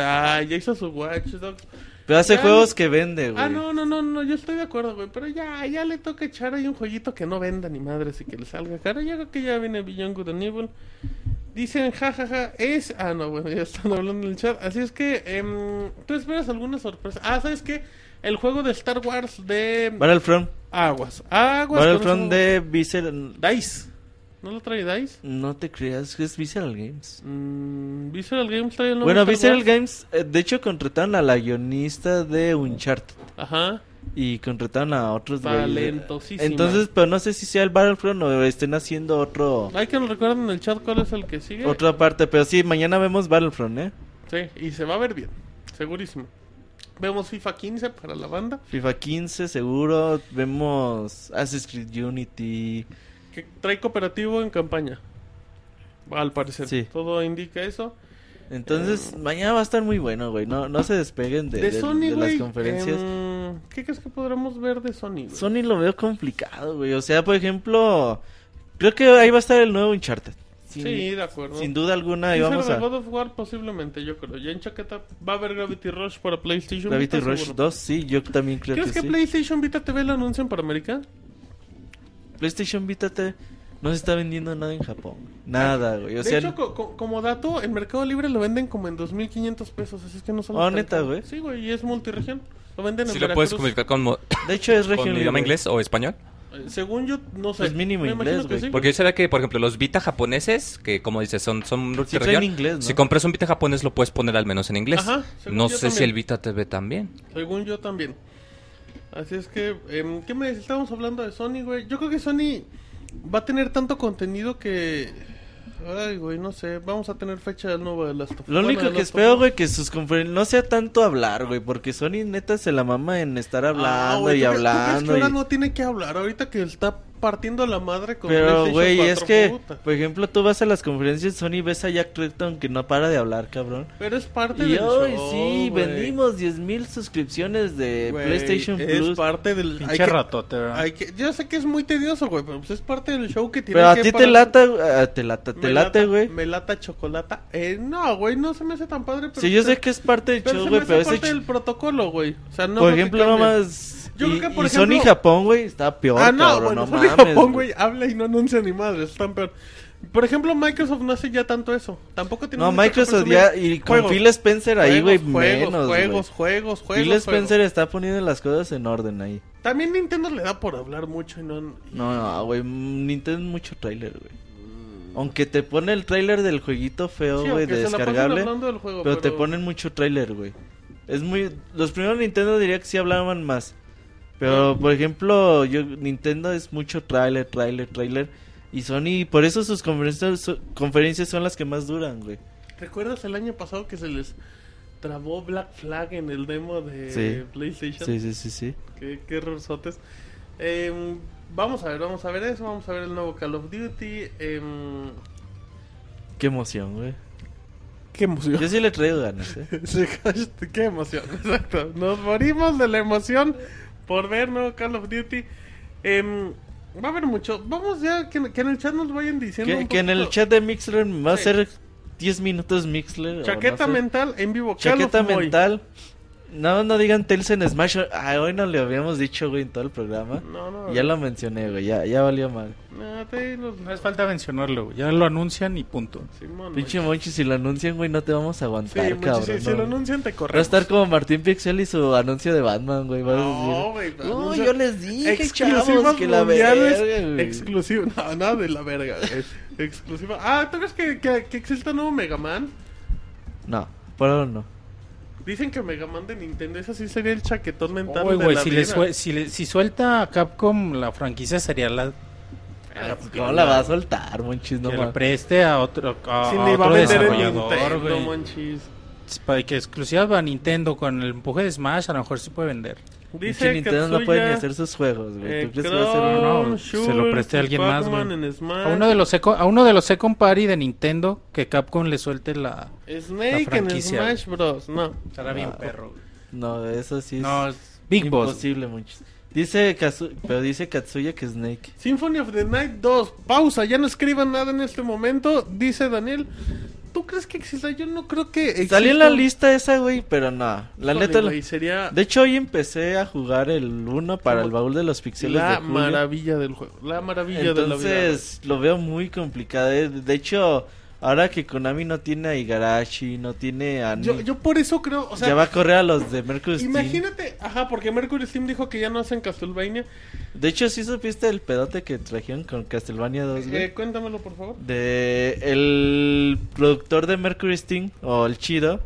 ya hizo su Watch Dogs.
Pero hace
Ya
juegos
no-
que vende, güey.
Ah, no, no, no, no, yo estoy de acuerdo, güey. Pero ya, ya le toca echar ahí un jueguito que no venda ni madre, así que le salga cara. Yo creo que ya viene Beyond Good and Evil. Dicen, jajaja, es. Ah, no, bueno, ya están hablando en el chat. Así es que, em, ¿tú esperas alguna sorpresa? Ah, ¿sabes qué? El juego de Star Wars de.
Battlefront.
Aguas. Aguas. con
Battlefront
eso-
de Visceral.
Dice. ¿No lo trae Dice?
No te creas, es Visceral Games.
Mm, Visceral Games trae el nuevo
Bueno,
Star
Visceral
Wars.
Games, eh, de hecho, contrataron a la guionista de Uncharted
Ajá.
y contrataron a otros güeyes.
Talentosísima.
Entonces, pero no sé si sea el Battlefront o estén haciendo otro
Hay que nos recuerden en el chat cuál es el que sigue.
otra parte, pero sí, mañana vemos Battlefront, ¿eh?
Sí, y se va a ver bien, segurísimo. Vemos FIFA 15 para la banda.
FIFA 15 seguro, vemos Assassin's Creed Unity.
Que trae cooperativo en campaña. Al parecer.
Sí.
Todo indica eso.
Entonces, mañana va a estar muy bueno, güey. No, no se despeguen de,
Eh. De,
de-
Sony,
de las
güey,
conferencias.
em, ¿Qué crees que podremos ver de Sony? güey?
Sony lo veo complicado, güey. O sea, por ejemplo, creo que ahí va a estar el nuevo Uncharted.
Sí,
Sin,
de acuerdo.
sin duda alguna, ahí
Teaser
vamos
de
a...
God of War posiblemente, yo creo. Ya en chaqueta va a haber Gravity Rush para PlayStation
Gravity
Vita,
Rush
seguro.
2, sí, yo también creo que,
¿Crees que,
sí.
PlayStation Vita TV lo anuncian para América?
PlayStation Vita te- no se está vendiendo nada en Japón. Nada, güey. O sea,
Ah, de hecho, co- co- como dato, en Mercado Libre lo venden como en 2.500 pesos, así es que no sale
Ah,
tan
¿neta,
caro.
güey?
Sí, güey, y es multiregión. Lo venden en
Si lo puedes
Veracruz.
comunicar con, mo-
de hecho es
con
región
idioma
libre.
inglés o español.
Eh, Según yo, no sé.
Pues mínimo
Me imagino
inglés,
que
güey.
sí.
Porque yo sabía que, por ejemplo, los Vita japoneses, que como dices, son, son
Sí, traen
multiregión,
inglés, ¿no?
Si compras un Vita japonés, lo puedes poner al menos en inglés.
Ajá, según
no
yo
sé si
también.
el Vita TV también.
Según yo también. Así es que, em, ¿qué me decís? Estábamos hablando de Sony, güey. Yo creo que Sony va a tener tanto contenido que... Ay, güey, no sé. Vamos a tener fecha del nuevo de Last of
Lo
bueno,
único
de
que
Last of
espero,
Us.
güey, que sus conferencias no sea tanto hablar, güey, porque Sony neta se la mama en estar hablando
Ah, güey,
y
¿tú crees- tú crees que
hablando.
ahora
y-
no tiene que hablar. Ahorita que está partiendo la madre con
Pero,
PlayStation
güey, es
4,
que,
puta.
por ejemplo, tú vas a las conferencias de Sony y ves a Jack Tretton que no para de hablar, cabrón.
Pero es parte
Y
del
hoy
show,
sí,
güey.
vendimos 10.000 suscripciones de
Güey,
PlayStation
Es
Plus.
parte del... hay
Pinche
que-
ratote, ¿verdad?
hay que- yo sé que es muy tedioso, güey, pero pues es parte del show que tiene
Pero a
que
ti te
parar.
lata, ah, te lata, te
Me
late, güey.
Me lata chocolata. Eh, no, güey, no se me hace tan padre. Pero
Sí, yo
se-
sé que es parte del
pero
show,
se
güey,
me hace
pero ese
parte
ch-
del protocolo, güey. O sea, no
por
no te
ejemplo, no
cambia.
más.
Yo
y,
creo que, por
y Sony
ejemplo-
Japón, güey, está peor,
Ah, no,
cabrón,
bueno,
no
Sony
mames,
Japón,
güey.
güey, habla y no anuncia ni madres, están peor. Por ejemplo, Microsoft no hace ya tanto eso. Tampoco tiene
No,
mucho que
Microsoft
presumir.
ya, y con
Juegos,
Phil Spencer ahí, güey,
juegos, Juegos,
menos, güey.
juegos, juegos, juegos.
Phil
juegos.
Spencer está poniendo las cosas en orden ahí.
También Nintendo le da por hablar mucho y no...
No, no, güey, mm, Nintendo es mucho trailer, güey. Aunque te pone el trailer del jueguito feo,
Sí,
güey,
aunque se la pasan
descargable,
hablando del juego,
pero te ponen mucho trailer, güey. Es muy los primeros Nintendo diría que sí hablaban más. Pero por ejemplo, yo Nintendo es mucho trailer, trailer, trailer y Sony, por eso sus conferencias su- conferencias son las que más duran, güey.
¿Recuerdas el año pasado que se les trabó Black Flag en el demo de
Sí.
PlayStation?
Sí, sí, sí, sí.
Qué, qué errorzotes. Em, vamos a ver, vamos a ver eso, vamos a ver el nuevo Call of Duty. em,
Qué emoción, güey.
qué emoción.
Yo sí le traigo ganas, eh.
Sí, hashtag, qué emoción, exacto. Nos morimos de la emoción por ver nuevo Call of Duty. Em, va a haber mucho. Vamos ya, que, que en el chat nos vayan diciendo.
Que,
un
que en el
poquito.
chat de Mixler va a
Sí.
ser 10 minutos Mixler. o no
Chaqueta
sé.
mental en vivo. Call of
Chaqueta
Moy.
mental. No, no digan Tails en Smash. Ay, hoy no le habíamos dicho, güey, en todo el programa.
No, no.
Ya lo mencioné, güey. Ya, ya valió mal.
no, te- los-
No es falta mencionarlo, güey. Ya lo anuncian y punto.
Simón, güey.
Pinche Monchi, si lo anuncian, güey, no te vamos a
Sí,
aguantar,
muchis-
cabrón.
si, si
no.
lo anuncian te
Va a
corremos.
estar como Martín Pixel y su anuncio de Batman, güey. vas a
No, güey,
decir,
pero
"Uy,
anuncia-
yo les dije,
Exclusivas
chavos, que la
mundiales,
verga, güey".
exclusiva, no, nada de la verga, güey. exclusiva. Ah, ¿tú crees que, que, que exista nuevo Mega Man?
No, por ahora no.
Ah, Dicen que Mega Man de Nintendo, ese sí sería el chaquetón mental
Oye,
de
güey,
la
si,
vida.
le sue- si, le- si suelta a Capcom la franquicia sería la
Ah,
pues, ¿Cómo la va a Ah, soltar, Monchis? No,
que la
mames.
preste a otro, a,
Si
a
le va a
otro
vender el
desarrollador,
Nintendo,
güey.
monchis.
Para que exclusiva a Nintendo con el empuje de Smash, a lo mejor sí puede vender.
Pinche
Dice
Nintendo no puede ni hacer sus juegos, güey. ¿Tú crees que va a ser
Crow.
uno?
No, no, se lo presté a alguien más, güey. A uno de
los
los seco- a uno de los second party de Nintendo que Capcom le suelte la
Snake
la
en
franquicia,
Smash Bros. No.
estará bien perro.
No, eso sí es
No, es Big Boss.
imposible, Monchis. Dice Kazu- pero dice Katsuya que Snake.
Symphony of the Night 2. Pausa, ya no escriban nada en este momento. Dice Daniel. ¿Tú crees que exista? Yo no creo que exista.
Salió en la lista esa, güey, pero no. La
Híjole,
neta.
güey, sería
De hecho, hoy empecé a jugar el 1 para el baúl de los pixeles. de
la
julio.
maravilla del juego. La maravilla de la vida.
Entonces, lo veo muy complicado. eh. De hecho, ahora que Konami no tiene a Igarashi, no tiene a.
Yo,
Ni-
yo por eso creo, o sea,
ya va a correr a los de Mercury Steam.
imagínate, ajá, porque Mercury Steam dijo que ya no hacen Castlevania.
De hecho, sí supiste el pedote que trajeron con Castlevania 2, güey.
Eh, cuéntamelo, por favor.
De el productor de Mercury Steam, o el chido,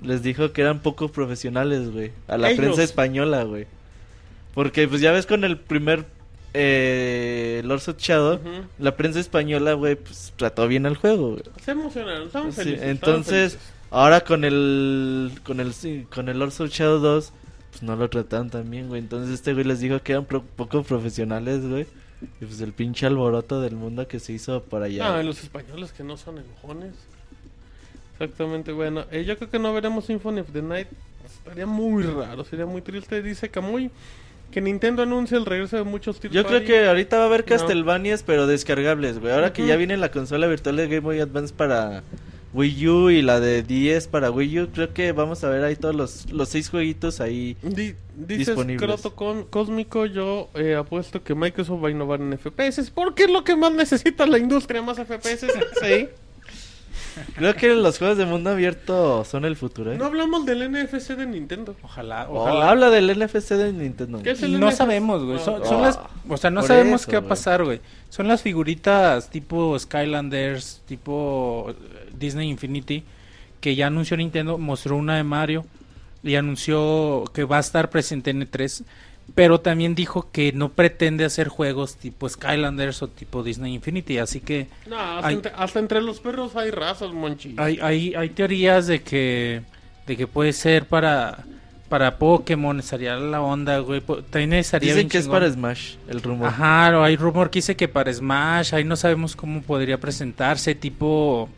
les dijo que eran poco profesionales, güey. A la
Ellos.
prensa española, güey. Porque, pues ya ves con el primer eh, Lord of Shadow,
Ujú.
la prensa española, güey, pues trató bien al juego, güey.
Se emocionaron, estamos
Sí,
felices. estamos
entonces,
felices.
ahora con el con el sí, con el Lords of Shadow 2, pues no lo trataron tan bien, güey. Entonces este güey les dijo que eran pro- poco profesionales, güey. Y pues el pinche alboroto del mundo que se hizo por allá.
No,
güey.
los españoles que no son enojones. Exactamente, bueno. eh, yo creo que no veremos Symphony of the Night. Estaría muy raro, sería muy triste. Dice Camuy que Nintendo anuncia el regreso de muchos third
Yo creo
party.
que ahorita va a haber
No.
Castlevanias, pero descargables, güey. Ahora que
Ujú.
ya viene la consola virtual de Game Boy Advance para Wii U y la de 10 para Wii U, creo que vamos a ver ahí todos los, los seis jueguitos ahí.
Di- dices
disponibles.
Croto con, Cósmico, yo eh, apuesto que Microsoft va a innovar en FPS porque es lo que más necesita la industria, más FPS. sí.
Creo que los juegos de mundo abierto son el futuro, ¿eh?
No hablamos del NFC de Nintendo.
Ojalá,
Oh,
ojalá.
habla del NFC de Nintendo.
¿Qué es Oh. el
No
NFC?
sabemos, güey. Son, son
Ah,
las, o sea, no
por
sabemos
eso,
qué va a
güey.
pasar, güey. Son las figuritas tipo Skylanders, tipo eh, Disney Infinity, que ya anunció Nintendo, mostró una de Mario y anunció que va a estar presente en E3, pero también dijo que no pretende hacer juegos tipo Skylanders o tipo Disney Infinity, así que
No, hasta,
Ay.
entre, hasta entre los perros hay razas, monchi.
hay, hay, hay teorías de que, de que puede ser para, para Pokémon, estaría la onda, güey. po- También estaría
Dicen
bien
que es
chingón.
para Smash el rumor.
Ajá, o hay rumor que dice que para Smash, ahí no sabemos cómo podría presentarse, tipo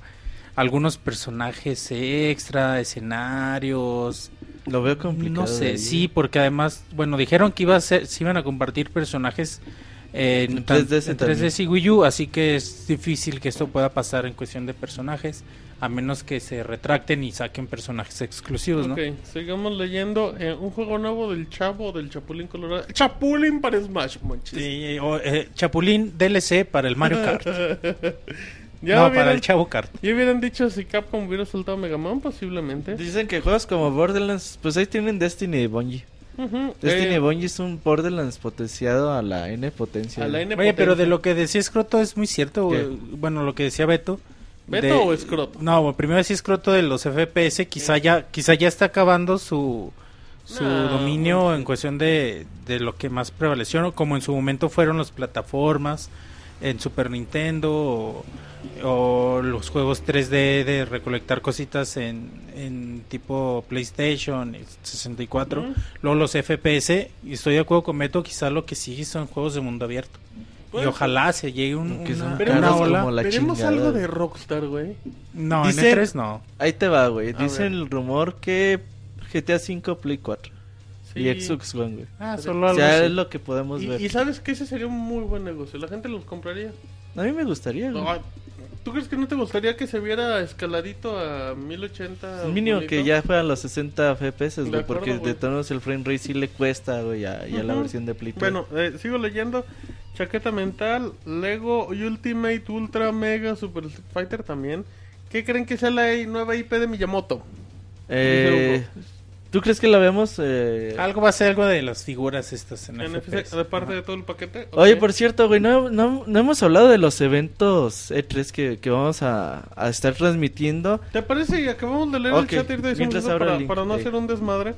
algunos personajes extra, escenarios.
Lo veo complicado.
No
de
sé,
ahí.
sí, porque además, bueno, dijeron que iba a ser, se iban a compartir personajes eh, en,
En
tan-
3DS
en 3DS y Wii U, así que es difícil que esto pueda pasar en cuestión de personajes, a menos que se retracten y saquen personajes exclusivos, ¿no?
Ok, sigamos leyendo eh, un juego nuevo del Chavo, del Chapulín Colorado. Chapulín para Smash, monchis.
Sí, o, eh, Chapulín DLC para el Mario Kart.
ya
no,
hubieran,
para el Chavo Kart.
ya hubieran dicho si Capcom hubiera soltado Mega Man, posiblemente.
Dicen que juegos como Borderlands, pues ahí tienen Destiny y Bungie.
Ujú,
Destiny
eh,
y Bungie es un Borderlands potenciado a la N potencia.
a la N
Oye, pero
potencia.
de lo que decía Scroto es muy cierto.
¿Qué?
eh, Bueno, lo que decía Beto.
¿Beto
de-
o Scroto?
No, bueno, primero decía Scroto de los FPS. Quizá ya quizá ya está acabando su, su
No,
dominio
bueno,
en cuestión de, de lo que más prevaleció. ¿no? Como en su momento fueron las plataformas en Super Nintendo o, o los juegos 3D de recolectar cositas en, en tipo PlayStation 64.
Ujú.
Luego los FPS, y estoy de acuerdo con Beto, quizá lo que sigue son juegos de mundo abierto.
Puede
y ojalá se llegue un,
Que son
una,
caros
una ola.
como la
Veremos
chingada.
algo de Rockstar, güey.
No,
Dicen-
en E3 no.
Ahí te va, güey.
A
Dicen
ver.
el rumor que GTA 5 Play 4 y
Sí.
Xbox One, güey.
Ah, solo
solo
O
algo
sea, es lo que podemos
Y,
ver.
y sabes que ese sería un muy buen negocio. La gente los compraría.
A mí me gustaría,
Mm.
güey.
Ay, ¿Tú crees que no te gustaría que se viera escaladito a 1080?
Mínimo
bonito?
que ya fueran los 60 FPS, güey,
acuerdo,
porque de
güey.
todos el frame rate sí le cuesta, güey, a, y a la
Ujú.
versión de Play 4.
Bueno, eh, sigo leyendo. Chaqueta mental, Lego Ultimate Ultra Mega Super Street Fighter también. ¿Qué creen que sea la i- nueva IP de Miyamoto?
Eh, ¿Tú crees que la vemos? eh?
Algo va a ser algo de las figuras estas en,
NFC,
FPS.
aparte
Ajá.
de todo el paquete.
Oye,
ok.
por cierto, güey, no, no, no hemos hablado de los eventos E3 que, que vamos a, a estar transmitiendo.
¿Te parece? Y acabamos de leer
Ok,
el chat y ahorita decimos
mientras
eso
abro el
para,
link,
para no
ok.
hacer un desmadre.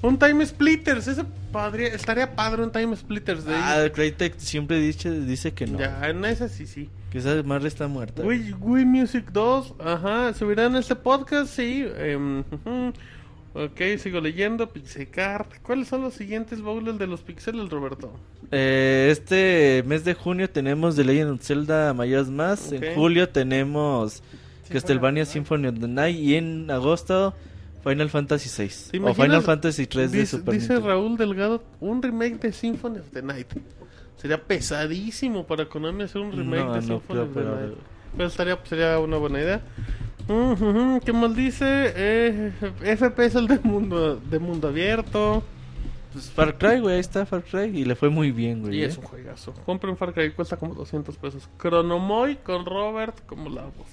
Un Time Splitters, ese padre, estaría padre un Time Splitters de
Ah, Crytek siempre dice, dice que no.
Ya, en ese sí, sí.
Quizás Marley está muerta.
Wii, Wii Music 2, ajá, subirán este podcast, sí. em, ujú. ok, sigo leyendo, Pixecart. ¿Cuáles son los siguientes baúles de los pixeles, Roberto?
Eh, este mes de junio tenemos The Legend of Zelda Mayoras Más.
Ok.
En julio tenemos Castlevania
Symphony
Symphony of the Night. Y en agosto Final Fantasy
¿Te
6. O
imaginas?
Final Fantasy 3 de
dice,
Super
dice
Nintendo.
Raúl Delgado, un remake de Symphony of the Night. Sería pesadísimo para Konami hacer un remake
No,
de
no
Symphony
creo,
of the
pero-
Night. Pero estaría, pues, sería una buena idea. Mm, ujú, ¿Qué mal dice? Eh, FPS el de mundo, de mundo abierto.
Pues Far Cry, güey, ahí está Far Cry. Y le fue muy bien, güey.
Y
eh.
es un juegazo. Compren Far Cry, cuesta como 200 pesos. Chronomoy con Robert como la voz.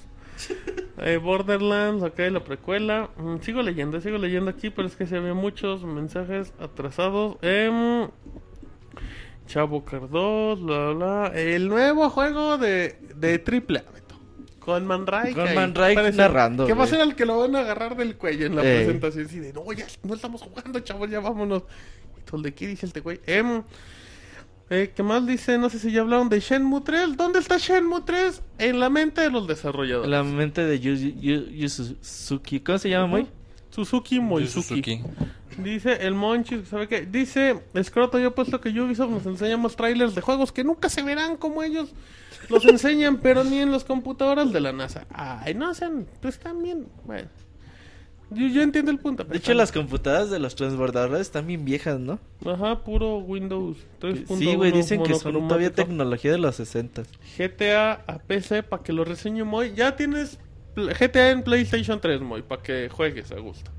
Eh, Borderlands, ok, la precuela. Mm, sigo leyendo, sigo leyendo aquí, pero es que se había muchos mensajes atrasados. Em, Chavo Cardos, bla, bla, bla. El nuevo juego de, de triple A, Beto. Con Man Ray.
Con
que ahí
Man Ray
parece-
narrando,
Que va a
güey.
ser el que lo van a agarrar del cuello en la
Ey.
presentación. Así de, no, ya no estamos jugando, chavos, ya vámonos. ¿De qué dice este güey? Em, eh, ¿Qué más dice? No sé si ya hablaron de Shenmue 3. ¿Dónde está Shenmue 3? En la mente de los desarrolladores.
La mente de Yu, Yu- Yu Suzuki. ¿Cómo se llama, Moy?
Suzuki
Yu
Moizuki.
Suzuki.
Dice el Monchis, ¿sabe qué? Dice Scroto, yo he puesto que Ubisoft nos enseña más trailers de juegos que nunca se verán como ellos los enseñan, pero ni en las computadoras de la NASA. Ay, no sean, pues están bien. Bueno, yo, yo entiendo el punto.
De
pero
hecho,
están-
las computadoras de los transbordadores están bien viejas, ¿no?
Ajá, puro Windows 3.1.
Sí, güey, dicen que son todavía
monocromático.
tecnología de los 60.
GTA a PC para que lo reseñe Moy. Ya tienes pl- GTA en PlayStation 3, Moy, para que juegues a gusto.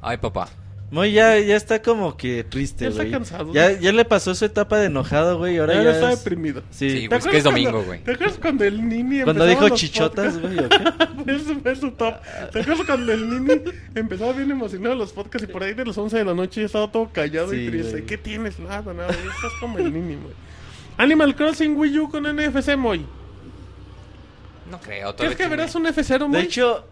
Ay, papá.
Moy ya, ya está como que triste,
Ya está
güey.
cansado.
Ya, ya le pasó su etapa de enojado, güey. Ahora
Ahora
ya,
ya está
es-
deprimido.
Sí.
Sí,
¿Te
güey, es que es
acuerdas cuando-
domingo, güey.
¿Te acuerdas cuando el Nini
Cuando
empezaba
dijo
los
chichotas,
podcasts?
güey. ¿o qué?
Ese fue su top. ¿Te acuerdas cuando el Nini empezaba bien emocionado los podcasts y por ahí de las 11 de la noche ya estaba todo callado y
Sí,
triste?
güey.
¿Qué tienes? Nada, nada. güey. Estás como el Nini, güey. Animal Crossing Wii U con NFC, Moy.
No creo.
¿Crees
todavía
que
tiene-
verás un F0, Moy?
De hecho,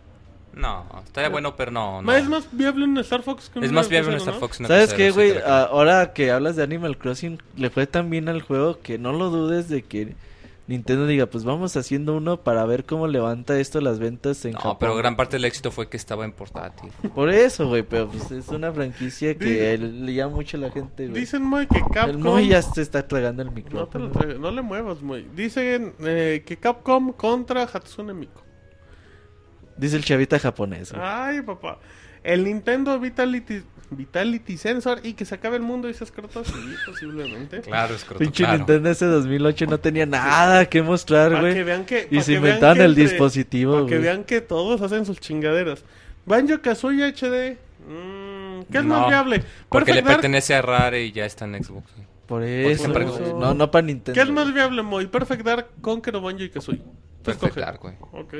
No, estaría bueno, pero no. no.
Ma- Es más viable un Star Fox que un
Es más viable
F0,
un Star
¿no?
Fox. no
¿sabes
que
qué,
cero, sí,
güey?
te
Ah,
la creo.
Ahora que hablas de Animal Crossing, le fue tan bien al juego que no lo dudes de que Nintendo diga, pues vamos haciendo uno para ver cómo levanta esto las ventas en
No,
Japón.
pero gran parte del éxito fue que estaba en portátil.
Por eso, güey, pero pues es una franquicia
Dice-
que le llama mucho a la gente, güey.
Dicen, Moy, que
El
Capcom...
Moy ya se está tragando el
No, te lo
micrófono.
traigo, no le muevas, Moy. Dicen eh, que Capcom contra Hatsune Miku.
Dice el chavita japonés. güey.
Ay, papá. El Nintendo Vitality, Vitality Sensor y que se acabe el mundo, dices Croto. Sí, posiblemente.
Claro, es correcto.
Pinche Nintendo ese 2008 no tenía nada que mostrar,
Para que
güey.
vean que.
Y
pa'
se
que vean
inventaron
que
el
entre-
dispositivo,
Para que
güey.
vean que todos hacen sus chingaderas. Banjo Kazooie HD. mm, ¿Qué es más
No,
viable?
Porque le
Perfect Dark,
pertenece a Rare y ya está en Xbox.
Por eso.
siempre-
güey. No, no para Nintendo.
¿Qué es más viable, Moy? Perfect Dark, Conquer o Banjo y Kazooie. Tú
Perfect
escoge.
Dark, güey.
Ok.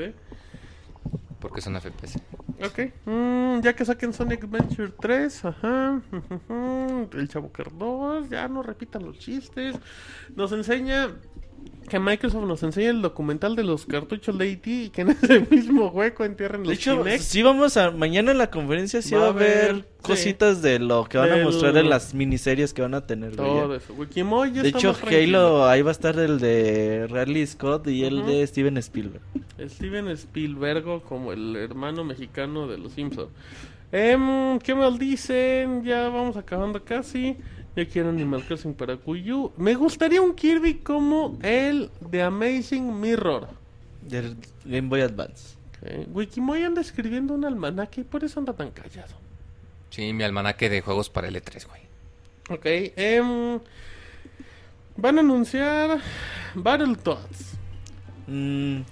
Porque son FPS.
Ok. Mm, ya que saquen Sonic Adventure 3, ajá. ujujú, El Chabucar 2, ya no repitan los chistes. Nos enseña. Que Microsoft nos enseña el documental de los cartuchos de IT y que en ese mismo hueco entierren los
De hecho,
Kinect.
sí vamos a... Mañana en la conferencia sí
Va
va,
a
a haber
haber, sí.
cositas de lo que van
Del-
a mostrar en las miniseries que van a tener, güey, ya.
Todo eso. Wikimoy ya
De
está
hecho,
más tranquilo.
Halo, ahí va a estar el de Ridley Scott y el
Ujú.
de Steven Spielberg.
Steven Spielberg como el hermano mexicano de los Simpsons. Em, ¿Qué mal dicen? Ya vamos acabando casi. Yo quiero Animal Crossing para Cuyu. Me gustaría un Kirby como el de Amazing Mirror.
Del Game Boy Advance.
Ok. Wikimoy anda escribiendo un almanaque y por eso anda tan callado.
Sí, mi almanaque de juegos para L3, güey.
Ok. em, van a anunciar Battletoads.
Mm,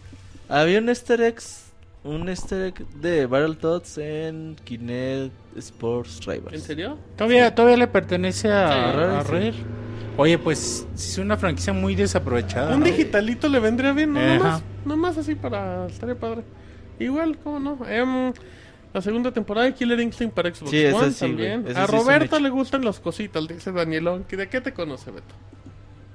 había un Easter egg, un Easter egg de Battletoads en Kinect Sports Rivals.
¿En serio?
Todavía, todavía le pertenece a,
Sí,
a
sí.
Rare. Oye, pues es una franquicia muy desaprovechada.
Ah.
Un
¿no?
digitalito le vendría bien, ¿no?
Ajá.
Nomás, nomás así para estaría padre. Igual, ¿cómo no? Em, la segunda temporada de Killer Instinct para Xbox
Sí, esa
One
sí, güey.
también.
Esa
A
sí es un
Roberto
hecho.
le gustan las cositas, dice Danielón. ¿Que ¿De qué te conoce, Beto?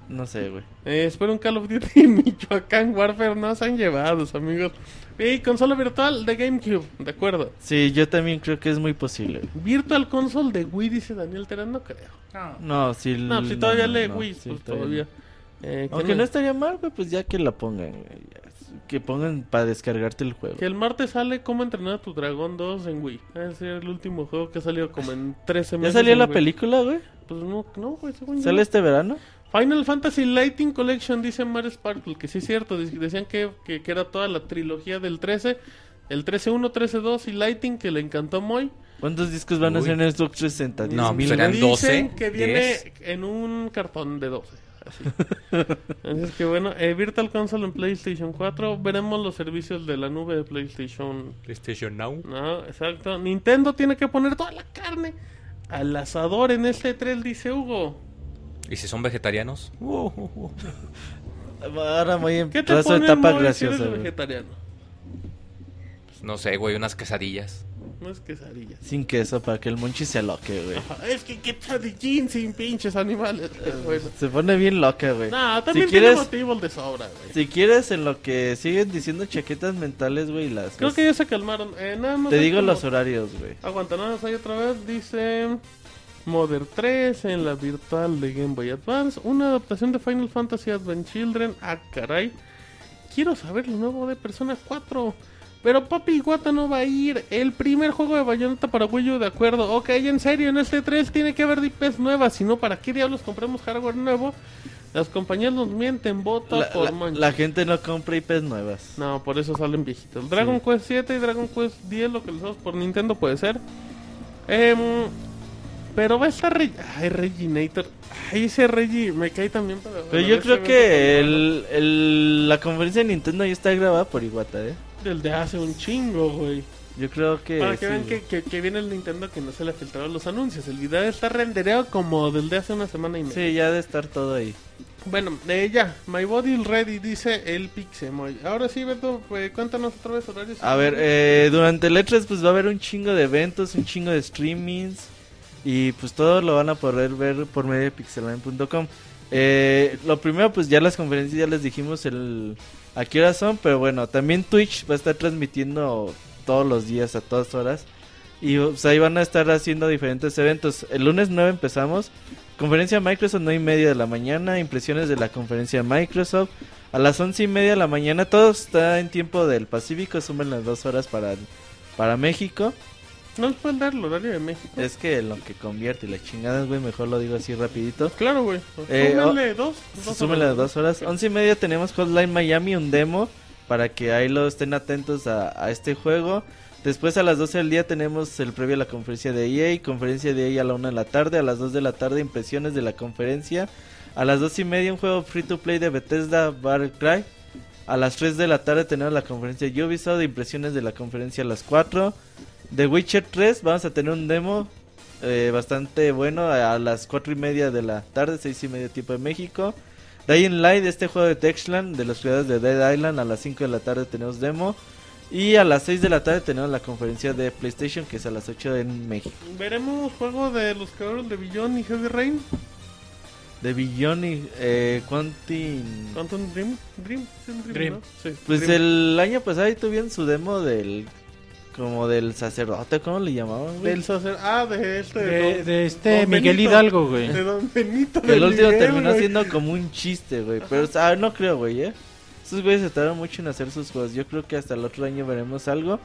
No sé, güey.
Eh, espero un Call of Duty y Michoacán Warfare nos han llevado, amigos. Y consola virtual de GameCube, de acuerdo.
Sí, yo también creo que es muy posible. güey.
Virtual Console de Wii, dice Daniel Terán, no creo.
No.
No, si el-
No, si todavía
no,
lee
no,
Wii,
sí,
pues
todavía
todavía. Eh,
no.
¿qué
Aunque
me-
no estaría mal, güey, pues ya que la pongan. güey, ya. Que pongan para descargarte el juego.
Que el martes sale Cómo entrenar a tu dragón 2 en Wii. Es el último juego que ha salido como en 13
¿Ya
meses.
salió
en
la
Wii.
película, güey?
Pues no, no, güey, según yo
¿Sale
no.
este verano?
Final Fantasy Lighting Collection, dice Mario Sparkle, que sí es cierto. de- Decían que, que, que era toda la trilogía del 13. El 13-1, 13-2 y Lighting, que le encantó muy.
¿Cuántos discos van a
Uy.
ser en Xbox 360?
No,
¿Diez mil,
serán
güey?
Dicen
12,
que viene
10.
en un cartón de 12. Así. Así es que bueno, eh, Virtual Console en PlayStation 4. Veremos los servicios de la nube de PlayStation
PlayStation Now.
No, exacto. Nintendo tiene que poner toda la carne al asador en este 3, dice Hugo.
¿Y si son vegetarianos?
Ahora muy en
¿Qué te
plazo
ponen, Moy,
etapa
si eres
graciosa, güey.
vegetariano?
Pues no sé, güey, unas quesadillas.
No es quesadillas.
Sin queso para que el monchi se loque, güey.
Ah, Es que quesadillín sin pinches animales. Bueno.
Se pone bien loca, güey.
No,
si
también tiene
quieres,
motivo el de sobra, güey.
si quieres en lo que siguen diciendo chaquetas mentales, güey, las
Creo que ya se calmaron. Eh, nada más
pues. te
hay
digo
como-
los horarios, güey.
Aguanta, nada más hay otra vez. Dice Modern 3 en la virtual de Game Boy Advance. Una adaptación de Final Fantasy Advent Children. Ah, caray. Quiero saber lo nuevo de Persona 4. Pero Papi Guata no va a ir. El primer juego de Bayonetta para Wii U, de acuerdo. Ok, en serio, en este 3 tiene que haber IPs nuevas. Si no, ¿para qué diablos compramos hardware nuevo? Las compañías nos mienten, bota
La,
por
la-
mancha.
la gente no compra IPs nuevas.
No, por eso salen viejitos. Dragon Quest 7 y Dragon Quest 10, lo que les damos por Nintendo puede ser. Em, pero va a estar Reg- Ay, Reginator. Ay, ese Reggie me cae también para.
Pero yo creo que el, el- la conferencia de Nintendo ya está grabada por Iwata, ¿eh?
Del de hace un chingo, güey.
Yo creo que...
Para que
sí,
vean
güey.
que, que- que viene el Nintendo que no se le filtraron los anuncios. El video está rendereado como del de hace una semana y media.
Sí, ya de estar todo ahí.
Bueno, eh, ya. My Body Ready dice el Pixemoy. Ahora sí, Beto, pues, cuéntanos otra vez horarios.
A ver, eh, durante el E3 pues va a haber un chingo de eventos, un chingo de streamings y pues todo lo van a poder ver por medio de pixelman.com. Eh, lo primero pues ya las conferencias ya les dijimos el a qué hora son, pero bueno, también Twitch va a estar transmitiendo todos los días a todas horas y pues ahí van a estar haciendo diferentes eventos. El lunes 9 empezamos conferencia Microsoft 9 y media de la mañana, impresiones de la conferencia Microsoft. a las once y media de la mañana. Todo está en tiempo del Pacífico, sumen las dos horas para, para México.
No les pueden dar el horario de México.
Es que lo que convierte y las chingadas, güey, mejor lo digo así rapidito.
Claro, güey.
Eh,
Súmenle dos. dos
Súmenle
horas.
las dos horas. Once y media tenemos Hotline Miami, un demo, para que ahí lo estén atentos a, a este juego. Después a las 12 del día tenemos el previo a la conferencia de EA, conferencia de EA a la 1 de la tarde, a las 2 de la tarde impresiones de la conferencia, a las 2 y media un juego free to play de Bethesda, Battlecry, a las 3 de la tarde tenemos la conferencia de Ubisoft, impresiones de la conferencia a las 4, de Witcher 3 vamos a tener un demo eh, bastante bueno a las 4 y media de la tarde, 6 y media tiempo de México. Dying Light, este juego de Textland, de los ciudades de Dead Island, a las 5 de la tarde tenemos demo. Y a las 6 de la tarde tenemos la conferencia de PlayStation, que es a las 8 en México.
Veremos juego de los creadores de Billón y Heavy Rain.
De Billón y eh, Quantin...
Quantum Dream. Dream. es un Dream.
Dream.
¿no? Sí,
Pues
Dream.
el año pasado ahí tuvieron su demo del... Como del sacerdote, ¿cómo le llamaban? güey?
Del sacer... Ah, de este.
De,
don-
de este
don
Miguel
Benito.
Hidalgo, güey.
De Don Benito.
Que el
del
último
Miguel,
terminó
güey.
siendo como un chiste, güey. Pero ah, no creo, güey, ¿eh? Esos güeyes se tardaron mucho en hacer sus juegos. Yo creo que hasta el otro año veremos algo.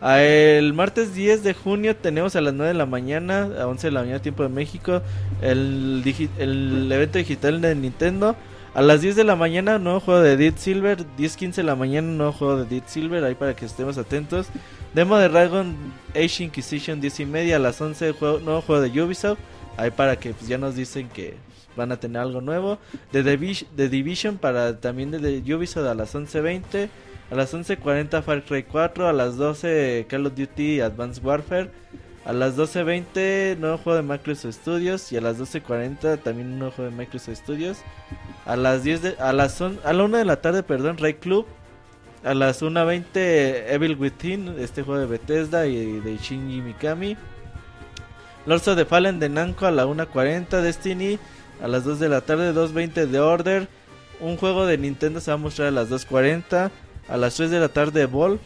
Ah, El martes 10 de junio tenemos a las 9 de la mañana, a 11 de la mañana tiempo de México, el, digi- el evento digital de Nintendo. A las 10 de la mañana, nuevo juego de Dead Silver. 10.15 de la mañana, nuevo juego de Dead Silver. Ahí para que estemos atentos. Demo de Dragon Age Inquisition 10 y media. A las 11, juego, nuevo juego de Ubisoft. Ahí para que pues, ya nos dicen que van a tener algo nuevo. The, Divis- The Division para también de, de Ubisoft a las 11.20. A las 11.40 Far Cry 4. A las 12 Call of Duty Advanced Warfare. A las 12.20 nuevo juego de Microsoft Studios. Y a las 12.40 también un nuevo juego de Microsoft Studios. A las 10 de, a las on- a la 1 de la tarde, perdón, Ray Club. A las 1.20 Evil Within, este juego de Bethesda y de Shinji Mikami. Lords of the Fallen de Namco a la 1.40, Destiny a las 2 de la tarde, 2.20 de Order. Un juego de Nintendo se va a mostrar a las 2.40. A las 3 de la tarde Evolve.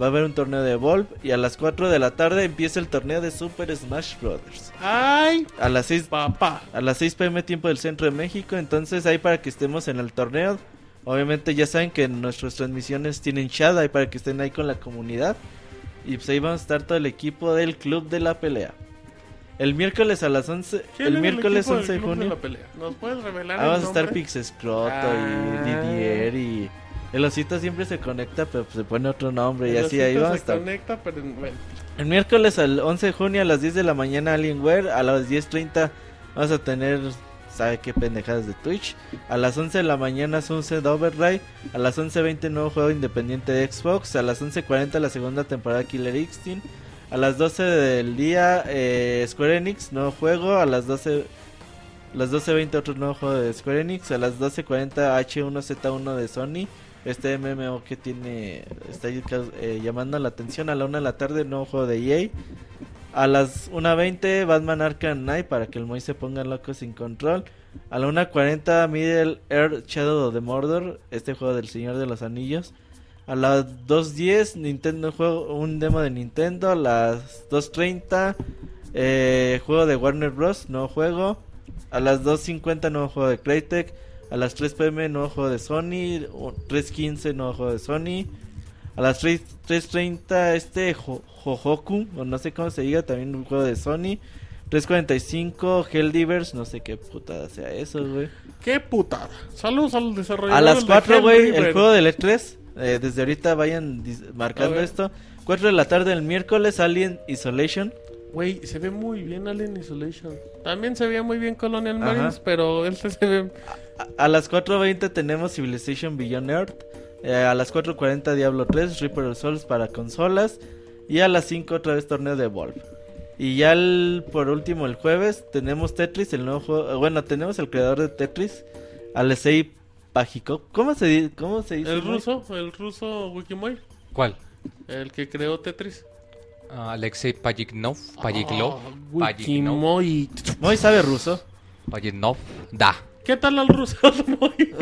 Va a haber un torneo de Evolve. Y a las 4 de la tarde empieza el torneo de Super Smash Bros.
Ay,
A las 6
papá.
a las 6 pm tiempo del centro de México. Entonces ahí para que estemos en el torneo. Obviamente ya saben que nuestras transmisiones tienen chat ahí para que estén ahí con la comunidad. Y pues ahí vamos a estar todo el equipo del Club de la Pelea. El miércoles a las 11,
¿Quién es
el miércoles
equipo del
11 de
club
junio.
la pelea? ¿Nos puedes revelar
Ah, vamos
el
a estar
nombre?
Pix Scroto
Ah.
y Didier y... El osito siempre se conecta, pero se pone otro nombre y
El
así ahí
osito
vamos a
se
estar.
conecta, pero en- bueno.
El miércoles al 11 de junio a las 10 de la mañana Alienware, a las 10.30 vamos a tener, sabe qué pendejadas de Twitch, a las 11 de la mañana Sunset Override, a las 11.20 nuevo juego independiente de Xbox, a las 11.40 la segunda temporada Killer Instinct, a las 12 del día eh, Square Enix, nuevo juego, a las 12... Las 12.20 otro nuevo juego de Square Enix, a las 12.40 H1Z1 de Sony, este MMO que tiene está ahí ca- eh, llamando la atención a la una de la tarde nuevo juego de EA a las 1.20 Batman Arkham Knight para que el Moy se ponga loco sin control a la 1.40 Middle Earth Shadow of the Mordor este juego del Señor de los Anillos a las 2.10 Nintendo juego un demo de Nintendo a las 2.30 eh, juego de Warner Bros nuevo juego a las 2.50 nuevo juego de Crytek a las 3 pm nuevo juego de Sony. o 3.15 nuevo juego de Sony. A las 3 3.30 este Jo- Jojoku, o no sé cómo se diga, también un juego de Sony. 3.45 Helldivers, no sé qué putada sea eso, güey.
Qué putada. Saludos a los desarrolladores.
A
Pues
las
de
4, güey,
Hellriver.
el juego del E3. eh, desde ahorita vayan dis- marcando
ver.
esto. 4 de la tarde el miércoles, Alien Isolation.
Güey, se ve muy bien Alien Isolation. También se veía muy bien Colonial
Ajá.
Marines, pero este se ve.
A, a las 4.20 tenemos Civilization Beyond Earth. eh, a las 4.40 Diablo 3, Reaper of Souls para consolas. Y a las 5 otra vez torneo de Evolve. Y ya el- por último el jueves tenemos Tetris, el nuevo juego. eh, Bueno, tenemos el creador de Tetris, Alexei Pajikov. ¿Cómo se, di- cómo se dice?
El
güey?
ruso, el ruso Wikimoy,
¿Cuál?
el que creó Tetris.
Ah, Alexei Pajiknov. Pajiklov.
Ah,
Pajiknov.
Wikimoy.
Moy sabe ruso.
Pajiknov. Da.
¿Qué tal al ruso Moy?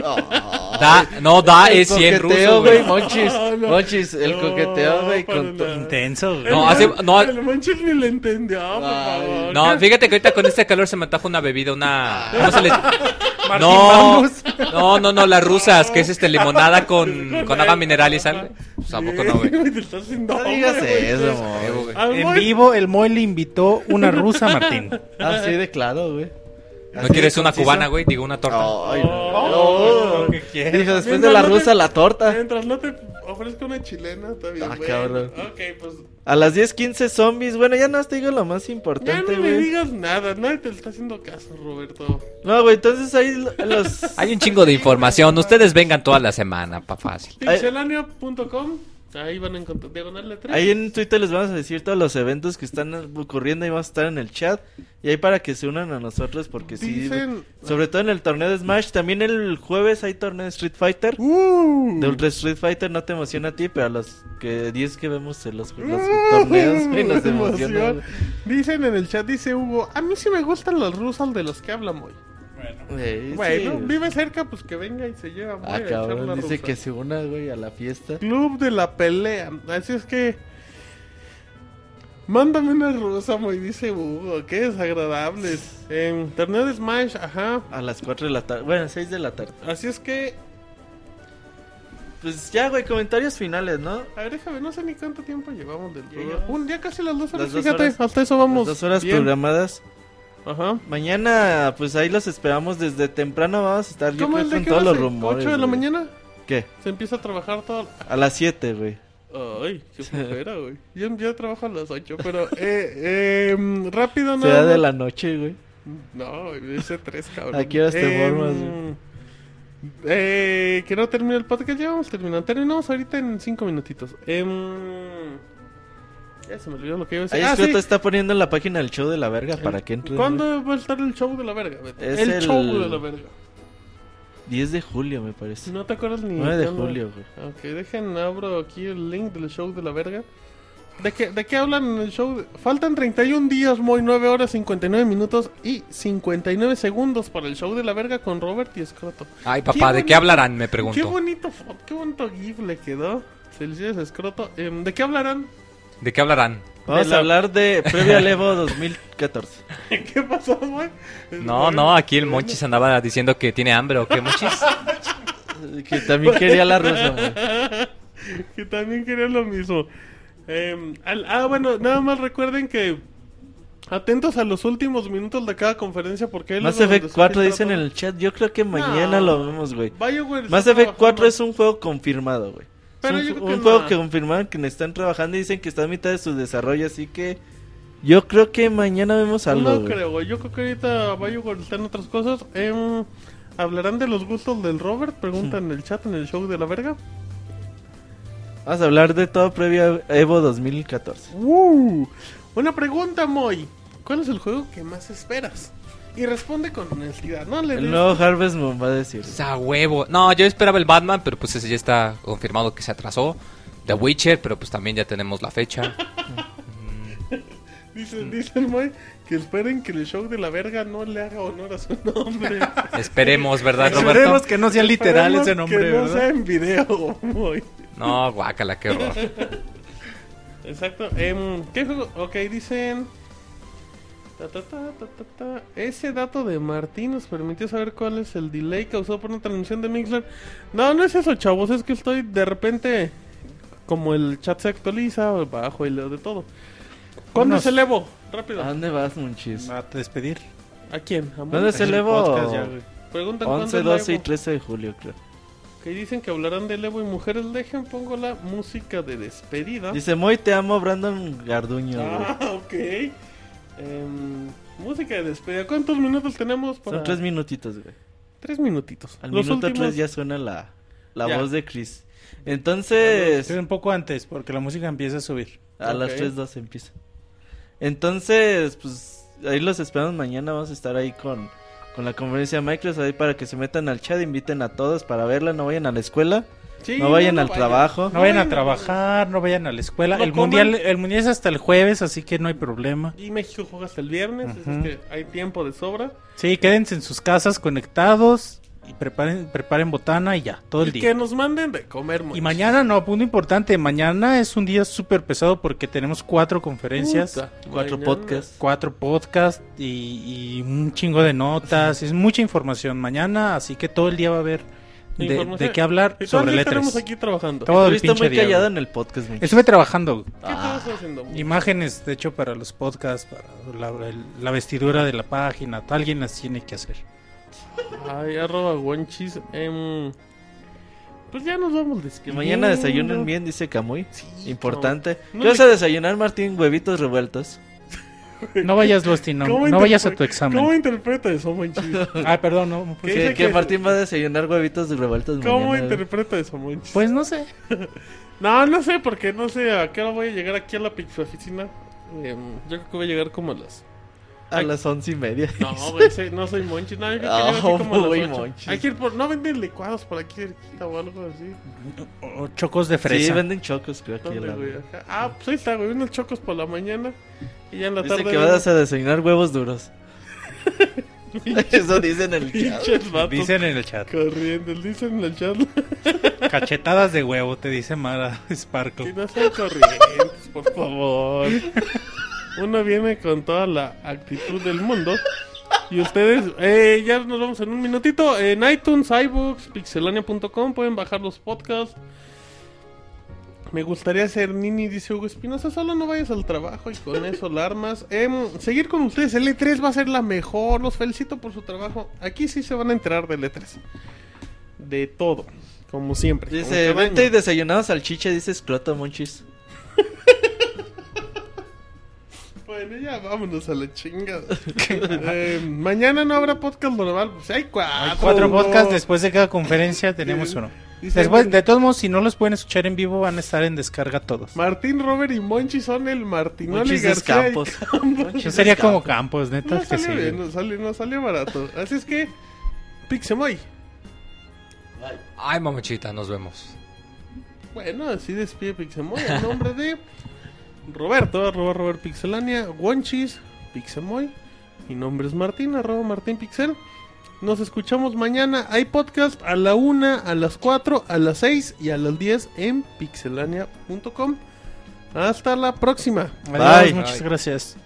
Da. No, da
El
es 100
coqueteo,
ruso, güey.
Monchis,
Ah, no.
Monchis, el
No,
coqueteo, güey.
para
con tu-
nada.
Intenso, güey.
No, hace- no.
El manches ni le entendió, por
Ay.
favor.
No, fíjate que ahorita con este calor se me ataja una bebida, una... ¿Cómo se le,
Martín
No,
Mamus.
no, no, no, las rusas, que es este limonada con, con agua mineral y sal. Pues, ¿a poco no, güey?
Sí, te estás haciendo
No digas
hombre, güey, Ah,
eso,
estás-
amor.
Ay, güey.
Al
En
Moy-
vivo, el Moy le invitó una rusa a Martín.
Así Ah, de claro, güey.
¿No quieres una cubana, güey? Digo, una torta.
Ay,
Oh,
no.
lo que
Dijo, después de
Mientras
la
no te-
rusa, la torta.
Mientras no te ofrezca una chilena, está bien.
Ah,
bueno.
cabrón.
Ok, pues.
A las 10.15 zombies. Bueno, ya no te digo lo más
Ya
importante,
no me
güey.
digas nada, nadie te está haciendo caso, Roberto.
No, güey, entonces ahí lo- los...
Hay un chingo de información. Ustedes vengan toda la semana, pa' fácil.
Pixelania.com, ahí van a encontrar diagonal letra.
Ahí en Twitter les vamos a decir todos los eventos que están ocurriendo y vamos a estar en el chat. Y ahí para que se unan a nosotros porque sí...
Dicen-
Sobre todo en el torneo de Smash. También el jueves hay torneo de Street Fighter.
Uh.
De Ultra Street Fighter no te emociona a ti, pero a los que 10 que vemos en los, los torneos, güey, nos
Emoción.
emociona. güey.
Dicen en el chat, dice Hugo, a mí sí me gustan los rusas de los que habla Moy.
Güey,
bueno,
sí.
vive cerca, pues que venga y se lleva Moy
Ah,
a echar la
cabrón, dice
rusa.
que se una, güey, a la fiesta.
Club de la pelea. Así es que. Mándame una rusa, Moy, dice Hugo. Qué desagradables. En torneo de Smash, ajá.
A las 4 de la tarde, bueno, 6 de la tarde.
Así es que.
Pues ya, güey, comentarios finales, ¿no?
A ver, déjame, no sé ni cuánto tiempo llevamos del programa.
llevamos.
Un día casi las dos horas,
Las dos
fíjate.
horas.
Hasta eso vamos.
Las dos horas
bien.
programadas.
Ajá.
Mañana, pues ahí los esperamos desde temprano. Vamos a estar yo
¿Cómo
creo,
el de
con
qué
todos
hora
los
se-
rumores.
¿8 de la
güey.
mañana?
¿Qué?
Se empieza a trabajar todo.
A las 7, güey.
Ay, qué flojera, güey. Yo, yo trabajo a las 8, pero eh, eh, mm, rápido, ¿no?
Será de la noche, güey.
No, güey, dice 3, cabrón.
¿A qué horas te
Em,
formas, güey?
Eh, que no termine el podcast, ya vamos terminando. Terminamos ahorita en 5 minutitos. Em, ya se me olvidó lo que iba a
Ahí
decir.
es
Ah,
Scroto
sí.
está poniendo en la página del show de la verga para que entren. güey.
¿Cuándo va a estar el show de la verga? Beto?
Es
el,
el-
show de la verga.
10 de julio, me parece.
No te acuerdas ni.
9 de
cuándo-
julio, güey.
Ok, dejen, abro aquí el link del show de la verga. ¿De qué, de qué hablan en el show? Faltan 31 días, muy 9 horas, 59 minutos y 59 segundos para el show de la verga con Robert y Escroto.
Ay, papá, ¿de
boni-
qué hablarán? Me
Qué
pregunto.
bonito, fo- qué bonito GIF le quedó. Felicidades, Escroto. Em, ¿De qué hablarán?
¿De qué hablarán?
Vamos
la-
a hablar de previa al Evo 2014.
¿Qué pasó, güey?
No, no, aquí el Monchis andaba diciendo que tiene hambre o qué, Monchis.
que también quería la rosa, güey.
que también quería lo mismo. Eh, al- ah, bueno, nada más recuerden que atentos a los últimos minutos de cada conferencia porque él
Mass
es donde
Effect
se
4
filtra
dicen
todo.
en el chat. Yo creo que mañana
No.
lo vemos, güey.
BioWare está
Mass Effect 4
trabajando.
es un juego confirmado, güey.
Pero
es
yo
un,
creo que
un
no.
juego que confirmaron que están trabajando y dicen que está a mitad de su desarrollo, así que yo creo que mañana vemos algo.
No
güey.
creo, güey. yo creo que ahorita BioWare está en otras cosas. Em, ¿Hablarán de los gustos del Robert? Preguntan en el chat, en el show de la verga.
Vamos a hablar de todo previo a Evo 2014.
¡Woo! Una pregunta, Moy. ¿Cuál es el juego que más esperas? Y responde con honestidad, ¿no? Le
El
des-
nuevo Harvest Moon va a decir.
Pues, a huevo. No, yo esperaba el Batman, pero pues ese ya está confirmado que se atrasó. The Witcher, pero pues también ya tenemos la fecha.
Dice, dice el Moy que esperen que el show de la verga no le haga honor a su nombre.
Esperemos, ¿verdad,
Esperemos
Roberto?
que no sea literal
Esperemos
ese nombre,
que no
¿verdad?
sea en video, Moy.
No, guácala, qué horror.
Exacto. em, ¿Qué juego? Ok, dicen. Ta, ta, ta, ta, ta, ta. Ese dato de Martín nos permitió saber cuál es el delay causado por una transmisión de Mixler. No, no es eso, chavos. Es que estoy de repente. Como el chat se actualiza, bajo y leo de todo. ¿Cuándo
Unos-
se elevo? Rápido.
¿A dónde vas, Munchis?
Ah,
A despedir.
¿A quién? ¿A
Ah, ¿Dónde
Moy?
se
el
Evo?
podcast ya, güey.
Preguntan cuándo
11,
es la
12 y
Evo.
13 de julio, creo.
Que dicen que hablarán de Evo y mujeres. Dejen, pongo la música de despedida.
Dice, muy te amo, Brandon Garduño. güey.
Ah, ok. Em, música de despedida. ¿Cuántos minutos tenemos para...?
Son tres minutitos, güey.
Tres minutitos.
Al minuto 3 ya suena la, la
Ya.
voz de Chris. Entonces,
Estoy un poco antes, porque la música empieza a subir.
a las
Ok.
3.12 empieza. Entonces, pues ahí los esperamos. Mañana vamos a estar ahí con, con la conferencia de Microsoft ahí para que se metan al chat, inviten a todos para verla. No vayan a la escuela,
Sí,
no vayan al trabajo.
No vayan a trabajar, no vayan a la escuela.
No
el,
coman.
mundial, el mundial es hasta el jueves, así que no hay problema.
Y México juega hasta el viernes, así
Ujú.
es que hay tiempo de sobra.
Sí, quédense en sus casas conectados y preparen, preparen botana y ya, todo el
Y que
día.
nos manden de comer,
Y
muchachos.
mañana, no, punto importante, mañana es un día súper pesado porque tenemos cuatro conferencias,
Puta,
Cuatro
mañana.
podcasts.
cuatro podcasts y, y un chingo de notas, es mucha información mañana, así que todo el día va a haber de,
Información.
de qué hablar
¿Y
sobre
sobre
letras.
estaremos aquí trabajando?
Todo el
Estuviste
pinche
muy
día,
callado
güey.
en el podcast, Micho.
Estuve trabajando,
¿Qué estabas
Ah.
haciendo? güey?
imágenes, de hecho, para los podcasts, para la, el- la vestidura de la página, alguien las tiene que hacer.
Ay, arroba guanchis. em, pues ya nos vamos
Que
despidiendo.
mañana desayunen bien, dice Camuy. Importante.
No
¿Qué vas
le-
a desayunar, Martín? Huevitos revueltos.
No vayas, Dusty, no,
¿Cómo
no
interpre-
vayas a tu
¿Cómo
examen.
interpreta eso, Monchis?
Ah, perdón, no.
¿Qué
Pues,
dice
Que, que
que-
Martín va a desayunar huevitos revueltos
¿Cómo
mañana, güey.
interpreta eso, Monchis?
pues no sé.
No, no sé, porque no sé a qué hora voy a llegar aquí a la pizza oficina. Em, yo creo que voy a llegar como a las...
A las once y media.
No, güey, sé- no soy Monchis. No, yo creo que llego aquí
Oh,
como a las
muy
ocho.
Monchis.
Hay que ir por... ¿No venden licuados por aquí cerquita o algo así?
O chocos de fresa.
Sí, venden chocos, creo que
¿Dónde,
al lado.
güey? Ajá. Ah, pues ahí está, güey. Unos chocos por la mañana y ya en la
Dice
tarde...
que vas a desayunar huevos duros. Eso dicen en el chat.
Pinches vatos
Dicen en el chat.
corriendo. Dicen en la charla...
Cachetadas de huevo, te dice Mara
Que
Sparkle.
no sean corrientes, por favor. Uno viene con toda la actitud del mundo. Y ustedes, eh, ya nos vamos en un minutito. En iTunes, iBooks, pixelania.com pueden bajar los podcasts. Me gustaría ser Nini, dice Hugo Espinosa. Solo no vayas al trabajo y con eso la armas. Em, seguir con ustedes, el E3 va a ser la mejor. Los felicito por su trabajo. Aquí sí se van a enterar del E3. De todo, como siempre. como
Dice,
cada
vente y
año.
desayunamos salchicha, dice escroto, monchis.
Bueno, ya vámonos a la chingada. Eh, mañana no habrá podcast normal. Pues hay cuatro.
Ah, Cuatro podcasts después de cada conferencia tenemos uno.
Dice,
Después, de todos modos, si no los pueden escuchar en vivo, van a estar en descarga todos.
Martín, Robert y Monchi son el Martinoli
Monchis es
García y
Campos.
Campos.
Yo sería como Campos, neta.
No
que sí.
salió bien, no salió, no salió barato. Así es que, Pixemoy.
Ay, mamachita, nos vemos.
Bueno, así despide Pixemoy en nombre de Roberto, arroba Robert Pixelania, Wonchis, Pixemoy. Mi nombre es Martín, arroba Martín Pixel. Nos escuchamos mañana. Hay podcast a la 1, a las 4, a las 6 y a las 10 en pixelania.com. Hasta la próxima.
Adiós,
Bye.
muchas
Bye.
gracias.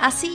Así